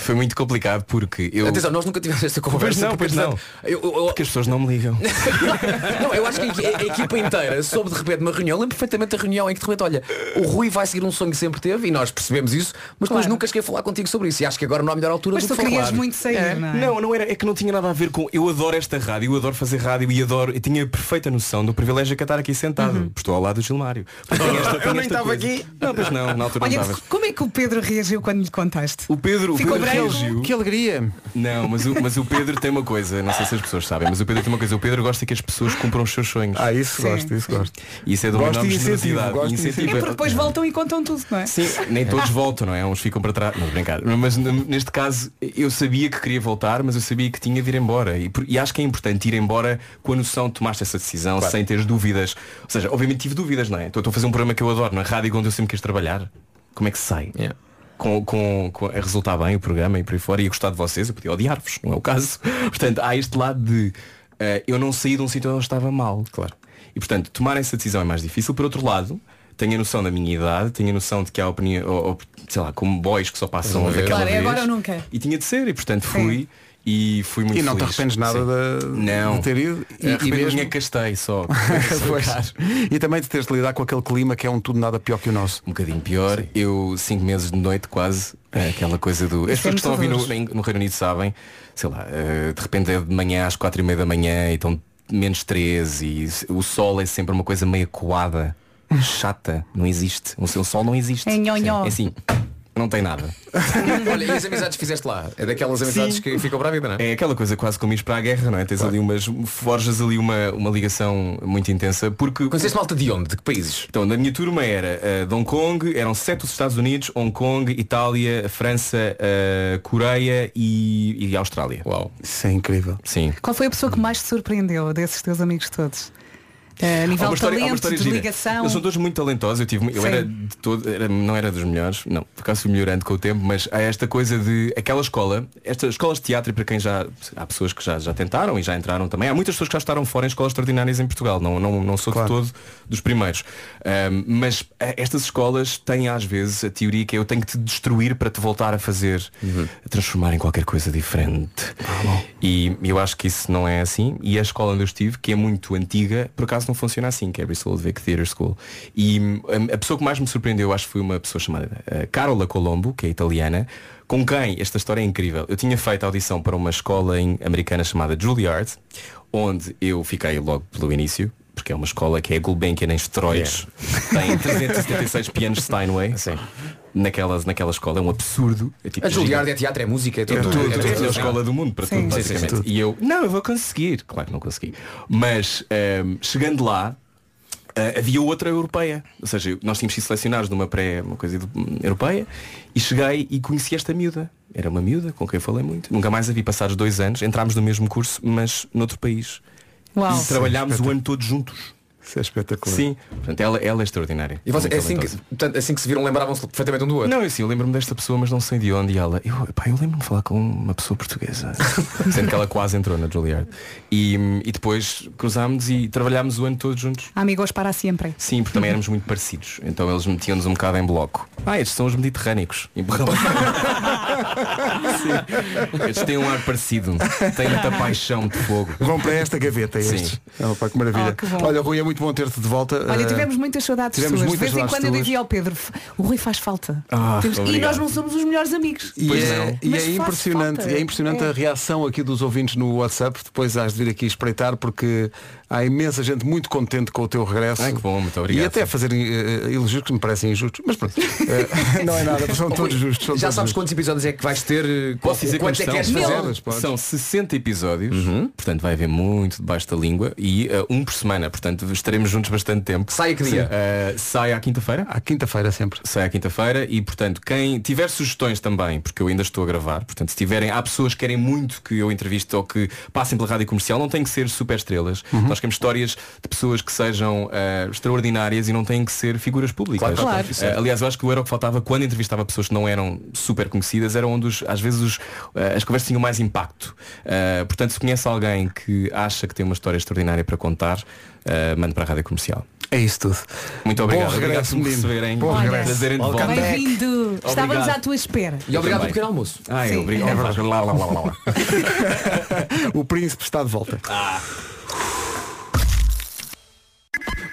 Speaker 13: Foi muito complicado porque eu.
Speaker 2: Atenção, nós nunca tivemos esta conversa. porque,
Speaker 13: Pois não, pois não.
Speaker 2: portanto, Eu, eu-
Speaker 13: Porque as pessoas não me ligam.
Speaker 2: Não, eu acho que a, a equipa inteira soube de repente uma reunião, lembro perfeitamente a reunião em que de repente, olha, o Rui vai seguir um sonho que sempre teve e nós percebemos isso, mas depois nunca cheguei a falar contigo sobre isso e acho que agora não há melhor altura
Speaker 4: Mas
Speaker 2: do
Speaker 4: tu
Speaker 2: que falar.
Speaker 4: querias muito sair,
Speaker 2: É.
Speaker 4: não é?
Speaker 13: Não, não era, é que não tinha nada a ver com. Eu adoro esta rádio, eu adoro fazer rádio e adoro. Eu tinha a perfeita noção do privilégio que é estar aqui sentado.
Speaker 4: Uhum.
Speaker 13: Estou ao lado do Gilmário.
Speaker 4: Eu nem estava
Speaker 13: aqui. Não, pois não, na altura
Speaker 4: Olha,
Speaker 13: não estavas.
Speaker 4: como é que o Pedro reagiu quando lhe contaste?
Speaker 13: O Pedro, o
Speaker 4: Ficou
Speaker 13: Pedro
Speaker 4: branco?
Speaker 13: reagiu.
Speaker 1: Que alegria!
Speaker 13: Não, mas o, mas o Pedro tem uma coisa, não sei se as pessoas sabem, mas o Pedro tem uma coisa, o Pedro gosta que as pessoas cumpram os seus sonhos. Ah,
Speaker 1: isso
Speaker 4: Sim. gosto, isso
Speaker 1: gosto.
Speaker 13: Isso é de uma
Speaker 1: Gosto e
Speaker 13: enorme
Speaker 1: incentivo,
Speaker 13: generosidade.
Speaker 1: gosto e
Speaker 13: Incentivo.
Speaker 4: É porque depois voltam e contam tudo, não é?
Speaker 13: Sim, nem todos voltam, não é? Uns ficam para trás. Não, brincar. Mas n- neste caso, eu sabia que queria voltar, mas eu sabia que tinha de ir embora. E, por- e acho que é importante ir embora com a noção de tomaste essa decisão, sem teres dúvidas. Ou seja, obviamente tive dúvidas, não é? Então, Estou a fazer um programa que eu adoro, na rádio onde eu sempre quis trabalhar. Como é que se sai? Com, com, com- a resultar bem o programa e por aí fora e eu gostar de vocês, eu podia odiar-vos, não é o caso. Portanto, há este lado de eh, eu não saí de um sítio onde eu estava mal. Claro. E portanto, tomar essa decisão é mais difícil. Por outro lado, tenho a noção da minha idade, tenho a noção de que há opinião, ou, ou, sei lá, como boys que só passam
Speaker 1: Uma vez.
Speaker 13: daquela
Speaker 4: Claro, é
Speaker 13: vez.
Speaker 4: agora ou nunca.
Speaker 13: E tinha de ser, e portanto fui e fui muito
Speaker 1: E não te
Speaker 13: feliz.
Speaker 1: arrependes nada
Speaker 13: Sim.
Speaker 1: de-
Speaker 13: não.
Speaker 1: de ter ido? E- e
Speaker 13: E, e
Speaker 1: mesmo-
Speaker 13: mesmo... castei só.
Speaker 1: Pois. E também de teres de lidar com aquele clima que é um tudo nada pior que o nosso.
Speaker 13: Um bocadinho pior. Eu, cinco meses de noite quase, é aquela coisa do. As
Speaker 1: Isso é
Speaker 13: pessoas que estão a ouvir no,
Speaker 1: muito
Speaker 13: no Reino Unido sabem, sei lá, eh, de repente é de manhã às quatro e meia da manhã e estão menos três e s- o sol é sempre uma coisa meio coada, chata, não existe. O seu sol não existe.
Speaker 4: É nhonhó.
Speaker 13: É assim. Não tem nada.
Speaker 2: Olha, e as amizades que fizeste lá? É daquelas amizades que ficam para a vida, não é?
Speaker 13: É aquela coisa quase como ir para a guerra, não é? Tens ali umas. forjas ali uma, uma ligação muito intensa porque.
Speaker 2: Conheceste malta de onde? De que países?
Speaker 13: Então, na minha turma era eh, de Hong Kong, eram sete os Estados Unidos, Hong Kong, Itália, França, eh, Coreia e, e Austrália. Uau.
Speaker 1: Isso é incrível.
Speaker 13: Sim.
Speaker 4: Qual foi a pessoa que mais te surpreendeu desses teus amigos todos? Eh, A
Speaker 13: Há
Speaker 4: nível
Speaker 13: uma
Speaker 4: de
Speaker 13: história- há uma
Speaker 4: talento,
Speaker 13: história
Speaker 4: de
Speaker 13: gira.
Speaker 4: ligação.
Speaker 13: Eles são todos muito talentosos. Eu, tive, eu
Speaker 4: Sim.
Speaker 13: era de todo, era- não era dos melhores, não, por acaso fui melhorando com o tempo, mas há esta coisa de aquela escola, estas escolas de teatro, e para quem já. Há pessoas que já, já tentaram e já entraram também. Há muitas pessoas que já estaram fora em escolas extraordinárias em Portugal. Não, não, não sou de todo dos primeiros. Ahm, mas eh, estas escolas têm às vezes a teoria que é eu tenho que te destruir para te voltar a fazer,
Speaker 4: Uhum.
Speaker 13: a transformar em qualquer coisa diferente.
Speaker 4: Ah,
Speaker 13: E eu acho que isso não é assim. E a escola onde eu estive, que é muito antiga, por acaso não funciona assim, que é a Bristol Vic Theatre School. E hum, a pessoa que mais me surpreendeu, eu acho que foi uma pessoa chamada eh, Carola Colombo, que é italiana, com quem esta história é incrível. Eu tinha feito audição para uma escola em- americana chamada Juilliard, onde eu fiquei logo pelo início, porque é uma escola que é Gulbenkian em esteroides.
Speaker 2: É.
Speaker 13: Tem 376 pianos Steinway. Naquela, naquela escola é um absurdo. É tipo
Speaker 2: a Juilliard
Speaker 13: gigante.
Speaker 2: é teatro, é música,
Speaker 13: É
Speaker 2: é tudo.
Speaker 13: tudo, é a
Speaker 2: tudo.
Speaker 13: melhor escola do mundo para
Speaker 2: Sim.
Speaker 13: tudo,
Speaker 2: Sim, sim, sim.
Speaker 13: basicamente. E eu, não, eu vou conseguir. Claro que não consegui. Mas ehm, chegando lá, ah, havia outra europeia. Ou seja, eu- nós tínhamos sido selecionados numa pré, uma coisa do- europeia, e cheguei e conheci esta miúda. Era uma miúda com quem eu falei muito. Nunca mais a vi passados dois anos. Entrámos no mesmo curso, mas noutro país.
Speaker 4: Uau.
Speaker 13: E trabalhámos o ano todo juntos.
Speaker 1: Isso é espetacular.
Speaker 13: Sim, portanto, ela, ela é extraordinária.
Speaker 2: E vocês,
Speaker 13: Muito
Speaker 2: é assim, que,
Speaker 13: talentosa.
Speaker 2: portanto, assim que se viram, lembravam-se perfeitamente um do outro.
Speaker 13: Não, eu sim, eu lembro-me desta pessoa, mas não sei de onde. E ela, eu, pá, eu lembro-me de falar com uma pessoa portuguesa. Sendo que ela quase entrou na Juilliard. E, e depois cruzámos e trabalhámos o ano todo juntos.
Speaker 4: Amigos para sempre.
Speaker 13: Sim, porque também éramos muito parecidos. Então eles metiam-nos um bocado em bloco. Ah, estes são os mediterrânicos. E borrão. Sim. Estes têm um ar parecido. Têm muita paixão de fogo.
Speaker 1: Vão para esta gaveta
Speaker 13: Sim.
Speaker 1: estes. Oh, pá, que maravilha.
Speaker 4: Oh, que bom.
Speaker 1: Olha, Rui, é muito bom ter-te de volta.
Speaker 4: Olha,
Speaker 1: Eh,
Speaker 4: tivemos muitas saudades
Speaker 1: tivemos
Speaker 4: suas.
Speaker 1: muitas
Speaker 4: de vez em
Speaker 1: saudades
Speaker 4: quando eu
Speaker 1: tuas.
Speaker 4: dizia ao Pedro, o Rui faz falta.
Speaker 1: Ah,
Speaker 4: Temos- e
Speaker 1: obrigado.
Speaker 4: nós não somos os melhores amigos.
Speaker 1: E é, e
Speaker 4: Mas
Speaker 1: é
Speaker 4: faz
Speaker 1: impressionante,
Speaker 4: falta.
Speaker 1: é impressionante a
Speaker 4: É.
Speaker 1: reação aqui dos ouvintes no WhatsApp. Depois hás de vir aqui espreitar porque há imensa gente muito contente com o teu regresso.
Speaker 13: Ai, que bom, muito obrigado.
Speaker 1: E até a fazer eh, elogios que me parecem injustos. Mas pronto, Eh, não é nada, são todos justos. São
Speaker 2: Já
Speaker 1: todos
Speaker 2: sabes
Speaker 1: justos.
Speaker 2: quantos episódios é que vais ter? eh,
Speaker 13: Posso dizer
Speaker 2: quanto
Speaker 13: quantos
Speaker 2: é que queres
Speaker 13: são?
Speaker 2: fazer?
Speaker 13: São 60 episódios, portanto vai haver muito debaixo da língua e eh, um por semana, portanto estaremos juntos bastante tempo.
Speaker 2: Sai a que dia?
Speaker 13: Eh, sai à quinta-feira?
Speaker 1: À quinta-feira sempre.
Speaker 13: Sai à quinta-feira e portanto quem tiver sugestões também, porque eu ainda estou a gravar, portanto se tiverem, há pessoas que querem muito que eu entreviste ou que passem pela rádio comercial, não tem que ser super estrelas.
Speaker 2: Uhum.
Speaker 13: Nós queremos histórias de pessoas que sejam eh, extraordinárias e não têm que ser figuras públicas.
Speaker 2: Claro, claro.
Speaker 13: Eh, aliás, eu acho que o era o que faltava quando entrevistava pessoas que não eram super conhecidas, era onde os- às vezes os, eh, as conversas tinham mais impacto. Eh, portanto, se conhece alguém que acha que tem uma história extraordinária para contar, eh, mande para a rádio comercial.
Speaker 1: É isso tudo.
Speaker 13: Muito obrigado.
Speaker 1: Bom regresso,
Speaker 13: obrigado por me
Speaker 1: menino.
Speaker 13: receberem.
Speaker 1: Bom
Speaker 13: Olha,
Speaker 1: regresso.
Speaker 13: Trazerem de volta.
Speaker 4: Bem-vindo.
Speaker 13: Obrigado.
Speaker 4: Estávamos à tua espera.
Speaker 13: E obrigado pelo pequeno almoço. Ah, é, obrigado. Lá, lá, lá, lá, lá.
Speaker 1: O príncipe está de volta.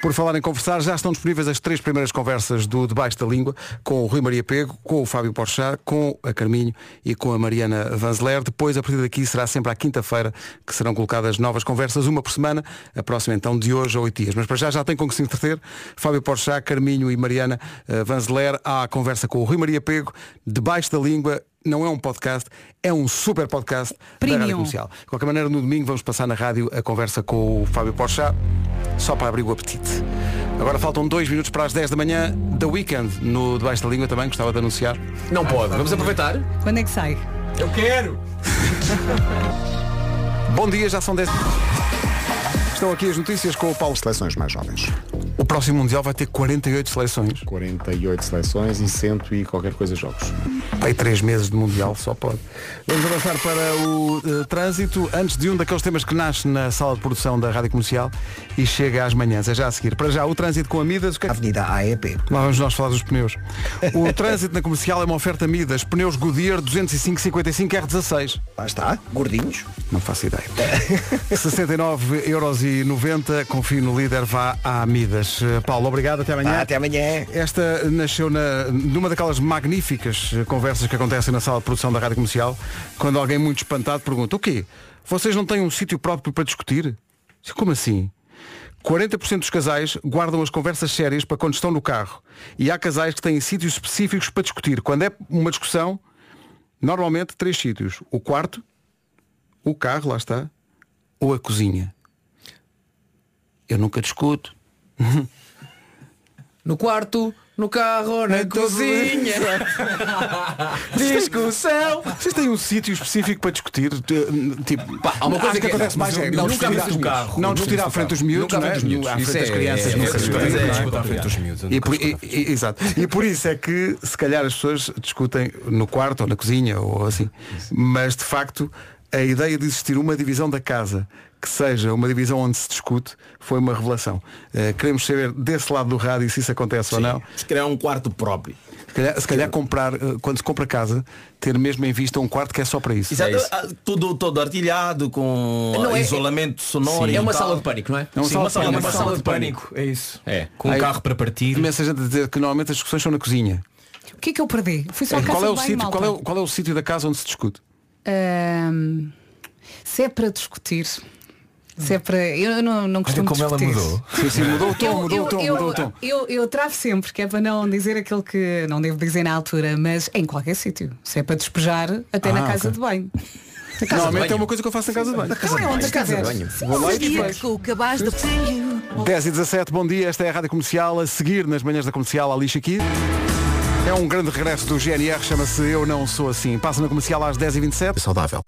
Speaker 1: Por falar em conversar, já estão disponíveis as três primeiras conversas do Debaixo da Língua com o Rui Maria Pego, com o Fábio Porchat, com a Carminho e com a Mariana Vanzeler. Depois, a partir daqui, será sempre à quinta-feira que serão colocadas novas conversas, uma por semana, a próxima então de hoje a oito dias. Mas para já já tem com que se entreter. Fábio Porchat, Carminho e Mariana eh, Vanzeler à conversa com o Rui Maria Pego, Debaixo da Língua. Não é um podcast, é um super podcast da Rádio
Speaker 4: Premium.
Speaker 1: Comercial. De qualquer maneira, no domingo vamos passar na rádio a conversa com o Fábio Porchat, só para abrir o apetite. Agora faltam dois minutos para as 10 da manhã, da Weekend, no Debaixo da Língua também, gostava de anunciar.
Speaker 2: Não pode, vamos aproveitar.
Speaker 4: Quando é que sai?
Speaker 2: Eu quero!
Speaker 1: Bom dia, já são 10. Estão aqui as notícias com o Paulo.
Speaker 8: Seleções mais jovens.
Speaker 1: O próximo Mundial vai ter 48 seleções.
Speaker 8: 48 seleções e cento e qualquer coisa jogos.
Speaker 1: Pai, três meses de Mundial, só pode. Vamos avançar para o eh, trânsito, antes de um daqueles temas que nasce na sala de produção da Rádio Comercial e chega às manhãs. É já a seguir. Para já, o trânsito com a Midas. O que é que-
Speaker 3: Avenida AEP.
Speaker 1: Lá vamos nós falar dos pneus. O trânsito na comercial é uma oferta Midas. Pneus Goodyear 205-55R16.
Speaker 3: Lá está, gordinhos.
Speaker 1: Não faço ideia. 69,90€. Confie no líder, vá à Midas. Eh, Paulo, obrigado. Até
Speaker 17: É.
Speaker 1: amanhã.
Speaker 3: Vá, até amanhã.
Speaker 1: Esta nasceu na- numa daquelas magníficas eh, conversas que acontecem na sala de produção da rádio comercial, quando alguém muito espantado pergunta: O quê? Vocês não têm um sítio próprio para discutir? Como assim? 40% dos casais guardam as conversas sérias para quando estão no carro. E há casais que têm sítios específicos para discutir. Quando é uma discussão, normalmente três sítios. O quarto, o carro, lá está, ou a cozinha. Eu nunca discuto.
Speaker 2: No quarto, no carro, na cozinha.
Speaker 1: Discussão! Vocês têm um sítio específico para discutir? De- Tipo,
Speaker 2: Pá, há uma coisa
Speaker 1: acho
Speaker 2: que é-
Speaker 1: acontece mais
Speaker 2: não-
Speaker 1: é
Speaker 2: não
Speaker 1: discutir
Speaker 2: discutir
Speaker 1: à-
Speaker 2: do carro.
Speaker 1: Não
Speaker 2: Não
Speaker 1: discutir à
Speaker 2: discutir
Speaker 1: frente
Speaker 2: do
Speaker 1: dos
Speaker 2: carro.
Speaker 1: miúdos,
Speaker 2: Nunca à
Speaker 1: não é?
Speaker 2: frente dos miúdos.
Speaker 1: À
Speaker 2: Isso
Speaker 1: frente das
Speaker 2: é-
Speaker 1: crianças,
Speaker 2: é-
Speaker 1: nunca
Speaker 2: é-
Speaker 1: discutir,
Speaker 2: é-
Speaker 1: não é?
Speaker 2: discutir à frente dos miúdos, eu
Speaker 1: E
Speaker 2: nunca
Speaker 1: por-
Speaker 2: discuto à
Speaker 1: e- e- Exato. E por isso é que se calhar as pessoas discutem no quarto ou na cozinha ou assim. Mas de facto, a ideia de existir uma divisão da casa que seja uma divisão onde se discute foi uma revelação. Eh, queremos saber desse lado do rádio se isso acontece ou não.
Speaker 15: Se calhar um quarto próprio.
Speaker 1: Se calhar, se calhar comprar, eh, quando se compra casa, ter mesmo em vista um quarto que é só para isso.
Speaker 15: Exato, ah, Tudo todo artilhado, com
Speaker 1: Não,
Speaker 15: ah,
Speaker 1: é-
Speaker 15: isolamento sonoro.
Speaker 1: Sim.
Speaker 15: e
Speaker 1: É uma
Speaker 15: tal.
Speaker 1: sala de pânico, não é?
Speaker 15: Sim, uma sala, uma sala de pânico.
Speaker 13: É isso.
Speaker 15: É.
Speaker 13: Com um
Speaker 1: Há
Speaker 13: carro para partir.
Speaker 1: Imensa gente a dizer que normalmente as discussões são na cozinha.
Speaker 4: O que é que eu perdi? Fui só à casa
Speaker 1: qual, é
Speaker 4: do
Speaker 1: o
Speaker 4: banho,
Speaker 1: sítio,
Speaker 4: malta.
Speaker 1: qual, é, o- qual é o sítio da casa onde se discute?
Speaker 4: Ahm, se é para discutir. Se é para. Eu não, não costumo
Speaker 1: como ela
Speaker 4: discutir.
Speaker 1: mudou. Sim, sim, mudou o tom,
Speaker 4: Eu-
Speaker 1: mudou o
Speaker 4: eu-
Speaker 1: tom,
Speaker 4: eu,
Speaker 1: mudou o tom.
Speaker 4: Eu, eu travo sempre, que é para não dizer aquilo que não devo dizer na altura, mas em qualquer sítio. Se é para despejar, até na
Speaker 1: Ah,
Speaker 4: casa
Speaker 1: ok.
Speaker 4: de banho.
Speaker 1: Normalmente é uma coisa que eu faço na casa de banho.
Speaker 4: Não, é onde estiver.
Speaker 1: Vou lá e
Speaker 18: Sabia
Speaker 1: depois.
Speaker 18: que o cabaz de...
Speaker 1: 10 e 17, bom dia, esta é a Rádio Comercial, a seguir nas manhãs da comercial, a lixa aqui. É um grande regresso do GNR, chama-se Eu Não Sou Assim. Passa na comercial às 10h27. Saudável.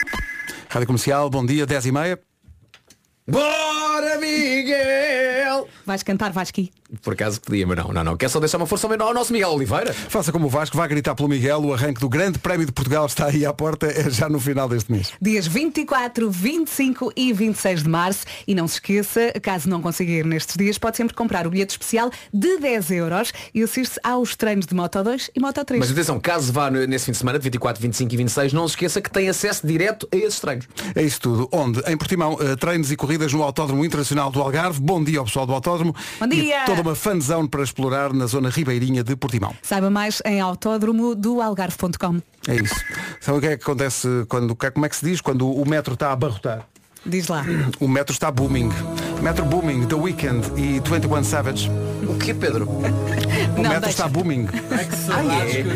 Speaker 1: Rádio Comercial, bom dia, 10h30.
Speaker 2: Bora, Miguel!
Speaker 4: Vais cantar, vais aqui.
Speaker 2: Por acaso podia, mas não, não, não. Quer só deixar uma força ao menor ao nosso Miguel Oliveira?
Speaker 1: Faça como o Vasco, vá gritar pelo Miguel, o arranque do Grande Prémio de Portugal está aí à porta, é já no final deste mês.
Speaker 4: Dias 24, 25 e 26 de março. E não se esqueça, caso não consiga ir nestes dias, pode sempre comprar o bilhete especial de 10 euros e assistir-se aos treinos de Moto 2 e Moto 3.
Speaker 2: Mas atenção, caso vá no- nesse fim de semana, de 24, 25 e 26, não se esqueça que tem acesso direto a esses treinos.
Speaker 1: É isso tudo. Onde? Em Portimão, eh, treinos e corridas no Autódromo Internacional do Algarve. Bom dia ao pessoal do Autódromo.
Speaker 4: Bom dia.
Speaker 1: E toda uma fanzão para explorar na zona ribeirinha de Portimão.
Speaker 4: Saiba mais em autódromo do algarve.com.
Speaker 1: É isso. Sabe o que é que acontece quando, como é que se diz? Quando o metro está a abarrotar.
Speaker 4: Diz lá.
Speaker 1: O metro está booming. Metro booming, The Weeknd e 21 Savage.
Speaker 2: O que, Pedro?
Speaker 1: O
Speaker 2: Não,
Speaker 1: metro
Speaker 2: deixa.
Speaker 1: está booming.
Speaker 2: saudades É que eu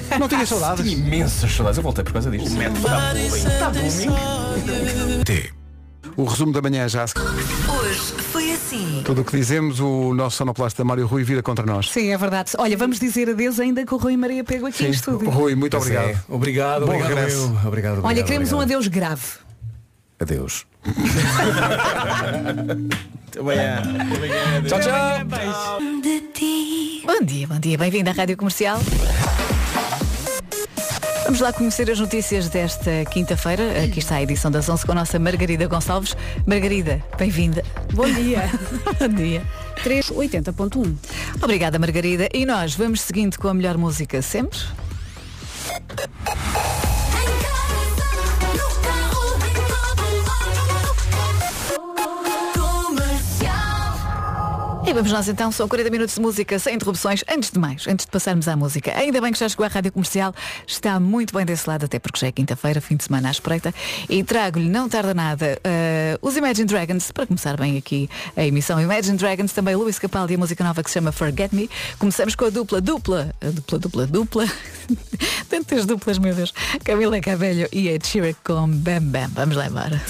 Speaker 1: tinha. Não tinha saudades.
Speaker 13: Tinha imensas saudades. Eu voltei por causa disto. O método está
Speaker 2: Está
Speaker 1: O resumo da manhã já. a seguir.
Speaker 18: Hoje foi assim.
Speaker 1: Tudo o que dizemos, o nosso sonoplasta Mário Rui vira contra nós.
Speaker 4: Sim, é verdade. Olha, vamos dizer adeus ainda que o Rui Maria pegou aqui em estúdio.
Speaker 1: Rui, muito
Speaker 13: Pois é.
Speaker 1: obrigado. Bom
Speaker 13: Obrigado, obrigado.
Speaker 1: regresso.
Speaker 13: eu. Obrigado,
Speaker 4: Olha,
Speaker 13: obrigado,
Speaker 4: queremos um adeus grave.
Speaker 13: Adeus.
Speaker 16: Tchau, tchau.
Speaker 18: De ti. Bom dia, bom dia. Bem-vindo à Rádio Comercial. Vamos lá conhecer as notícias desta quinta-feira. Aqui está a edição das 11 com a nossa Margarida Gonçalves. Margarida, bem-vinda. Bom dia. bom dia. 380.1. Obrigada, Margarida. E nós vamos seguindo com a melhor música sempre. E vamos nós então, são 40 minutos de música sem interrupções. Antes de mais, antes de passarmos à música, ainda bem que já chegou à Rádio Comercial, está muito bem desse lado, até porque já é quinta-feira, fim de semana à espreita, e trago-lhe, não tarda nada, eh, os Imagine Dragons, para começar bem aqui a emissão Imagine Dragons, também Luís Capaldi e a música nova que se chama Forget Me. Começamos com a dupla, dupla, a dupla, dupla, dupla, tantas duplas, meu Deus, Camila Cabello e Ed Sheeran com Bam Bam. Vamos lá embora.